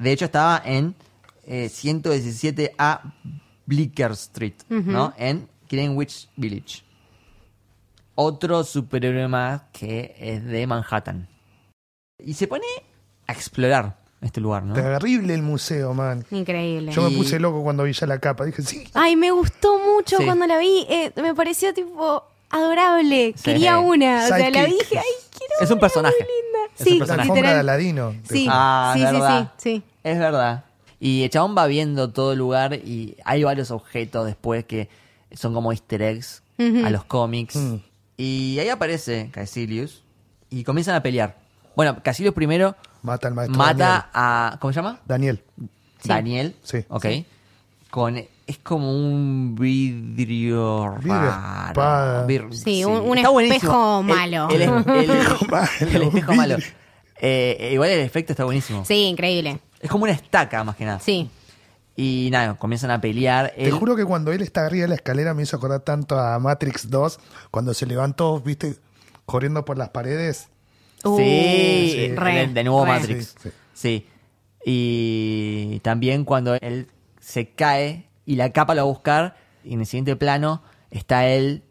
A: De hecho, estaba en eh, 117A Blicker Street, ¿no? En Greenwich Village. Otro superhéroe más que es de Manhattan. Y se pone a explorar este lugar, ¿no?
C: Terrible el museo, man.
B: Increíble.
C: Yo
A: Y-
C: me puse loco cuando vi ya la capa. Dije, sí,
B: Ay, me gustó mucho
A: Sí.
B: cuando la vi. eh, me pareció tipo adorable.
A: Sí.
B: Quería una. O sea, la
C: Sidekick.
B: dije, ay, quiero
A: Es un
B: una,
A: personaje.
B: muy linda.
A: Es un
B: sí,
A: personaje.
C: la alfombra de
B: literal.
C: Aladino.
B: Sí,
A: Ah,
B: sí, sí,
A: verdad.
B: sí, sí.
A: Es verdad. Y el chabón va viendo todo el lugar y hay varios objetos después que son como easter eggs a los cómics.
C: Mm.
A: Y ahí aparece Caecilius y comienzan a pelear. Bueno, Caecilius primero
C: Mata al maestro.
A: mata a... ¿Cómo se llama?
C: Daniel.
A: Daniel.
C: Sí.
A: Ok. Con, es como un vidrio
C: Vidrio
A: raro.
C: espada.
A: Vir-
B: Sí, un- un
A: Está buenísimo.
B: espejo
A: El-
B: malo.
A: El, el-
C: Espejo malo,
A: el espejo
C: vidrio.
A: malo. Eh, igual el efecto está buenísimo.
B: Sí, increíble.
A: Es como una estaca, más que nada.
B: Sí.
A: Y nada, comienzan a pelear.
C: Te
A: Él-
C: juro que cuando él está arriba de la escalera me hizo acordar tanto a Matrix 2, cuando se levantó, viste, corriendo por las paredes.
B: Uh,
A: sí, el-
B: re,
A: el de nuevo
B: re.
A: Matrix. Sí,
C: Sí,
A: Y también cuando él se cae y la capa lo va a buscar, y en el siguiente plano está él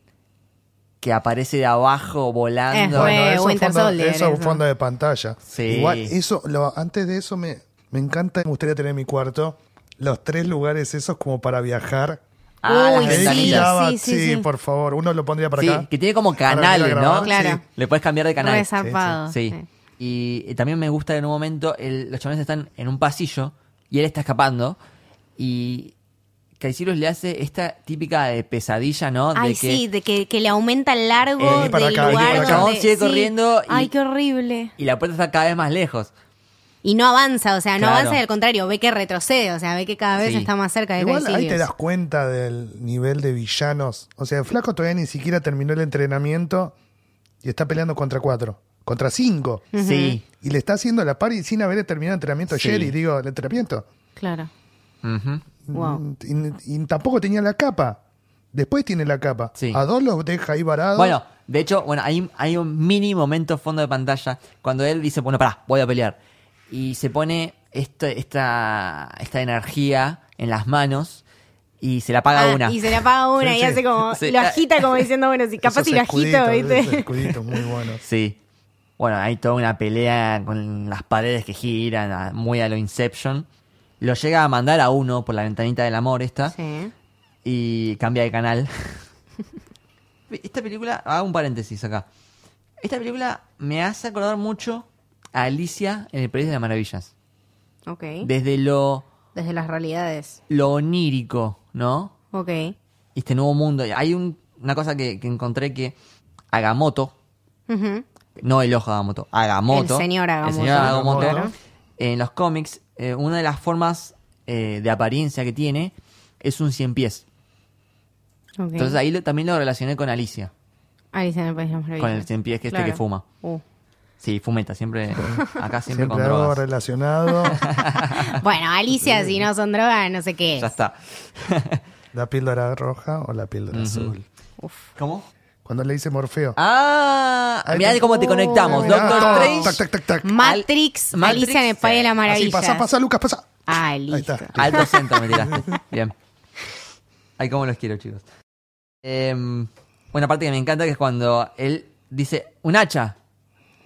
A: que aparece de abajo volando.
B: Eh, bueno.
C: eso
B: Winter
C: fondo,
B: Soldier,
C: eso es un
B: eso.
C: fondo de pantalla.
A: Sí.
C: Igual, eso, lo- antes de eso me, me encanta, me gustaría tener en mi cuarto los tres lugares esos como para viajar.
A: Ah, las
B: Uy,
C: Él
B: sí,
A: ventanillas.
C: giraba,
B: sí, sí, sí.
C: por favor. Uno lo pondría para
A: Sí,
C: acá.
A: que tiene como
C: para venir a
A: canales, ¿no?
C: grabar,
B: Claro.
C: sí.
A: Le puedes cambiar de canal.
B: Re zarpado.
A: Sí.
B: Sí.
A: Y eh, también me gusta que en un momento el- los chavales están en un pasillo y él está escapando y Caicirus le hace esta típica de pesadilla, ¿no? De
B: Ay,
A: que
B: sí, de que, que le aumenta el largo
C: Vení Eh, para
B: del
C: acá, vení
B: lugar
C: para acá.
B: donde-
A: Chabón sigue
B: sí.
A: corriendo y-
B: Ay, qué horrible.
A: y la puerta está cada vez más lejos.
B: Y no avanza, o sea, no
A: Claro.
B: avanza y al contrario, ve que retrocede, o sea, ve que cada vez
A: Sí.
B: está más cerca de
C: Igual ahí te
B: Caecilius.
C: das cuenta del nivel de villanos. O sea, el flaco todavía ni siquiera terminó el entrenamiento y está peleando contra cuatro, contra cinco.
A: Sí.
C: Y le está haciendo la pari sin haber terminado el entrenamiento
A: Sí.
C: Jerry, digo, el entrenamiento.
B: Claro.
A: Ujú.
C: Mm.
B: Wow.
C: Y, y tampoco tenía la capa. Después tiene la capa.
A: Sí.
C: A dos los deja ahí varados.
A: Bueno, de hecho, bueno, hay, hay un mini momento fondo de pantalla cuando él dice, bueno, pará, voy a pelear. Y se pone esto- esta, esta energía en las manos y se la apaga
B: Ah,
A: una.
B: Y se le apaga una
C: Sí,
B: y
C: sí.
B: hace como,
A: Sí.
B: lo agita como diciendo, bueno, si capaz
C: Esos
B: si lo agito,
C: escuditos, esos
B: ¿viste?
C: escuditos muy buenos.
A: Sí. Bueno, hay toda una pelea con las paredes que giran, a- muy a lo Inception. Lo llega a mandar a uno por la ventanita del amor esta
B: Sí.
A: y cambia de canal. Esta película, hago un paréntesis acá. Esta película me hace acordar mucho a Alicia en el País de las Maravillas.
B: Ok.
A: Desde lo,
B: Desde las realidades.
A: lo onírico, ¿no?
B: Ok.
A: Y este nuevo mundo. Hay un- una cosa que, que encontré que Agamotto,
B: Ujú.
A: No el ojo Agamotto, Agamotto.
B: El señor Agamotto.
A: El señor Agamotto.
C: Claro.
A: En los cómics, eh, una de las formas eh, de apariencia que tiene es un cien pies.
B: ok.
A: Entonces ahí lo- también lo relacioné con Alicia,
B: Alicia en el País de las Maravillas.
A: con el cien pies que este
B: Claro.
A: que fuma.
B: Uh.
A: Sí, fumeta, siempre, acá siempre, con
C: Siempre algo
A: drogas.
C: relacionado.
B: Bueno, Alicia, si no son drogas, no sé qué.
A: Ya
B: es.
A: está.
C: la píldora roja o la píldora azul.
A: ¿Cómo?
C: Cuando le dice Morfeo.
A: Ah,
C: Ahí
A: mirá
C: te-
A: cómo te conectamos.
C: Oh, mirá,
A: Doctor
C: todo.
A: Strange.
C: Tac, tac, tac, tac.
B: Matrix,
A: Al- Matrix,
B: Alicia en el País de
A: sí.
B: las
A: Así
C: Así,
B: Maravillas.
C: pasa, pasa, Lucas, pasa.
B: Ah,
C: Ahí
B: listo.
C: está.
A: Alto centro me tiraste. Bien. Ay, cómo los quiero, chicos. Em, una parte que me encanta que es cuando él dice, un hacha.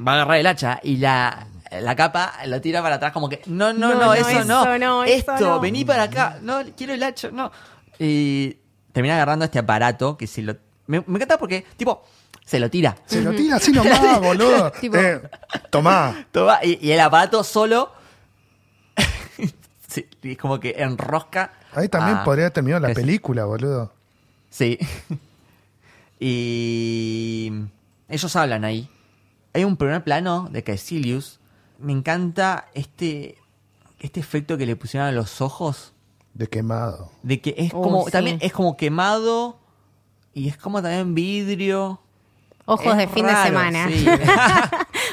A: Va a agarrar el hacha y la, la capa lo tira para atrás como que, no, no, no,
B: No, no,
A: eso,
B: eso
A: no.
B: no, eso
A: Esto,
B: no".
A: vení para acá. No, quiero el hacha, no. Y termina agarrando este aparato que si lo... Me, me encanta porque, tipo, se lo tira.
C: Se lo tira así nomás, boludo.
B: Tipo-
C: Eh, tomá.
A: Toma, y, y el aparato solo... sí, y es como que enrosca.
C: Ahí también
A: a-
C: podría haber terminado la
A: Ah. es-
C: película, boludo.
A: Sí. y ellos hablan ahí. Hay un primer plano de Caecilius. Me encanta este, este efecto que le pusieron a los ojos.
C: De quemado.
A: De que es
B: Oh,
A: como.
B: sí.
A: También es como quemado. Y es como también vidrio.
B: Ojos
A: Es
B: de fin
A: raro,
B: de semana.
A: sí.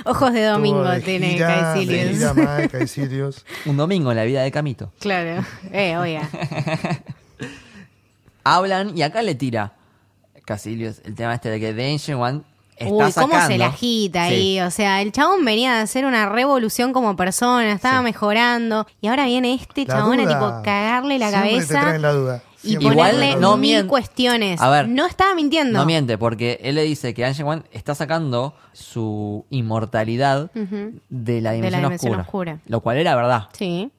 B: Ojos de domingo
C: Estuvo de
B: tiene
C: gira,
B: Caecilius. Este
C: De gira Mike, Caecilius.
A: un domingo en la vida de Camito.
B: Claro. Eh, oiga.
A: Hablan y acá le tira Caecilius el tema este de que The Ancient One está
B: Uy, cómo se
A: sacando-
B: la agita
A: Sí.
B: ahí. O sea, el chabón venía de hacer una revolución como persona, estaba
A: Sí.
B: mejorando. Y ahora viene este
C: La
B: chabón a
C: duda.
B: tipo cagarle la
C: Siempre te
B: cabeza
C: traen la duda.
B: y
C: Siempre
A: te traen
B: ponerle
A: la duda. No
B: mil
A: mien-
B: cuestiones.
A: A ver.
B: no estaba mintiendo.
A: No miente, porque él le dice que Angel One está sacando su inmortalidad
B: Ujú.
A: de la dimensión,
B: De la dimensión oscura.
A: Lo cual era verdad.
B: Sí.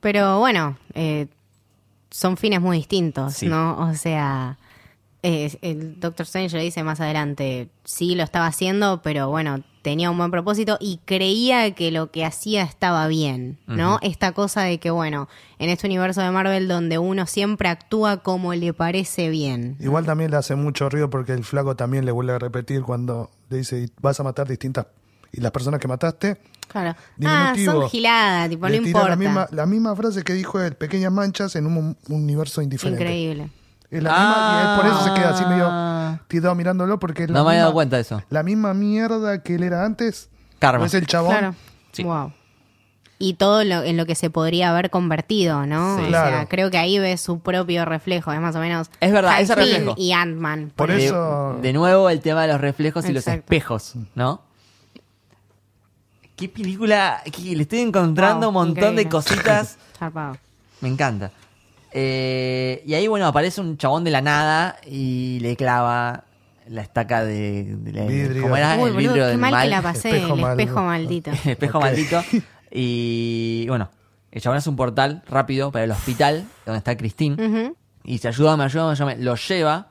B: Pero bueno, eh, son fines muy distintos,
A: Sí.
B: ¿no? O sea, eh, el Doctor Strange le dice más adelante, sí lo estaba haciendo, pero bueno, tenía un buen propósito y creía que lo que hacía estaba bien, ¿no? Esta cosa de que, bueno, en este universo de Marvel donde uno siempre actúa como le parece bien.
C: Igual también le hace mucho ruido porque el flaco también le vuelve a repetir cuando le dice "Y vas a matar distintas y las personas que mataste.
B: Claro. Ah,
C: Diminutivo.
B: son giladas, tipo, no
C: le tira
B: importa.
C: La misma, la misma frase que dijo el Pequeñas Manchas en un, un universo indiferente.
B: Increíble. Ah.
C: Es la
A: Ah.
C: misma y él por eso se queda así medio tirado mirándolo porque es la
A: No me había dado
C: misma-
A: cuenta de eso.
C: La misma mierda que él era antes.
A: Karma.
C: no Es el chabón.
B: Claro.
A: Sí.
B: Wow. Y todo lo, en lo que se podría haber convertido, ¿no?
A: Sí.
B: O sea,
C: Claro.
B: creo que ahí ve su propio reflejo, es más o menos.
A: Es verdad, ese
B: Hank Pym
A: reflejo.
B: Y Ant-Man.
C: Por
A: De-
B: ejemplo.
C: eso-
A: De nuevo, el tema de los reflejos y los
B: Exacto.
A: espejos, ¿no? Qué película. que le estoy encontrando un
B: Wow,
A: montón de
B: increíble.
A: cositas.
B: Zarpado.
A: Me encanta. Eh, y ahí, bueno, aparece un chabón de la nada y le clava la estaca de, de la-
C: Vidrio.
A: ¿cómo era? Ah,
B: Uy,
A: el
B: boludo,
A: vidrio
B: qué
A: del
B: mal, que
A: mal.
B: la pasé,
C: Espejo
B: el
C: mal-
B: espejo maldito.
A: El espejo
C: Ok.
A: maldito. Y bueno, el chabón hace un portal rápido para el hospital donde está Christine.
B: Ujú.
A: Y se ayuda, me ayuda, me ayuda, me- lo lleva.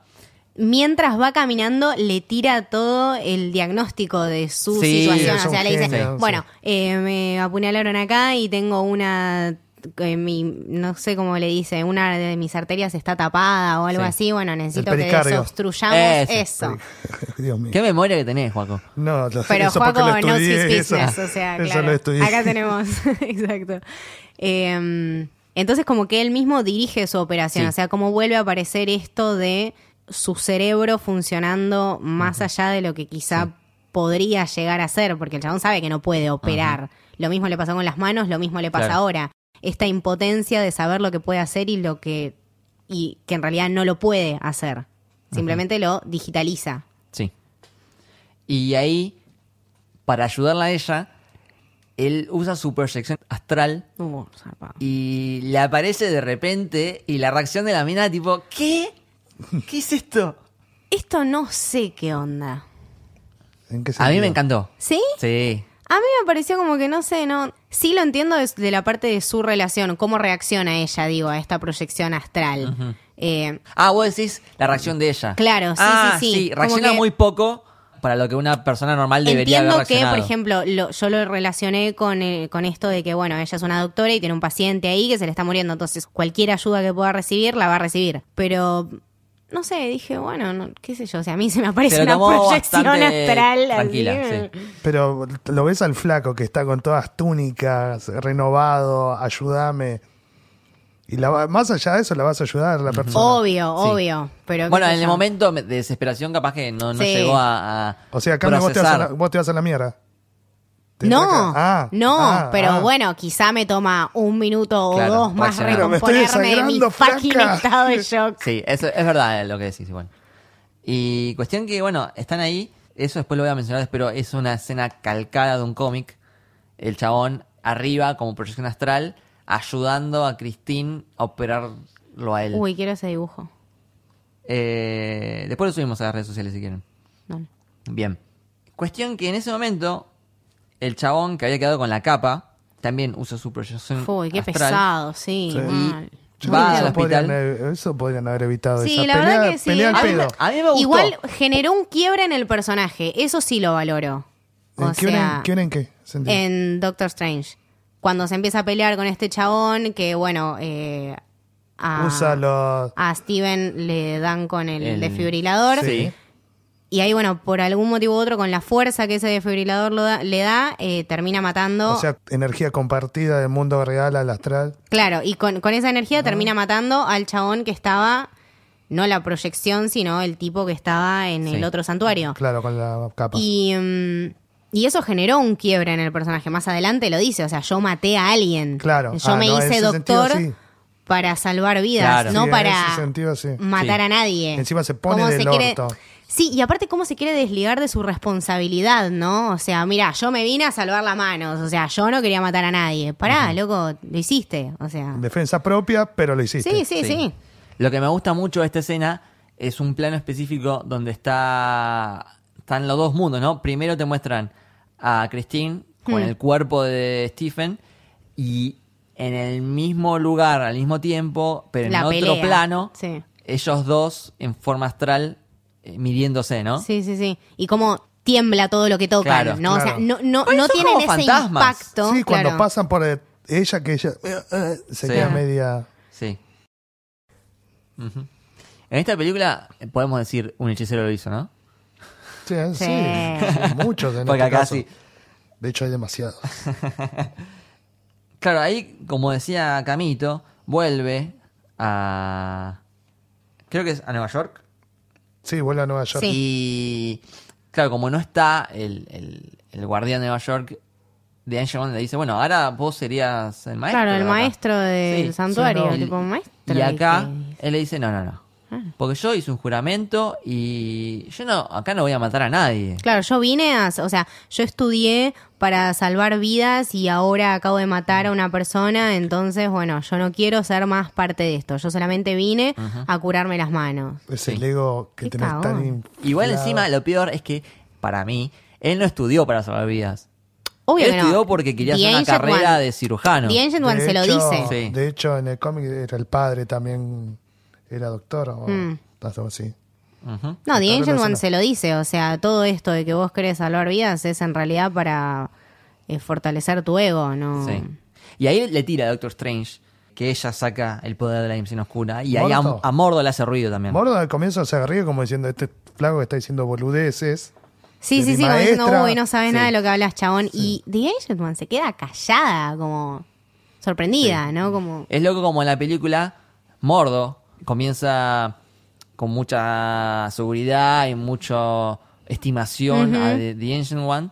B: Mientras va caminando, le tira todo el diagnóstico de su
A: Sí,
B: situación.
C: es
B: O
C: un
B: sea, le dice,
C: genio, sí.
B: bueno, eh, me apuñalaron acá y tengo una, eh, mi- no sé cómo le dice, una de mis arterias está tapada o algo
A: Sí.
B: así. Bueno, necesito
C: El
B: que
C: pericardio.
B: desobstruyamos
A: Ese.
B: eso.
C: Dios mío.
A: Qué memoria que tenés, Juaco.
C: No, lo-
B: Pero
C: eso
B: Juaco
C: porque lo
B: no
C: estudié,
B: his
C: eso-
B: business, o sea,
C: eso
B: claro.
C: lo estudié.
B: Acá tenemos, exacto. Eh, entonces como que él mismo dirige su operación,
A: Sí.
B: o sea, como vuelve a aparecer esto de su cerebro funcionando más allá de lo que quizá podría llegar a ser, porque el chabón sabe que no puede operar. Lo mismo le pasó con las manos, lo mismo le pasa
A: Claro.
B: ahora. Esta impotencia de saber lo que puede hacer y lo que y que en realidad no lo puede hacer. Simplemente lo digitaliza.
A: Sí. Y ahí, para ayudarla a ella, él usa su proyección astral
B: Uh, zarpado.
A: y le aparece de repente y la reacción de la mina tipo, ¿qué? ¿Qué es esto?
B: Esto no sé qué onda.
C: ¿En
A: A
C: qué
A: mí
C: sentido?
A: me encantó.
B: ¿Sí?
A: Sí.
B: A mí me pareció como que no sé, no. Sí lo entiendo des- de, la parte de su relación, cómo reacciona ella, digo, a esta proyección astral. Eh,
A: Ah, vos decís la reacción de ella.
B: Claro, sí,
A: Ah,
B: sí, sí. Como
A: Reacciona
B: que-
A: muy poco para lo que una persona normal debería
B: Entiendo
A: haber
B: que, por
A: reaccionado.
B: ejemplo, lo- yo lo relacioné con, eh, con esto de que, bueno, ella es una doctora y tiene un paciente ahí que se le está muriendo, entonces cualquier ayuda que pueda recibir la va a recibir. Pero, no sé, dije, bueno, no- qué sé yo, o sea, a mí se me aparece
A: Se lo
B: una
A: tomó
B: proyección
A: bastante
B: astral. así.
A: tranquila, sí.
C: Pero lo ves al flaco que está con todas túnicas, renovado, ayúdame. Y la va- más allá de eso, la vas a ayudar a la persona.
B: Obvio,
A: Sí.
B: obvio. Pero, qué
A: Bueno,
B: sé
A: en el
B: yo.
A: momento de desesperación capaz que no, no
B: Sí.
A: llegó a, a
C: O sea, acá vos te, vas a la,
A: procesar.
C: vos te vas a la mierda. Te
B: No,
C: saca- Ah,
B: no,
C: ah,
B: pero
C: ah.
B: bueno, quizá me toma un minuto o
A: Claro,
B: dos más
A: reaccionar. Pero
C: me estoy
B: recomponerme de mi
C: desangrando,
B: fucking
C: flaca.
B: estado de shock.
A: Sí, eso es verdad lo que decís igual. Y cuestión que, bueno, están ahí, eso después lo voy a mencionar, pero es una escena calcada de un cómic. El chabón arriba, como proyección astral, ayudando a Christine a operarlo a él.
B: Uy, quiero ese dibujo.
A: Eh, después lo subimos a las redes sociales si quieren.
B: Dale.
A: Bien. Cuestión que en ese momento, el chabón que había quedado con la capa, también usa su proyección
B: Uy, qué
A: astral.
B: pesado, sí.
C: Sí.
B: mal.
C: Yo
A: Va
C: creo
A: al
C: que eso podrían
A: hospital.
C: haber- eso podrían haber evitado.
B: Sí,
C: esa
B: la
C: pelea,
B: verdad que sí.
C: pelea al
A: A mí me-
C: pedo.
A: a mí me gustó.
B: Igual generó un quiebre en el personaje, eso sí lo valoro. O
C: ¿En qué hora-
B: sea,
C: en qué hora en qué? sentido?
B: en Doctor Strange. Cuando se empieza a pelear con este chabón que, bueno, eh, a,
C: Usa los...
B: a Steven le dan con el,
A: El-
B: desfibrilador.
A: Sí.
B: Y ahí, bueno, por algún motivo u otro, con la fuerza que ese desfibrilador lo da- le da, eh, termina matando.
C: O sea, energía compartida del mundo real al astral.
B: claro, y con, con esa energía termina matando al chabón que estaba, no la proyección, sino el tipo que estaba en
A: Sí.
B: el otro santuario.
C: Claro, con la capa.
B: Y, mm, y eso generó un quiebre en el personaje. Más adelante lo dice, o sea, yo maté a alguien.
C: Claro.
B: Yo
C: Ah,
B: me
C: no, en
B: hice
C: ese
B: doctor
C: sentido, sí.
B: para salvar vidas,
A: Claro.
B: no
C: Sí, en
B: para
C: ese sentido, sí.
B: matar
A: Sí.
B: a nadie.
C: Encima se pone
B: ¿Cómo
C: del
B: quiere-
C: orto.
B: Sí, y aparte cómo se quiere desligar de su responsabilidad, ¿no? O sea, mira, yo me vine a salvar las manos, o sea, yo no quería matar a nadie. Pará, loco, lo hiciste, o sea.
C: Defensa propia, pero lo hiciste.
B: Sí, sí, sí.
A: Lo que me gusta mucho de esta escena es un plano específico donde está están los dos mundos, ¿no? Primero te muestran a Christine con
B: Hmm.
A: el cuerpo de Stephen y en el mismo lugar al mismo tiempo, pero en
B: La
A: otro
B: pelea.
A: plano,
B: Sí.
A: ellos dos en forma astral eh, midiéndose, ¿no?
B: Sí, sí, sí. Y cómo tiembla todo lo que tocan,
A: Claro,
B: ¿no? O sea,
C: claro.
B: no, no,
A: Ay,
B: no
A: son
B: tienen
A: como
B: ese
A: fantasmas.
B: impacto.
C: Sí, cuando
B: claro.
C: pasan por el- ella, que ella eh, eh, se
A: Sí.
C: queda media.
A: Sí. Ujú. En esta película eh, podemos decir un hechicero lo hizo, ¿no?
C: Sí,
B: Sí.
C: sí, sí, muchos en
A: Porque
C: este
A: acá
C: caso.
A: sí.
C: De hecho, hay demasiados.
A: Claro, ahí, como decía Camito, vuelve a. Creo que es a Nueva York.
C: Sí, vuelve a Nueva York.
B: Sí.
A: Y. Claro, como no está el, el- el guardián de Nueva York, de Angel One le dice: Bueno, ahora vos serías el maestro.
B: Claro, el
A: acá".
B: maestro del
A: Sí.
B: santuario,
A: Y-
B: tipo maestro. Ah.
A: Y acá
B: dije.
A: él le dice: No, no, no. Porque yo hice un juramento y yo no, acá no voy a matar a nadie.
B: Claro, yo vine a, o sea, yo estudié para salvar vidas y ahora acabo de matar a una persona, entonces, bueno, yo no quiero ser más parte de esto. Yo solamente vine a curarme las manos.
C: Es el ego que
B: Qué
C: tenés tan
B: cagón.
C: inflado.
A: Igual encima lo peor es que, para mí, él no estudió para salvar vidas.
B: Obvio
A: él
B: que no.
A: estudió porque quería
B: The
A: hacer una
B: Ancient
A: carrera
B: One-
A: de cirujano.
B: The Ancient One
C: De
B: se lo
C: hecho-
B: dice.
A: Sí.
C: De hecho, en el cómic era el padre también. Era doctor o
B: Mm.
C: algo así.
A: Ujú.
B: No, The Ancient
C: Está
B: One
C: relacionado.
B: se lo dice, o sea, todo esto de que vos querés salvar vidas es en realidad para eh, fortalecer tu ego, ¿no?
A: Sí. Mm. Y ahí le tira a Doctor Strange que ella saca el poder de la dimensión oscura. Y ahí a,
C: Mordo.
A: a Mordo le hace ruido también.
C: Mordo al comienzo se ríe como diciendo: Este flaco que está diciendo boludeces.
B: Sí,
C: De
B: sí,
C: mi
B: sí, como diciendo,
C: maestra.
B: uy, no sabe
A: Sí.
B: nada de lo que hablas, chabón. Y The Ancient One se queda callada, como sorprendida, ¿no? Como,
A: Es loco como en la película Mordo comienza con mucha seguridad y mucha estimación
B: Ujú.
A: a The, The Ancient One.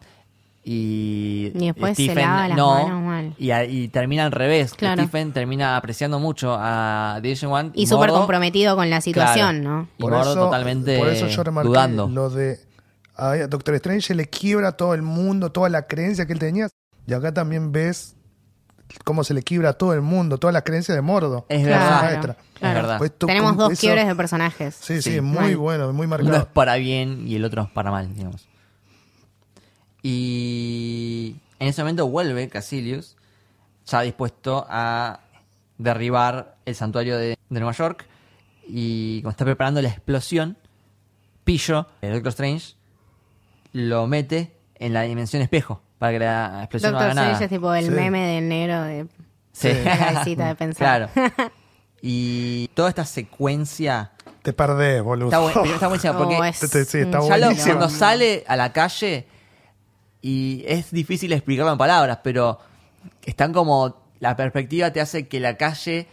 A: Y,
B: Y después se
A: Stephen
B: lava las
A: no,
B: manos mal.
A: Y, a- y termina al revés.
B: Claro.
A: Stephen termina apreciando mucho a The Ancient One.
B: y súper
A: Mordo-
B: comprometido con la situación,
A: Claro.
B: ¿no?
A: Y Mordo totalmente
C: por eso yo remarqué
A: dudando.
C: lo de a Doctor Strange le quiebra todo el mundo, toda la creencia que él tenía. Y acá también ves cómo se le quiebra a todo el mundo, todas las creencias de Mordo.
A: Es
C: Claro.
A: verdad.
C: Maestra.
A: Es verdad.
C: Pues tú-
B: Tenemos dos
C: eso-
B: quiebres de personajes.
C: Sí,
A: Sí.
C: sí, muy
B: Mal.
C: bueno, muy
A: Uno es
C: marcado.
A: para bien y el otro es para mal, digamos. Y en ese momento vuelve Casilius, ya dispuesto a derribar el santuario de, de Nueva York. Y cuando está preparando la explosión, Pillo, el Doctor Strange, lo mete en la dimensión espejo para que la explosión
B: Doctor
A: no haga
B: Strange
A: nada.
B: es tipo el
C: Sí.
B: meme del negro de...
A: Sí.
B: la cabecita de pensar.
A: Claro. Y toda esta secuencia
C: Te perdés, boludo.
A: está, buen- pero está buenísima porque
B: Oh, es
C: Sí, Este, sí, está
B: un
C: bueno.
A: ya lo-
C: Ah, buenísimo.
A: cuando sale a la calle y es difícil explicarlo en palabras, pero están como la perspectiva te hace que la calle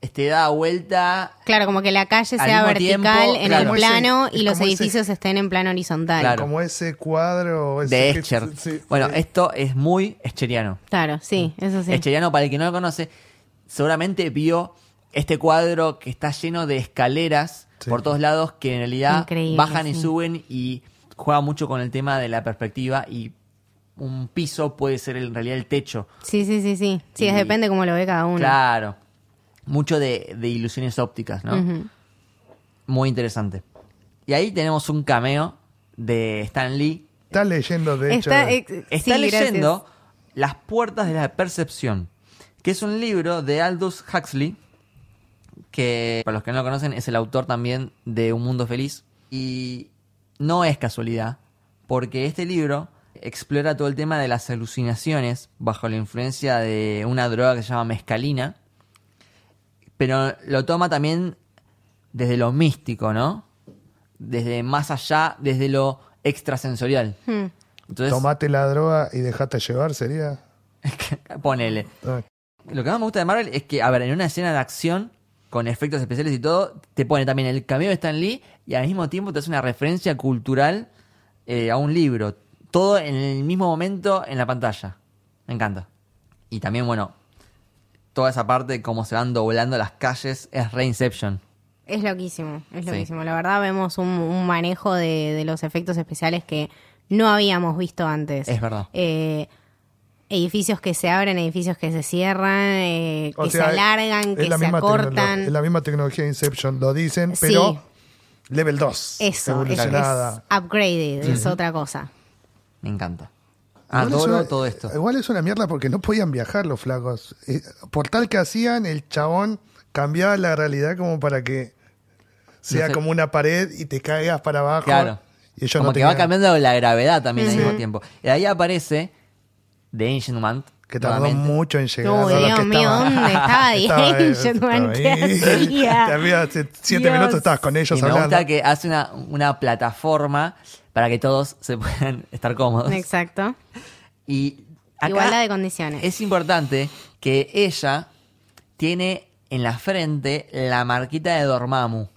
A: esté dada vuelta.
B: Claro, como que la calle
A: Al
B: sea
A: mismo
B: vertical
A: tiempo,
B: en
A: claro.
B: el
A: Como
C: ese-
B: plano
C: es
B: y los
C: como ese-
B: edificios estén en plano horizontal.
A: Claro.
C: Como ese cuadro. ese
A: De
C: que-
A: Escher.
C: Pues sí,
A: bueno,
C: eh,
A: esto es muy escheriano.
B: Claro, sí,
C: Mm.
B: eso sí.
A: Escheriano, para el que no lo conoce, seguramente vio este cuadro que está lleno de escaleras
C: Sí.
A: por todos lados que en realidad
B: Increíble,
A: bajan y
B: sí.
A: suben y juega mucho con el tema de la perspectiva y un piso puede ser en realidad el techo.
B: Sí, sí, sí, sí. Sí,
A: Y-
B: depende cómo lo ve cada uno.
A: Claro. Mucho de, de ilusiones ópticas, ¿no?
B: Ujú.
A: Muy interesante. Y ahí tenemos un cameo de Stan Lee.
C: Está leyendo, de hecho.
B: Está,
C: de-
B: ex-
A: Está
B: sí, gracias.
A: leyendo Las puertas de la percepción, que es un libro de Aldous Huxley, que para los que no lo conocen es el autor también de Un Mundo Feliz. Y no es casualidad, porque este libro explora todo el tema de las alucinaciones bajo la influencia de una droga que se llama mescalina, pero lo toma también desde lo místico, ¿no? Desde más allá, desde lo extrasensorial.
B: Hmm.
A: Entonces,
C: Tomate la droga y dejate llevar, sería.
A: ponele.
C: Ah,
A: Lo que más me gusta de Marvel es que, a ver, en una escena de acción, con efectos especiales y todo, te pone también el cameo de Stan Lee y al mismo tiempo te hace una referencia cultural eh, a un libro. Todo en el mismo momento en la pantalla. Me encanta. Y también, bueno, toda esa parte de cómo se van doblando las calles es re Inception.
B: Es loquísimo, es
A: Sí.
B: loquísimo. La verdad vemos un, un manejo de, de los efectos especiales que no habíamos visto antes.
A: Es verdad.
B: Eh, edificios que se abren, edificios que se cierran, eh,
C: O
B: que
C: sea,
B: se alargan,
C: es
B: que
C: la
B: se
C: misma tecnolo-
B: acortan.
C: Es la misma tecnología de Inception, lo dicen,
B: Sí.
C: pero level 2.
B: Eso, es, es
C: evolucionada.
B: upgraded, es otra cosa.
A: Me encanta. Ah,
C: Igual es
A: todo,
C: una-
A: todo esto.
C: Igual es una mierda porque no podían viajar los flacos. Eh, Por tal que hacían, el chabón cambiaba la realidad como para que sea
A: sé.
C: como una pared y te caigas para abajo.
A: Claro.
C: Y ellos
A: Como
C: no
A: que va
C: tenían-
A: cambiando la gravedad también al mismo tiempo. Y ahí aparece The Ancient Man.
C: Que tardó
A: nuevamente.
C: mucho en llegar.
B: Uy,
C: a lo
B: Dios
C: que
B: mío,
C: estaba-
B: ¿dónde estaba The
C: estaba él,
B: Ancient
C: estaba
B: Man? ¿Qué
C: ahí.
B: hacía?
C: Te había- hace siete
B: Dios.
C: minutos estabas con ellos
A: Y me
C: hablando.
A: gusta que hace una, una plataforma para que todos se puedan estar cómodos.
B: Exacto.
A: Y acá
B: Igualdad de condiciones.
A: Es importante que ella tiene en la frente la marquita de Dormammu.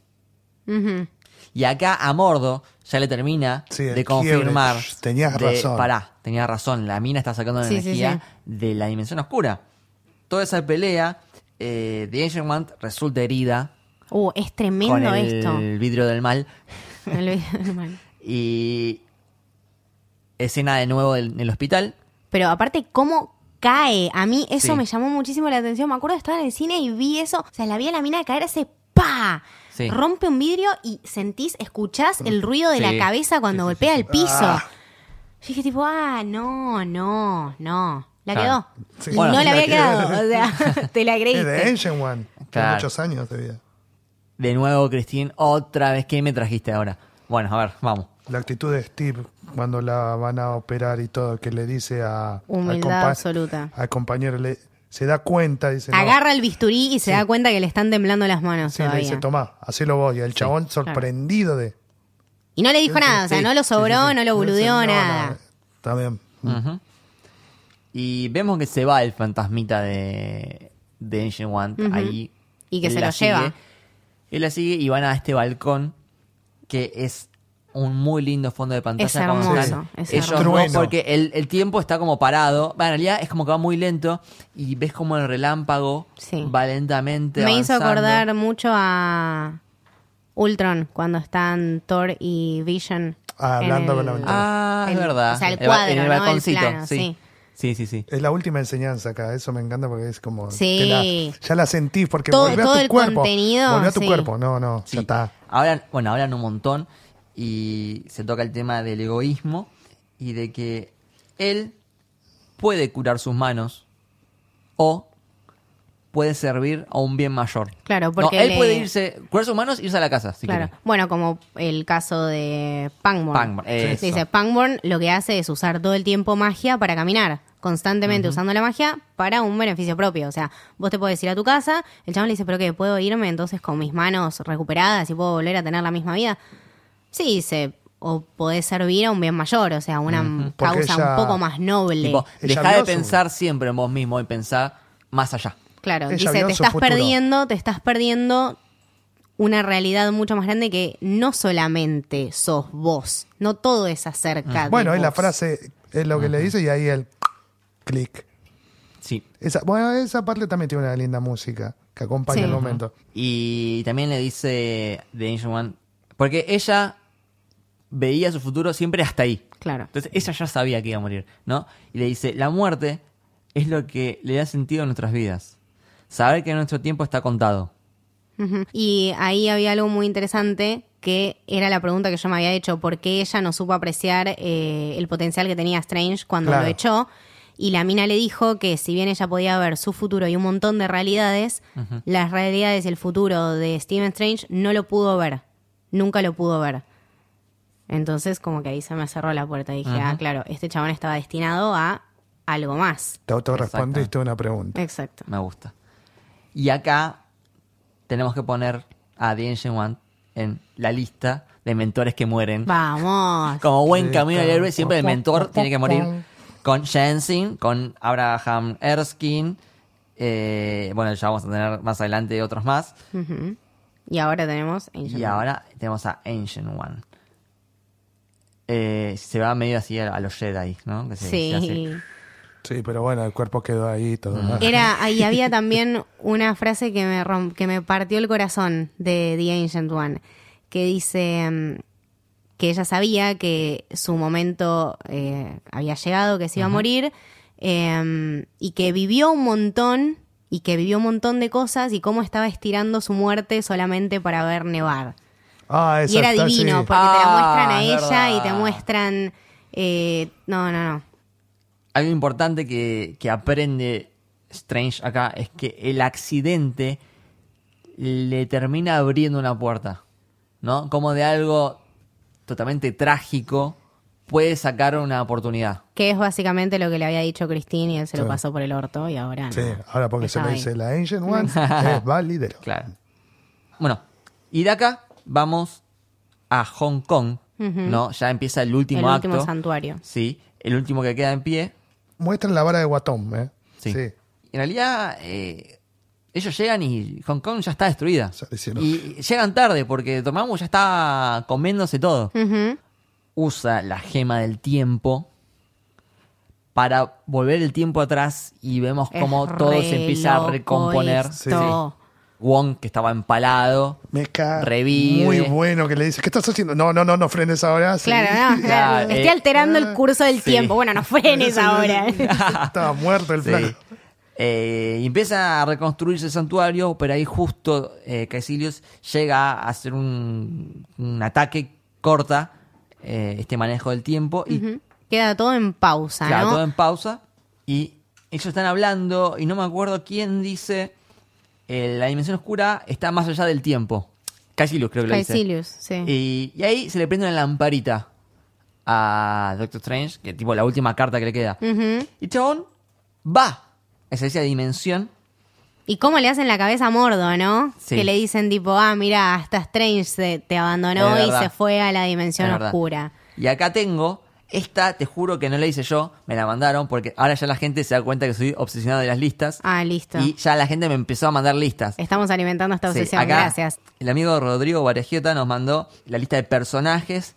B: Ujú.
A: Y acá a Mordo ya le termina
C: Sí, el
A: de confirmar.
C: quiebre. Shh, tenías
A: de-
C: razón.
A: Pará, tenía razón. La mina está sacando
B: Sí, sí,
A: energía de la dimensión oscura. Toda esa pelea, eh, The Ancient One resulta herida
B: Uh, es
A: con
B: tremendo
A: el
B: esto.
A: vidrio del mal.
B: Me olvidé del mal.
A: Y escena de nuevo del- en el hospital.
B: Pero aparte, ¿cómo cae? A mí eso
A: Sí.
B: me llamó muchísimo la atención. Me acuerdo que estaba en el cine y vi eso. O sea, la vi a la mina caer ese pa.
A: Sí.
B: Rompe un vidrio y sentís, escuchás el ruido de
A: Sí.
B: la cabeza cuando golpea el piso.
C: Ah.
B: Yo dije tipo, ah, no, no, no. La
A: Claro.
B: quedó.
C: Sí.
B: Y
A: Bueno,
B: no
A: sí,
B: la
C: la
B: había
C: quedó.
B: quedado. O sea, te la
C: Es The
B: creíste.
C: Ancient One. Tiene
A: Claro.
C: muchos años de vida.
A: De nuevo, Christine, otra vez. ¿Qué me trajiste ahora? Bueno, a ver, vamos.
C: La actitud de Steve cuando la van a operar y todo, que le dice a...
B: Humildad
C: al compa-
B: absoluta.
C: Al compañero le, se da cuenta, dice... no.
B: Agarra el bisturí y se da cuenta que le están temblando las manos
C: Sí, le
B: todavía.
C: dice, tomá, hacelo vos. Y el chabón sorprendido de...
B: y no le dijo nada, o sea,
C: Sí,
B: no lo
C: sí,
B: sobró,
C: sí, sí.
B: no lo boludeó,
C: No, no,
B: nada.
C: Está bien.
A: Ujú. Y vemos que se va el fantasmita de, de Ancient One ahí.
B: Y que
A: Él
B: se
A: la
B: lo lleva.
A: sigue. Él la sigue y van a este balcón que es un muy lindo fondo de pantalla.
B: Es
A: como
B: hermoso,
A: están
B: es
A: ellos
B: hermoso.
A: dos,
C: Trueno.
A: porque el, el tiempo está como parado. Va, en realidad es como que va muy lento y ves como el relámpago
B: Sí.
A: va lentamente
B: Me hizo
A: avanzando.
B: acordar mucho a Ultron cuando están Thor y Vision.
C: Ah,
B: en
C: hablando
B: el-
C: con la ventana.
A: Ah,
B: el-
A: es verdad.
B: O sea, el
A: El ba-
B: cuadro,
A: en el
B: ¿no?
A: balconcito,
B: plano, sí.
A: sí. Sí, sí, sí.
C: Es la última enseñanza acá, eso me encanta porque es como...
B: Sí.
C: te la- ya la sentís porque
B: Todo-
C: volvió
B: todo
C: a tu
B: el
C: cuerpo.
B: contenido,
C: Volvió a tu
B: sí.
C: cuerpo, no, no,
A: Sí.
C: ya está.
A: Hablan, bueno, hablan un montón y se toca el tema del egoísmo y de que él puede curar sus manos o puede servir a un bien mayor.
B: Claro, porque
A: No, él
B: le-
A: puede irse, curar sus manos, irse a la casa, si
B: Claro.
A: quiere.
B: Bueno, como el caso de Pangborn.
A: Pangborn, eso.
B: Dice, Pangborn lo que hace es usar todo el tiempo magia para caminar, constantemente usando la magia para un beneficio propio. O sea, vos te podés ir a tu casa, el chabón le dice, pero qué, ¿puedo irme entonces con mis manos recuperadas y puedo volver a tener la misma vida? Sí, dice, o podés servir a un bien mayor, o sea, una
C: Porque
B: causa
C: ella-
B: un poco más noble.
A: Tipo,
C: Ella
A: dejá de
C: vio su-
A: pensar siempre en vos mismo y pensar más allá.
B: Claro,
C: Ella
B: dice,
C: vio
B: te
C: su
B: estás
C: futuro".
B: perdiendo, te estás perdiendo una realidad mucho más grande que no solamente sos vos, no todo es acerca de
C: Bueno, es la
B: vos.
C: frase, es lo que le dice y ahí el clic.
A: Sí.
C: Esa, bueno, esa parte también tiene una linda música que acompaña
B: Sí.
C: el momento.
A: Y también le dice The Ancient One, porque ella veía su futuro siempre hasta ahí.
B: Claro.
A: Entonces ella ya sabía que iba a morir, ¿no? Y le dice, la muerte es lo que le da sentido a nuestras vidas. Saber que nuestro tiempo está contado.
B: Ujú. Y ahí había algo muy interesante que era la pregunta que yo me había hecho, ¿por qué ella no supo apreciar eh, el potencial que tenía Strange cuando
C: Claro.
B: lo echó? Y la mina le dijo que si bien ella podía ver su futuro y un montón de realidades, las realidades y el futuro de Stephen Strange no lo pudo ver, nunca lo pudo ver. Entonces como que ahí se me cerró la puerta y dije, ah, claro, este chabón estaba destinado a algo más.
C: Te autorrespondiste una pregunta.
B: Exacto.
A: Me gusta. Y acá tenemos que poner a The Ancient One en la lista de mentores que mueren.
B: Vamos.
A: Como buen camino del héroe, siempre el mentor tiene que morir. Con Jensen, con Abraham Erskine. eh, bueno, ya vamos a tener más adelante otros más.
B: Ujú. Y ahora tenemos... Angel
A: Y
B: Man.
A: ahora tenemos a Ancient One. Eh, se va medio así a, a los Jedi, ¿no? Que se- se hace-
B: Sí.
C: Sí, pero bueno, el cuerpo quedó ahí todo. ¿no?
B: Era, ahí había también una frase que me, rom- que me partió el corazón de The Ancient One, que dice mm, que ella sabía que su momento eh, había llegado, que se iba a morir, eh, y que vivió un montón, y que vivió un montón de cosas, y cómo estaba estirando su muerte solamente para ver nevar.
C: Ah,
B: Y era
C: exacta- sí.
B: divino, porque te la muestran
A: Ah,
B: a
A: es
B: ella y te
A: verdad.
B: muestran... eh, no, no, no.
A: Algo importante que, que aprende Strange acá es que el accidente le termina abriendo una puerta, ¿no? Como de algo totalmente trágico puede sacar una oportunidad.
B: Que es básicamente lo que le había dicho Christine y él se lo
C: Sí.
B: pasó por el orto y ahora no.
C: Sí, ahora porque se
B: Estaba
C: lo
B: ahí.
C: dice la Ancient One, es validero.
A: Claro. Bueno, y de acá vamos a Hong Kong, ¿no? Ya empieza el último
B: el
A: acto.
B: último santuario.
A: Sí, el último que queda en pie.
C: Muestran la vara de Guatón, ¿eh?
A: Sí. En realidad, eh, ellos llegan y Hong Kong ya está destruida.
C: Ya lo hicieron.
A: Y llegan tarde porque Dormammu ya está comiéndose todo.
B: Ujú.
A: Usa la gema del tiempo para volver el tiempo atrás y vemos cómo
B: Es
A: todo
B: re
A: se empieza a
B: loco
A: recomponer.
B: esto.
A: Wong, que estaba empalado,
C: Me cae
A: Revive.
C: muy bueno que le dice, ¿qué estás haciendo? No, no, no, no frenes ahora. sí.
B: Claro, no, claro.
A: Ya,
B: Estoy
A: eh,
B: alterando el curso del
A: sí.
B: tiempo. Bueno, no frenes ahora.
C: Estaba muerto el
A: Sí.
C: flaco.
A: Eh, y empieza a reconstruirse el santuario, pero ahí justo eh, Caecilius llega a hacer un, un ataque, corta eh, este manejo del tiempo y
B: Queda todo en pausa,
A: claro,
B: ¿no?
A: todo en pausa. Y ellos están hablando y no me acuerdo quién dice eh, la dimensión oscura está más allá del tiempo. Caecilius creo que lo dice.
B: Caecilius, sí.
A: Y, y ahí se le prende una lamparita a Doctor Strange, que tipo la última carta que le queda.
B: Ujú.
A: Y chabón va a esa, esa dimensión.
B: Y cómo le hacen la cabeza a Mordo, ¿no?
A: Sí.
B: Que le dicen tipo, ah, mira, hasta Strange se- te abandonó
A: Es
B: y
A: verdad.
B: se fue a la
A: Es
B: dimensión
A: verdad.
B: oscura.
A: Y acá tengo, esta te juro que no la hice yo, me la mandaron porque ahora ya la gente se da cuenta que soy obsesionado de las listas.
B: Ah, listo.
A: Y ya la gente me empezó a mandar listas.
B: Estamos alimentando esta
A: Sí,
B: obsesión,
A: acá
B: gracias.
A: El amigo Rodrigo Varejiota nos mandó la lista de personajes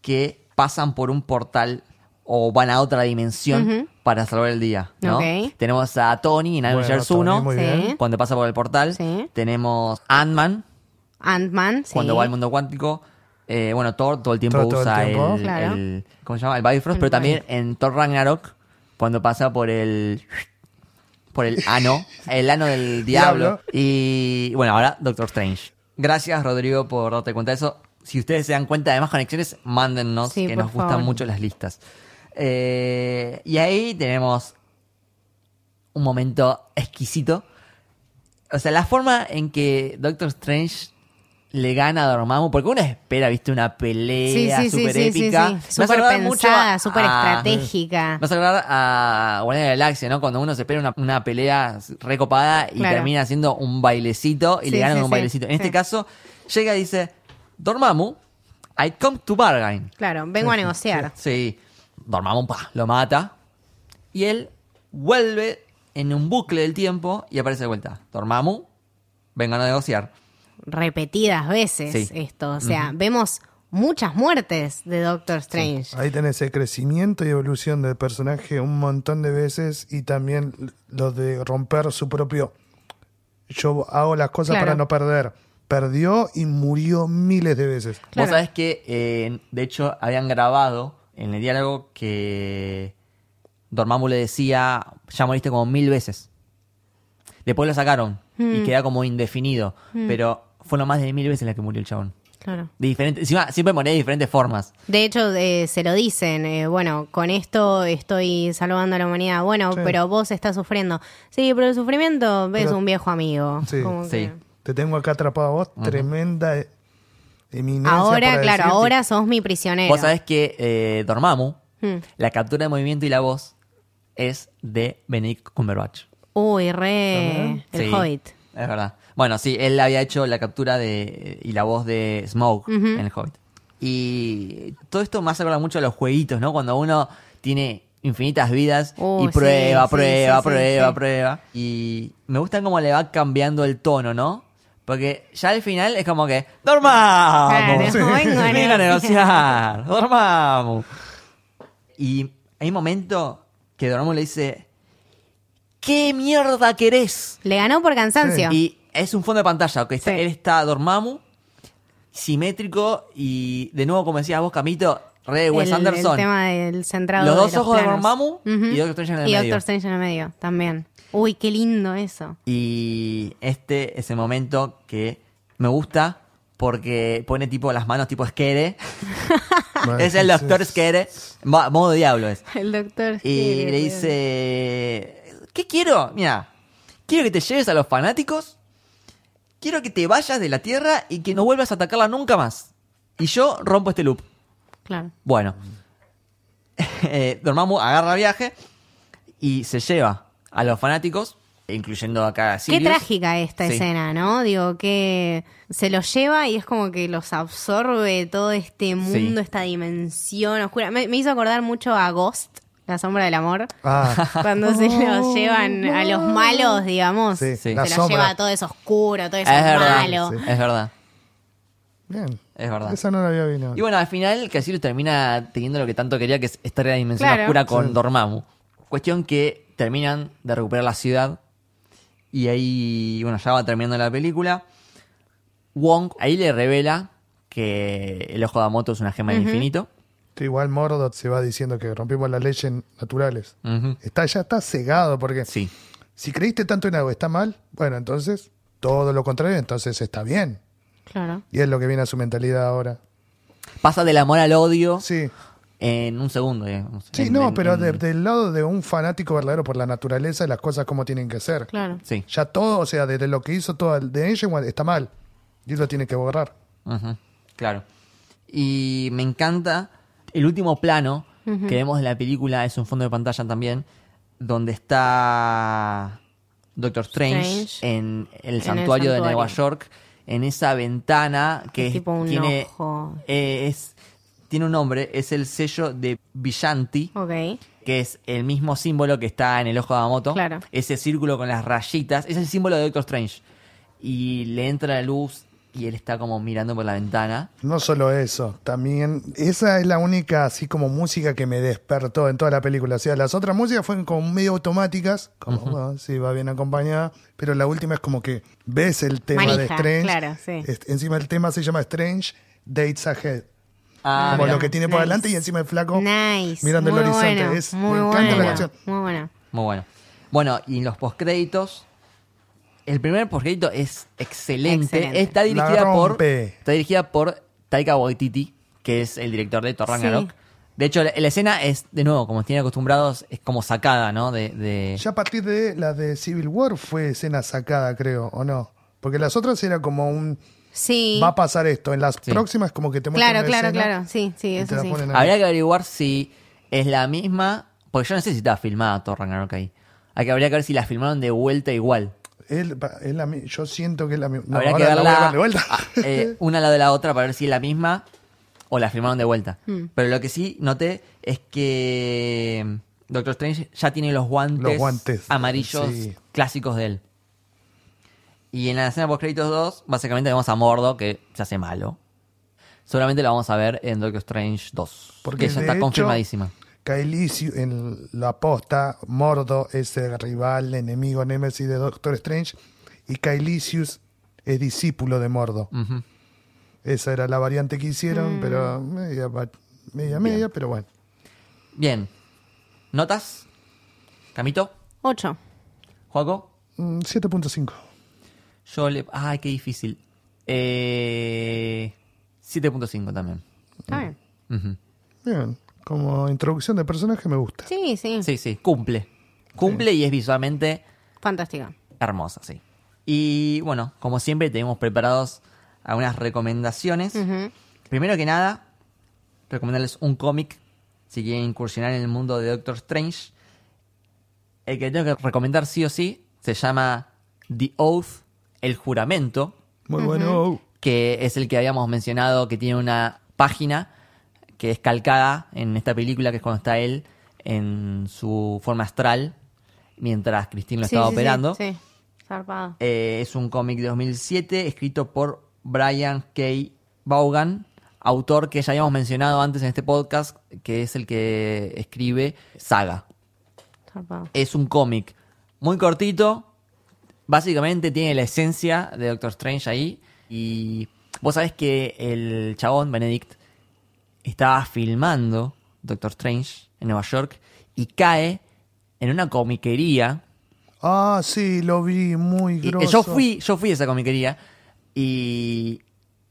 A: que pasan por un portal o van a otra dimensión
B: Ujú.
A: para salvar el día. ¿no?
B: Ok.
A: Tenemos a Tony en Avengers
C: Tony,
A: 1,
C: muy
B: Sí.
C: bien.
A: cuando pasa por el portal.
B: Sí.
A: Tenemos Ant-Man,
B: Ant-Man, sí.
A: cuando va al mundo cuántico. eh, bueno, Thor todo el tiempo
C: Thor todo el
A: usa el,
C: tiempo.
B: Claro.
A: el- ¿Cómo se llama? El Bifrost,
B: El
A: pero también en Thor Ragnarok, cuando pasa por el. por el ano, el ano del diablo.
C: Diablo.
A: Y bueno, ahora Doctor Strange. Gracias, Rodrigo, por darte cuenta de eso. Si ustedes se dan cuenta de más conexiones, mándennos,
B: Sí,
A: que
B: por
A: nos gustan
B: favor.
A: mucho las listas. Eh, y ahí tenemos un momento exquisito. O sea, la forma en que Doctor Strange le gana a Dormammu, porque uno espera, viste, una pelea
B: Sí, sí, sí,
A: súper
B: sí, sí,
A: épica.
B: sí.
A: Me hace
B: Súper
A: acordar mucho
B: pensada,
A: a-
B: súper
A: a-
B: estratégica.
A: Me hace acordar a Guardianes de la Galaxia, ¿no? Cuando uno se espera una, una pelea recopada y
B: Claro.
A: termina haciendo un bailecito y le
B: Sí,
A: ganan
B: sí,
A: un
B: sí.
A: bailecito. En este
B: Sí.
A: caso, llega y dice, Dormammu, I come to bargain.
B: Claro, vengo a negociar.
A: Sí. Dormammu pa, lo mata. Y él vuelve en un bucle del tiempo y aparece de vuelta. Dormammu, vengan a negociar.
B: repetidas veces
A: Sí.
B: esto. O sea, vemos muchas muertes de Doctor Strange.
C: Ahí tenés el crecimiento y evolución del personaje un montón de veces y también lo de romper su propio. Yo hago las cosas
B: Claro.
C: para no perder. Perdió y murió miles de veces.
B: Claro.
A: Vos sabés que, eh, de hecho, habían grabado en el diálogo que Dormammu le decía, ya moriste como mil veces. Después lo sacaron y queda como indefinido. Pero fueron más de mil veces las que murió el chabón.
B: Claro.
A: De diferente, encima, siempre moría de diferentes formas.
B: De hecho, eh, se lo dicen, eh, bueno, con esto estoy salvando a la humanidad. Bueno,
C: Sí.
B: pero vos estás sufriendo. Sí, pero el sufrimiento es
C: Pero-
B: un viejo amigo.
C: Sí.
B: Como
A: Sí.
B: que-
C: Te tengo acá atrapado a vos, tremenda e- eminencia.
B: Ahora,
C: para
B: claro,
C: decirte.
B: ahora sos mi prisionero.
A: Vos sabés que eh, Dormammu,
B: Mm.
A: la captura de movimiento y la voz es de Benedict Cumberbatch.
B: Uy, re. El
A: Sí,
B: Hobbit.
A: Es verdad. Bueno, sí, él había hecho la captura de y la voz de Smoke en el Hobbit. Y todo esto me hace acordar mucho a los jueguitos, ¿no? Cuando uno tiene infinitas vidas
B: Oh,
A: y prueba,
B: sí, sí,
A: prueba,
B: sí, sí,
A: prueba,
B: sí.
A: prueba. Y me gusta cómo le va cambiando el tono, ¿no? Porque ya al final es como que ¡Dormamos!
B: Claro, Sí. vengo a
A: Vengo a
B: negociar".
A: negociar! ¡Dormamos! Y hay un momento que Dormamos le dice ¿qué mierda querés?
B: Le ganó por cansancio.
A: Y es un fondo de pantalla, ok. está-
B: Sí.
A: Él está Dormammu, simétrico y de nuevo, como decías vos, Camito, re de Wes
B: el, el
A: Anderson.
B: tema del centrado
A: Los
B: de
A: dos ojos de
B: planos.
A: Dormammu y
B: Ujú.
A: Doctor Strange en el
B: Y
A: medio.
B: Doctor Strange en el medio, también. Uy, qué lindo eso.
A: Y este es el momento que me gusta porque pone tipo las manos tipo Skere. es el Doctor Skere. Mo- Modo diablo es.
B: El Doctor
A: Y
B: Strange.
A: le dice, ¿qué quiero? Mira, quiero que te lleves a los fanáticos, quiero que te vayas de la Tierra y que no vuelvas a atacarla nunca más. Y yo rompo este loop.
B: Claro.
A: Bueno, eh, Dormammu agarra viaje y se lleva a los fanáticos, incluyendo acá a
B: Qué
A: Sirius.
B: trágica esta
A: Sí.
B: escena, ¿no? Digo, que se los lleva y es como que los absorbe todo este mundo, esta dimensión oscura. Me, me hizo acordar mucho a Ghost, La Sombra del Amor.
C: Ah,
B: Cuando se los llevan a los malos, digamos.
C: sí,
A: Sí.
B: Se
C: la
B: los
C: sombra.
B: lleva a todo eso oscuro, todo
A: Es
B: eso
A: verdad,
B: malo.
C: Sí.
A: es verdad.
C: Bien.
A: Es verdad.
C: Esa no la había visto.
A: Y bueno, al final que Sirius termina teniendo lo que tanto quería, que es estar en la dimensión
B: Claro.
A: oscura con
C: Sí.
A: Dormammu. Cuestión que terminan de recuperar la ciudad y ahí, bueno, ya va terminando la película. Wong ahí le revela que el ojo de Amoto es una gema del infinito.
C: Igual Mordot se va diciendo que rompimos las leyes naturales.
A: Ujú.
C: Está, ya está cegado porque
A: Sí.
C: si creíste tanto en algo está mal, bueno, entonces todo lo contrario, entonces está bien.
B: Claro.
C: Y es lo que viene a su mentalidad ahora.
A: Pasa del amor al odio
C: Sí.
A: en un segundo, digamos.
C: Sí,
A: En-
C: no,
A: en-
C: pero
A: en-
C: desde el lado de un fanático verdadero por la naturaleza y las cosas como tienen que ser.
B: Claro.
A: Sí.
C: Ya todo, o sea, desde lo que hizo todo el de Angel está mal. Y lo tiene que borrar.
A: Ujú, Claro. Y me encanta el último plano que vemos de la película, es un fondo de pantalla también, donde está Doctor Strange,
B: Strange.
A: en el
B: el
A: santuario de Nueva
B: santuario.
A: York, en esa ventana que
B: Es tipo un
A: tiene,
B: ojo.
A: eh, es, tiene un nombre, es el sello de Villanti,
B: Ok.
A: que es el mismo símbolo que está en el ojo de Amoto.
B: Claro.
A: Ese círculo con las rayitas, es el símbolo de Doctor Strange. Y le entra la luz y él está como mirando por la ventana.
C: No solo eso, también esa es la única así como música que me despertó en toda la película. O sea, las otras músicas fueron como medio automáticas, como bueno, sí, va bien acompañada, pero la última es como que ves el tema de
B: Manija,
C: Strange.
B: claro, sí.
C: Es- encima el tema se llama Strange Dates Ahead.
A: Ah,
C: como
A: mirá.
C: lo que tiene por
B: Nice.
C: adelante y encima el flaco
B: Nice.
C: mirando
B: muy
C: el horizonte.
B: bueno,
C: Es-
B: muy
C: me encanta
B: bueno,
C: la canción.
B: Muy bueno.
A: Muy bueno. Bueno, y en los postcréditos. El primer postcrédito es excelente.
B: Excelente.
A: Está dirigida
C: La
A: por.
C: rompe.
A: Está dirigida por Taika Waititi, que es el director de Thor
B: Sí.
A: Ragnarok. De hecho, la, la escena es, de nuevo, como tienen acostumbrados, es como sacada, ¿no? De. de-
C: Ya a partir de la de Civil War fue escena sacada, creo, ¿o no? Porque las otras era como un
B: Sí.
C: va a pasar esto, en las
A: Sí.
C: próximas como que te muestran
B: Claro,
C: una
B: claro,
C: escena
B: claro. Sí, sí,
C: y te
B: eso
C: la
B: sí.
C: ponen ahí.
A: Habría que averiguar si es la misma. Porque yo no sé si estaba filmada Thor Ragnarok ahí. Hay que, habría que ver si la filmaron de vuelta igual.
C: Él- pa- es la mi- yo siento que es la misma. No,
A: habría que
C: ahora la voy a
A: verla
C: dar de vuelta.
A: ah, eh, una al lado de la otra para ver si es la misma o la firmaron de vuelta. Pero lo que sí noté es que Doctor Strange ya tiene los guantes,
C: Los guantes,
A: amarillos
C: sí.
A: clásicos de él. Y en la escena post créditos 2, básicamente vemos a Mordo que se hace malo. Solamente la vamos a ver en Doctor Strange 2. Porque
C: Porque
A: ella
C: de
A: está
C: hecho,
A: confirmadísima.
C: Kaelisio en la posta, Mordo es el rival, enemigo, némesis de Doctor Strange. Y Caelicius es discípulo de Mordo.
A: Ujú.
C: Esa era la variante que hicieron, pero media, va- media, media, pero bueno.
A: Bien. ¿Notas? ¿Camito?
B: Ocho.
A: ¿Juaco?
C: Mm, 7.5.
A: Yo le. Ay, qué difícil. Eh, 7.5 también.
B: Está bien.
A: Ujú.
C: Bien. Como introducción de personaje me gusta.
B: Sí, sí.
A: Sí, sí, cumple. Cumple y es visualmente
B: Fantástica.
A: hermosa, sí. Y bueno, como siempre, tenemos preparados algunas recomendaciones.
B: Ujú.
A: Primero que nada, recomendarles un cómic si quieren incursionar en el mundo de Doctor Strange. El que tengo que recomendar sí o sí se llama The Oath, El Juramento,
C: Muy bueno.
A: que es el que habíamos mencionado, que tiene una página que es calcada en esta película, que es cuando está él en su forma astral, mientras Christine lo
B: Sí,
A: estaba
B: sí, sí,
A: operando.
B: Sí, Zarpado.
A: Eh, es un cómic de 2007, escrito por Brian K. Vaughan, autor que ya habíamos mencionado antes en este podcast, que es el que escribe Saga
B: Zarpado.
A: es un cómic Muy cortito. Básicamente tiene la esencia de Doctor Strange ahí. Y vos sabés que el chabón Benedict estaba filmando Doctor Strange en Nueva York y cae en una comiquería
C: Ah, sí, lo vi muy
A: y- eh,
C: grosso.
A: yo fui, yo fui a esa comiquería y,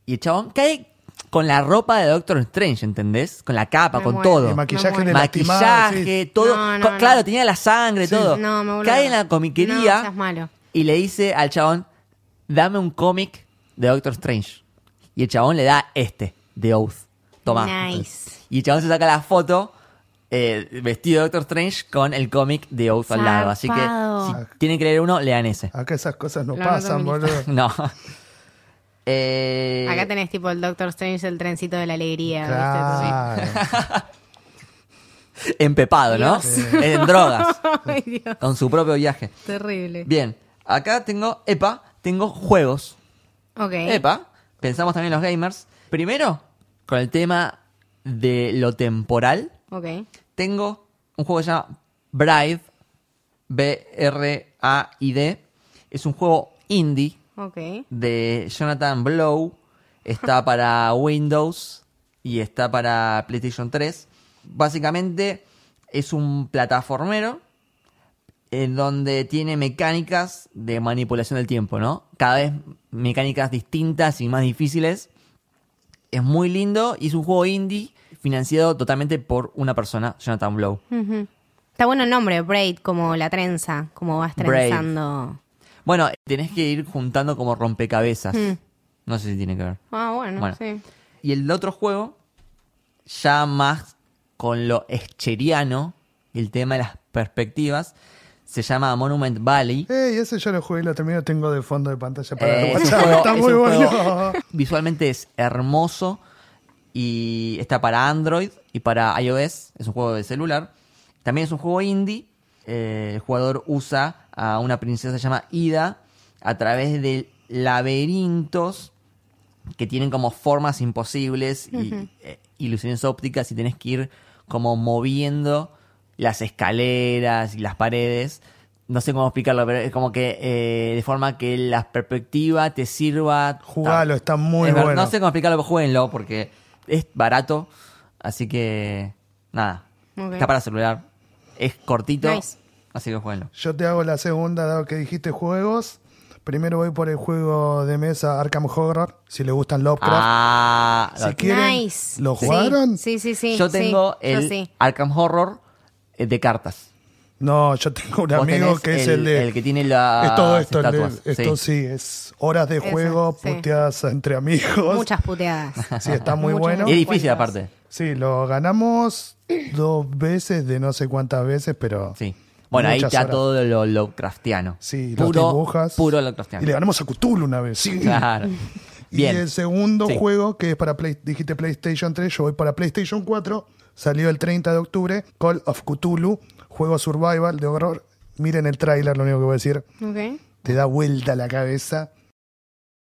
A: y el chabón cae con la ropa de Doctor Strange, ¿entendés? Con la capa,
B: Me
A: con
B: muero.
A: todo.
C: El maquillaje
B: Me
C: de
B: muero.
A: Maquillaje, todo.
B: No, no,
A: Co-
B: no.
A: Claro, tenía la sangre,
C: Sí.
A: todo.
B: No, me vuelvo
A: Cae en
B: loca.
A: la comiquería
B: No, seas malo.
A: y le dice al chabón, dame un cómic de Doctor Strange. Y el chabón le da este, The Oath. Toma.
B: Nice.
A: Entonces, Y el chabón se saca la foto eh, vestido de Doctor Strange con el cómic The Oath al lado. Así que
B: Zarpado.
A: si tienen que leer uno, lean ese.
C: Acá esas cosas no
B: Lo
C: pasan,
B: anoto en mi
C: boludo.
A: No. Eh,
B: Acá tenés tipo el Doctor Strange, el trencito de la alegría. ¿viste?
C: Claro.
A: Empepado, ¿no?
B: Dios.
A: En drogas.
B: Ay, Dios,
A: Con su propio viaje.
B: terrible.
A: Bien. Acá tengo, epa, tengo juegos.
B: Ok.
A: Epa. Pensamos también los gamers. Primero, con el tema de lo temporal,
B: Ok.
A: tengo un juego que se llama Bride. B-R-A-I-D. Es un juego indie
B: Ok.
A: de Jonathan Blow. Está para Windows y está para PlayStation 3. Básicamente es un plataformero en donde tiene mecánicas de manipulación del tiempo, ¿no? Cada vez mecánicas distintas y más difíciles. Es muy lindo y es un juego indie financiado totalmente por una persona, Jonathan Blow.
B: Está bueno el nombre, Braid, como la trenza, como vas
A: Braid.
B: trenzando.
A: Bueno, tenés que ir juntando como rompecabezas. No sé si tiene que ver.
B: Ah, bueno,
A: Bueno.
B: sí.
A: Y el otro juego, ya más con lo escheriano, el tema de las perspectivas, se llama Monument Valley.
C: Ey, ese yo lo jugué Eh, y lo termino, tengo de fondo de pantalla para
A: Eh, es
C: el
A: un
C: WhatsApp.
A: juego-
C: Está
A: es
C: muy
A: un
C: bueno.
A: juego- Visualmente es hermoso y está para Android y para iOS. Es un juego de celular. También es un juego indie. Eh, el jugador usa a una princesa que se llama Ida a través de laberintos que tienen como formas imposibles y eh, ilusiones ópticas y tenés que ir como moviendo las escaleras y las paredes. No sé cómo explicarlo, pero es como que eh, de forma que la perspectiva te sirva.
C: Jugalo, está muy
A: Es ver-
C: bueno.
A: No sé cómo explicarlo, pero jueguenlo porque es barato. Así que, nada.
B: Ok.
A: Está para celular. Es cortito.
B: Nice.
A: Así que jueguenlo.
C: Yo te hago la segunda, dado que dijiste juegos. Primero voy por el juego de mesa Arkham Horror, si le gustan Lovecraft.
A: Ah,
C: Si
A: lo-
C: quieren,
B: Nice.
C: ¿lo
B: Sí,
C: jugaron?
B: Sí, sí, sí.
A: yo
B: sí,
A: tengo
B: yo
A: el
B: sí.
A: Arkham Horror eh, de cartas.
C: No, yo tengo un
A: Vos
C: amigo
A: tenés
C: que es el, de...
A: el que tiene las
C: es todo esto, el de-
A: estatuas,
C: esto
A: sí.
C: sí. es horas de
B: Ese,
C: juego,
B: sí.
C: puteadas entre amigos.
B: Muchas puteadas.
C: Sí, está muy
B: Muchas
C: bueno.
A: Y es difícil
B: Cuentas.
A: aparte.
C: Sí, lo ganamos dos veces de no sé cuántas veces, pero...
A: Sí. Bueno, ahí
C: muchas
A: está
C: horas.
A: todo lo Lovecraftiano.
C: Sí,
A: puro,
C: los dibujas.
A: Puro
C: Y le
A: Lovecraftiano.
C: ganamos a Cthulhu una vez. Sí.
A: Claro. Bien.
C: Y el segundo
A: Sí.
C: juego, que es para Play- dijiste PlayStation 3, yo voy para PlayStation 4, salió el 30 de octubre, Call of Cthulhu, juego survival de horror. Miren el tráiler, lo único que voy a decir.
B: Ok.
C: Te da vuelta la cabeza.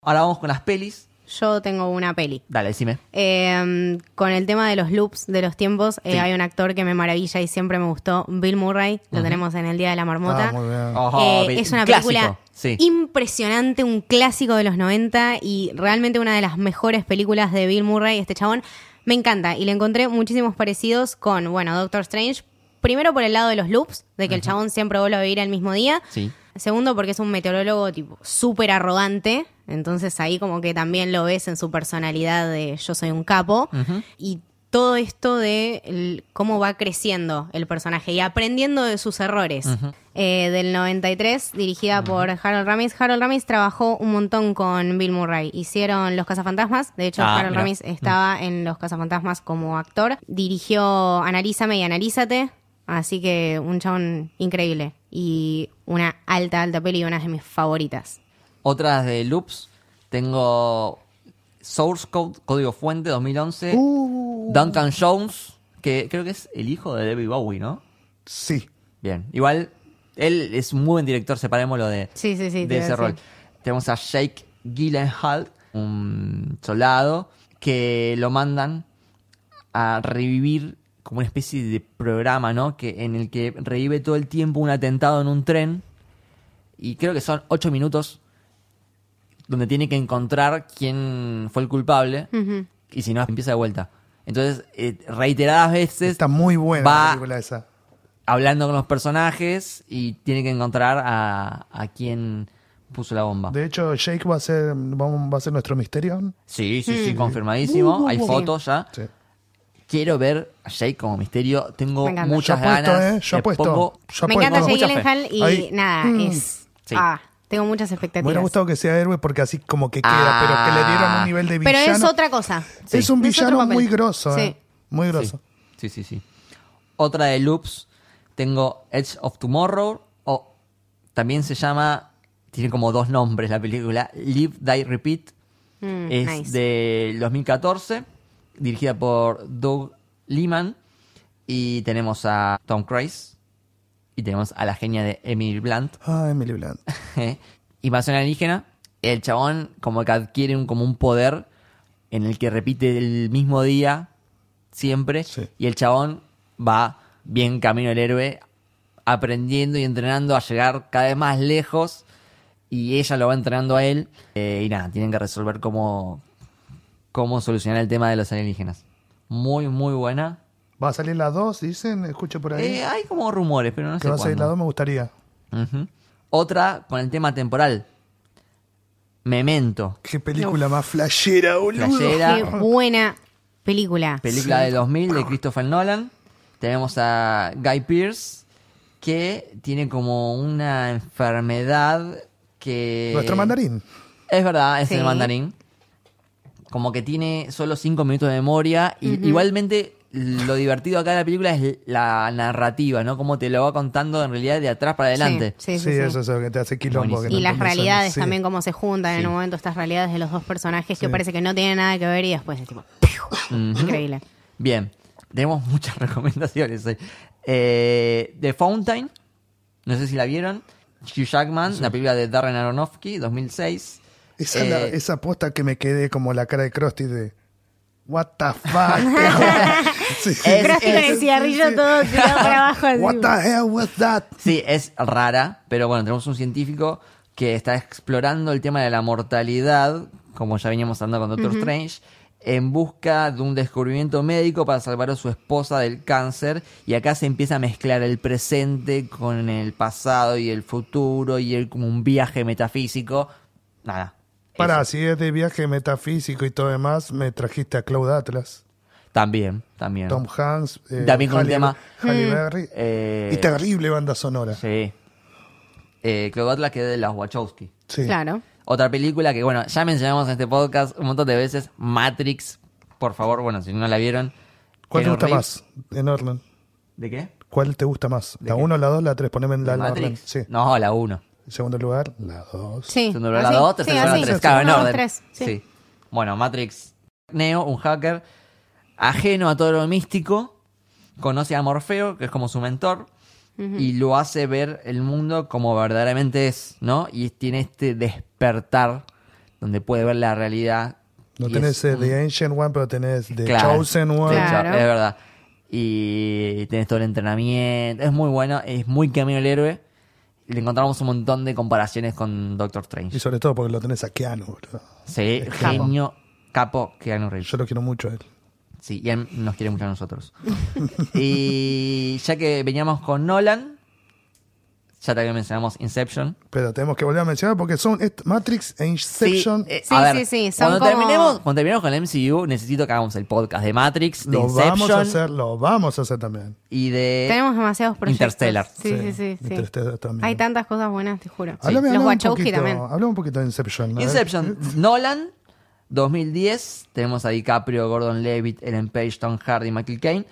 A: Ahora vamos con las pelis.
B: Yo tengo una peli.
A: Dale, decime.
B: Eh, con el tema de los loops, de los tiempos, eh,
A: Sí.
B: hay un actor que me maravilla y siempre me gustó, Bill Murray, lo
A: Ujú.
B: tenemos en El Día de la Marmota.
C: Ah, muy bien.
A: Ojo,
B: Eh,
A: pe-
B: es una
A: clásico.
B: película
A: Sí.
B: impresionante, un clásico de los 90 y realmente una de las mejores películas de Bill Murray, este chabón. Me encanta y le encontré muchísimos parecidos con, bueno, Doctor Strange. Primero por el lado de los loops, de que el chabón siempre vuelve a vivir el mismo día.
A: Sí.
B: Segundo porque es un meteorólogo tipo súper arrogante. Entonces ahí como que también lo ves en su personalidad de yo soy un capo. Y todo esto de el- cómo va creciendo el personaje y aprendiendo de sus errores. Eh, del 93, dirigida por Harold Ramis. Harold Ramis trabajó un montón con Bill Murray. Hicieron Los Cazafantasmas. De hecho,
A: Ah,
B: Harold
A: mira.
B: Ramis estaba en Los Cazafantasmas como actor. Dirigió Analízame y Analízate. Así que un chabón increíble. Y una alta, alta peli y una de mis favoritas.
A: Otras de loops. Tengo Source Code, Código Fuente 2011.
C: Uh.
A: Duncan Jones, que creo que es el hijo de David Bowie, ¿no?
C: Sí.
A: Bien. Igual, él es un muy buen director, separémoslo de,
B: Sí, sí, sí, te
A: de
B: iba a
A: ese
B: decir.
A: rol. Tenemos a Jake Gyllenhaal, un soldado, que lo mandan a revivir como una especie de programa, ¿no? Que, en el que revive todo el tiempo un atentado en un tren Y creo que son ocho minutos donde tiene que encontrar quién fue el culpable. Y si no, empieza de vuelta. Entonces, eh, reiteradas veces
C: Está muy buena
A: va-
C: la película esa.
A: hablando con los personajes y tiene que encontrar a, a quién puso la bomba.
C: De hecho, Jake va a ser, vamos- va a ser nuestro misterio.
A: Sí, sí,
B: Mm.
A: sí,
B: Uh,
A: confirmadísimo. Hay fotos ya.
C: Sí.
A: Quiero ver a Jake como misterio. Tengo
B: Me encanta.
A: muchas
C: Yo apuesto,
A: ganas.
C: eh, yo
A: Le
C: apuesto.
A: pongo-
C: Yo
B: Me
C: apuesto.
B: encanta
A: Mucha
B: Jake
A: fe.
B: Gyllenhaal y
C: Ahí.
B: nada,
C: Mm.
B: es...
A: Sí.
B: Ah, tengo muchas
C: Me hubiera
B: expectativas.
C: gustado que sea héroe porque así como que queda,
A: Ah.
C: pero que le dieron un nivel de
B: Pero
C: villano.
B: es otra cosa.
C: Es un
B: Es otro
C: villano
B: papel.
C: muy grosso, eh.
B: Sí.
C: Muy
A: Sí.
C: grosso.
A: sí, sí, sí. Otra de Loops. Tengo Edge of Tomorrow. O también se llama. Tiene como dos nombres la película. Live, Die, Repeat.
B: Mm,
A: es
B: nice.
A: de 2014. Dirigida por Doug Liman. Y tenemos a Tom Cruise. Y tenemos a la genia de Emily Blunt.
C: Ah, Emily Blunt.
A: invasión alienígena, el chabón como que adquiere un, como un poder en el que repite el mismo día siempre
C: Sí.
A: y el chabón va bien camino del héroe aprendiendo y entrenando a llegar cada vez más lejos y ella lo va entrenando a él Eh, y nada, tienen que resolver cómo, cómo solucionar el tema de los alienígenas. Muy, muy buena.
C: Va a salir la 2, dicen, escucho por ahí.
A: Eh, hay como rumores, pero no sé
C: que va a salir
A: cuándo.
C: la 2 me gustaría.
A: Ujú. Otra con el tema temporal. Memento.
C: Qué película más flashera, boludo.
B: Qué
A: Playera,
B: buena película.
A: película de 2000 de Christopher Nolan. Tenemos a Guy Pierce que tiene como una enfermedad que...
C: Nuestro mandarín.
A: Es verdad, es
B: Sí.
A: el mandarín. Como que tiene solo 5 minutos de memoria. Y igualmente lo divertido acá de la película es la narrativa, ¿no? Como te lo va contando en realidad de atrás para adelante.
B: Sí, sí,
C: Sí,
B: sí, sí.
C: eso es lo que te hace quilombo. que
A: Buenísimo.
C: no
B: Y las
C: entendés,
B: realidades
C: sí.
B: también, cómo se juntan en un momento, estas realidades de los dos personajes que parece que no tienen nada que ver y después es tipo. Increíble.
A: Bien, tenemos muchas recomendaciones hoy. Eh, The Fountain, no sé si la vieron. Hugh Jackman, la película de Darren Aronofsky, 2006.
C: Esa, es la-
A: Eh,
C: esa posta que me quedé como la cara de Krusty de... What the fuck? Sí, sí.
A: Es-
B: Crusty con el cigarrillo todo tirado para abajo. así.
C: What the hell was that?
A: Sí, es rara, pero bueno, tenemos un científico que está explorando el tema de la mortalidad, como ya veníamos hablando con Doctor Strange, en busca de un descubrimiento médico para salvar a su esposa del cáncer. Y acá se empieza a mezclar el presente con el pasado y el futuro y el, como un viaje metafísico. Nada.
C: Pará, si es de viaje metafísico y todo demás, me trajiste a Cloud Atlas,
A: También, también.
C: Tom Hanks, eh,
A: También con el tema.
C: Halle Berry.
A: Eh,
C: y terrible banda sonora.
A: Sí. Eh, Claude Atlas, que es de las Wachowski.
C: Sí.
B: Claro.
A: Otra película que, bueno, ya mencionamos en este podcast un montón de veces, Matrix. Por favor, bueno, si no la vieron.
C: ¿Cuál te
A: Keanu
C: gusta
A: Reeves-
C: más en Orland?
A: ¿De qué?
C: ¿Cuál te gusta más?
A: ¿De
C: ¿La
A: qué?
C: 1, la 2, la 3? Poneme en
A: ¿De
C: la Orland.
A: Matrix?
C: Sí.
A: No, la 1.
C: En segundo lugar, la 2.
B: Sí.
A: Segundo lugar, la
B: Así,
A: 2, tercer
B: sí,
A: lugar,
B: así.
A: la 3. Claro, en
B: Uno, dos,
A: orden.
B: tres, sí.
A: Sí. Bueno, Matrix Neo, un hacker ajeno a todo lo místico, conoce a Morfeo, que es como su mentor, y lo hace ver el mundo como verdaderamente es, ¿no? Y tiene este despertar donde puede ver la realidad.
C: No
A: y
C: tenés
A: es
C: eh,
A: un-
C: The Ancient One, pero tenés The
A: Claro.
C: Chosen One.
A: Sí,
B: Claro.
A: chao, Es verdad. Y tenés todo el entrenamiento. Es muy bueno, es muy camino el héroe. Y le encontramos un montón de comparaciones con Doctor Strange.
C: Y sobre todo porque lo tenés a Keanu, boludo.
A: Sí, genio, capo, Keanu Reeves.
C: Yo lo quiero mucho a él.
A: Sí, y él nos quiere mucho a nosotros. y ya que veníamos con Nolan, ya también mencionamos Inception.
C: Pero tenemos que volver a mencionar porque son es Matrix e Inception.
A: Sí, eh,
B: Sí,
A: a ver,
B: sí, sí, son
A: cuando,
B: como-
A: terminemos, cuando terminemos con el MCU, necesito que hagamos el podcast de Matrix, de
C: lo vamos a
A: Inception
C: hacer, lo vamos a hacer también.
A: y de...
B: Tenemos demasiados proyectos.
A: Interstellar.
B: Sí, sí, sí. sí.
C: Interstellar también.
B: Hay tantas cosas buenas, te juro.
C: Háblame,
B: Los
C: háblame un
B: Wachowski
C: poquito,
B: también.
C: Hablame un poquito de Inception. a ver. Mm.
A: Inception, Nolan, 2010. Tenemos a DiCaprio, Gordon Levitt, Ellen Page, Tom Hardy, Michael Caine.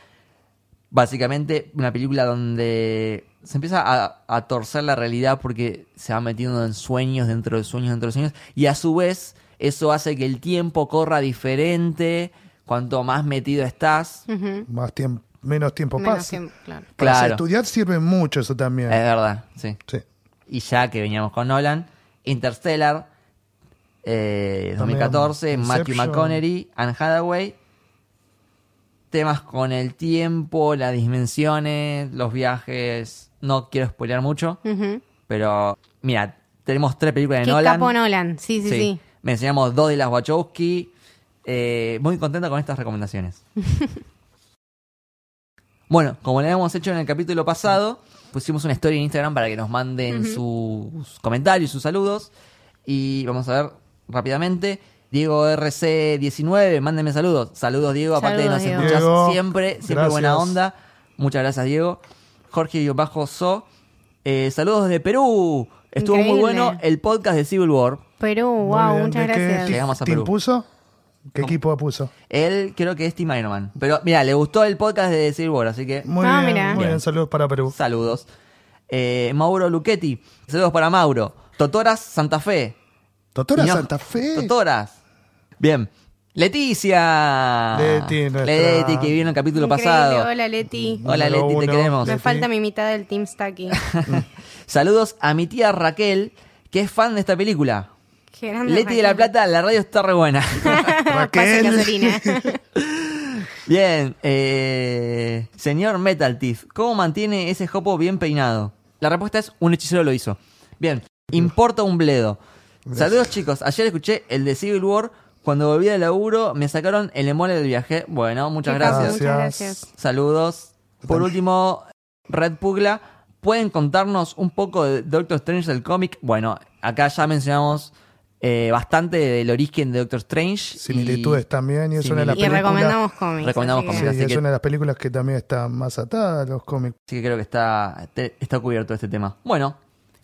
A: Básicamente una película donde se empieza a, a torcer la realidad porque se va metiendo en sueños, dentro de sueños, dentro de sueños. Y a su vez eso hace que el tiempo corra diferente. Cuanto más metido estás,
C: Más tiempo, menos tiempo
B: Menos
C: pasa.
B: tiempo, claro.
C: Para
A: Claro. Eh,
C: estudiar sirve mucho eso también.
A: es verdad, sí.
C: Sí.
A: Y ya que veníamos con Nolan, Interstellar, eh,
C: También
A: 2014, Matthew
C: Inception.
A: McConaughey, Anne Hathaway. Temas con el tiempo, las dimensiones, los viajes. No quiero spoilear mucho, pero mira, tenemos tres películas de
B: Qué
A: Nolan.
B: capo Nolan. Sí, sí, sí.
A: Mencionamos dos de las Wachowski. Eh, muy contento con estas recomendaciones. bueno, como le habíamos hecho en el capítulo pasado, pusimos una historia en Instagram para que nos manden sus comentarios, sus saludos. Y vamos a ver rápidamente. Diego RC19, mándenme saludos. Saludos, Diego. Aparte,
B: Saludos,
A: nos
B: Diego.
A: escuchas
C: Diego,
A: siempre, siempre
C: gracias.
A: buena onda. Muchas gracias, Diego. Jorge Bajo So. Eh, saludos desde Perú. Estuvo muy
B: Increíble.
A: bueno el podcast de Civil War.
B: Perú,
C: Muy
B: wow,
C: bien,
B: muchas
C: ¿de qué
B: gracias.
C: ti-
A: Llegamos a
C: ¿Team
A: Perú.
C: puso? ¿Qué
A: No.
C: equipo puso?
A: Él creo que es Team Iron Man. Pero mira, le gustó el podcast de Civil War, así que
C: Muy
B: Ah,
C: bien,
B: mirá.
C: muy
A: Bien.
C: bien, saludos para Perú.
A: saludos. Eh, Mauro Luchetti, saludos para Mauro. Totoras Santa Fe.
C: Doctora
A: Y no-
C: Santa Fe.
A: Totoras. Bien. Leticia.
C: Leti, nuestra-
A: Leti, que vino el capítulo
B: Increíble,
A: pasado.
B: Hola, Leti.
A: Hola,
C: Número
A: Leti, te
C: uno.
A: queremos.
B: Me
C: Leti.
B: falta mi mitad del Team Stacky.
A: Mm. Saludos a mi tía Raquel, que es fan de esta película.
B: Qué grande,
A: Leti de la
B: Raquel.
A: Plata, la radio está re buena.
B: Pase
C: Raquel.
B: gasolina.
A: Bien, eh, señor Metal Thief, ¿cómo mantiene ese jopo bien peinado? La respuesta es, un hechicero lo hizo. Bien, importa un bledo. Saludos chicos, ayer escuché el de Civil War, cuando volví del laburo me sacaron el emole del viaje. Bueno, muchas
B: Qué capo,
A: gracias.
B: Muchas gracias.
A: Saludos. Por último, Red Pugla, ¿pueden contarnos un poco de Doctor Strange del cómic? Bueno, acá ya mencionamos eh, bastante del origen de Doctor Strange. y-
C: Similitudes también, y es una de las
B: Y
C: películas-
B: recomendamos cómics.
A: Recomendamos
B: así que-
A: cómics.
C: Sí,
A: Así
C: es
A: que-
C: una de las películas que también está más atada a los cómics.
A: Así que creo que está, te- está cubierto este tema. Bueno,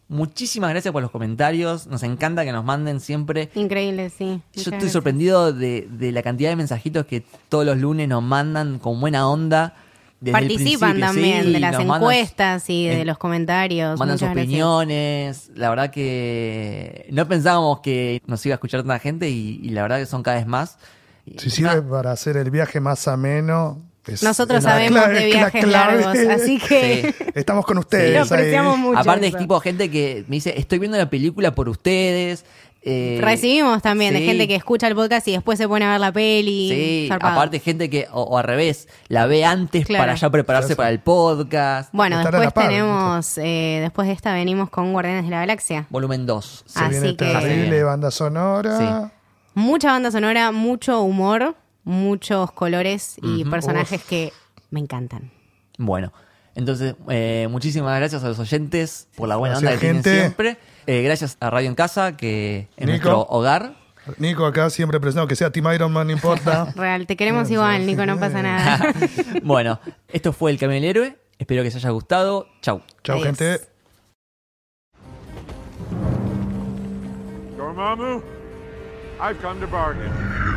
A: muchísimas gracias por los comentarios. Nos encanta que nos manden siempre.
B: Increíble, sí.
A: Yo
B: Muchas
A: estoy
B: gracias.
A: sorprendido de, de la cantidad de mensajitos que todos los lunes nos mandan con buena onda. desde el
B: Participan
A: principio.
B: también
A: Sí,
B: de las
A: nos mandan-
B: encuestas y de
A: en-
B: los comentarios.
A: Mandan sus
B: Muchas gracias.
A: opiniones. La verdad que no pensábamos que nos iba a escuchar tanta gente y, y la verdad que son cada vez más. Y-
C: Si sirve
A: Ah,
C: para hacer el viaje más ameno. es-
B: Nosotros
C: es la
B: sabemos
C: clave-
B: de
C: es la
B: viajes
C: clave.
B: largos, así que
C: Estamos con
B: lo
C: ustedes. ahí.
B: apreciamos mucho.
A: Aparte es
B: eso.
A: tipo gente que me dice, estoy viendo la película por ustedes. eh,
B: Recibimos también
A: sí,
B: de gente que escucha el podcast y después se pone a ver la peli.
A: Sí,
B: Zarpado.
A: aparte gente que, o, o al revés, la ve antes
B: Claro.
A: para ya prepararse
C: Claro, sí.
A: para el podcast.
B: Bueno,
C: Estar a la
B: después
C: par,
B: tenemos, eh, después de esta venimos con Guardianes de la Galaxia.
A: Volumen 2.
C: Se viene
B: Así que-
A: Sí.
C: terrible, banda sonora.
B: Mucha banda sonora, mucho humor, muchos colores y personajes que me encantan.
A: Bueno, entonces, eh, muchísimas gracias a los oyentes por la buena
C: Gracias,
A: onda que tienen
C: gente.
A: siempre. Eh, gracias a Radio en Casa, que es
C: Nico.
A: nuestro hogar.
C: Nico acá siempre presionado, que sea Team Iron Man, no importa.
B: Real, te queremos igual, Nico, no pasa nada.
A: bueno, esto fue El Camino del Héroe. Espero que les haya gustado. Chau.
C: Chao,
B: Adiós.
C: gente.
E: Dormammu, I've come to bargain.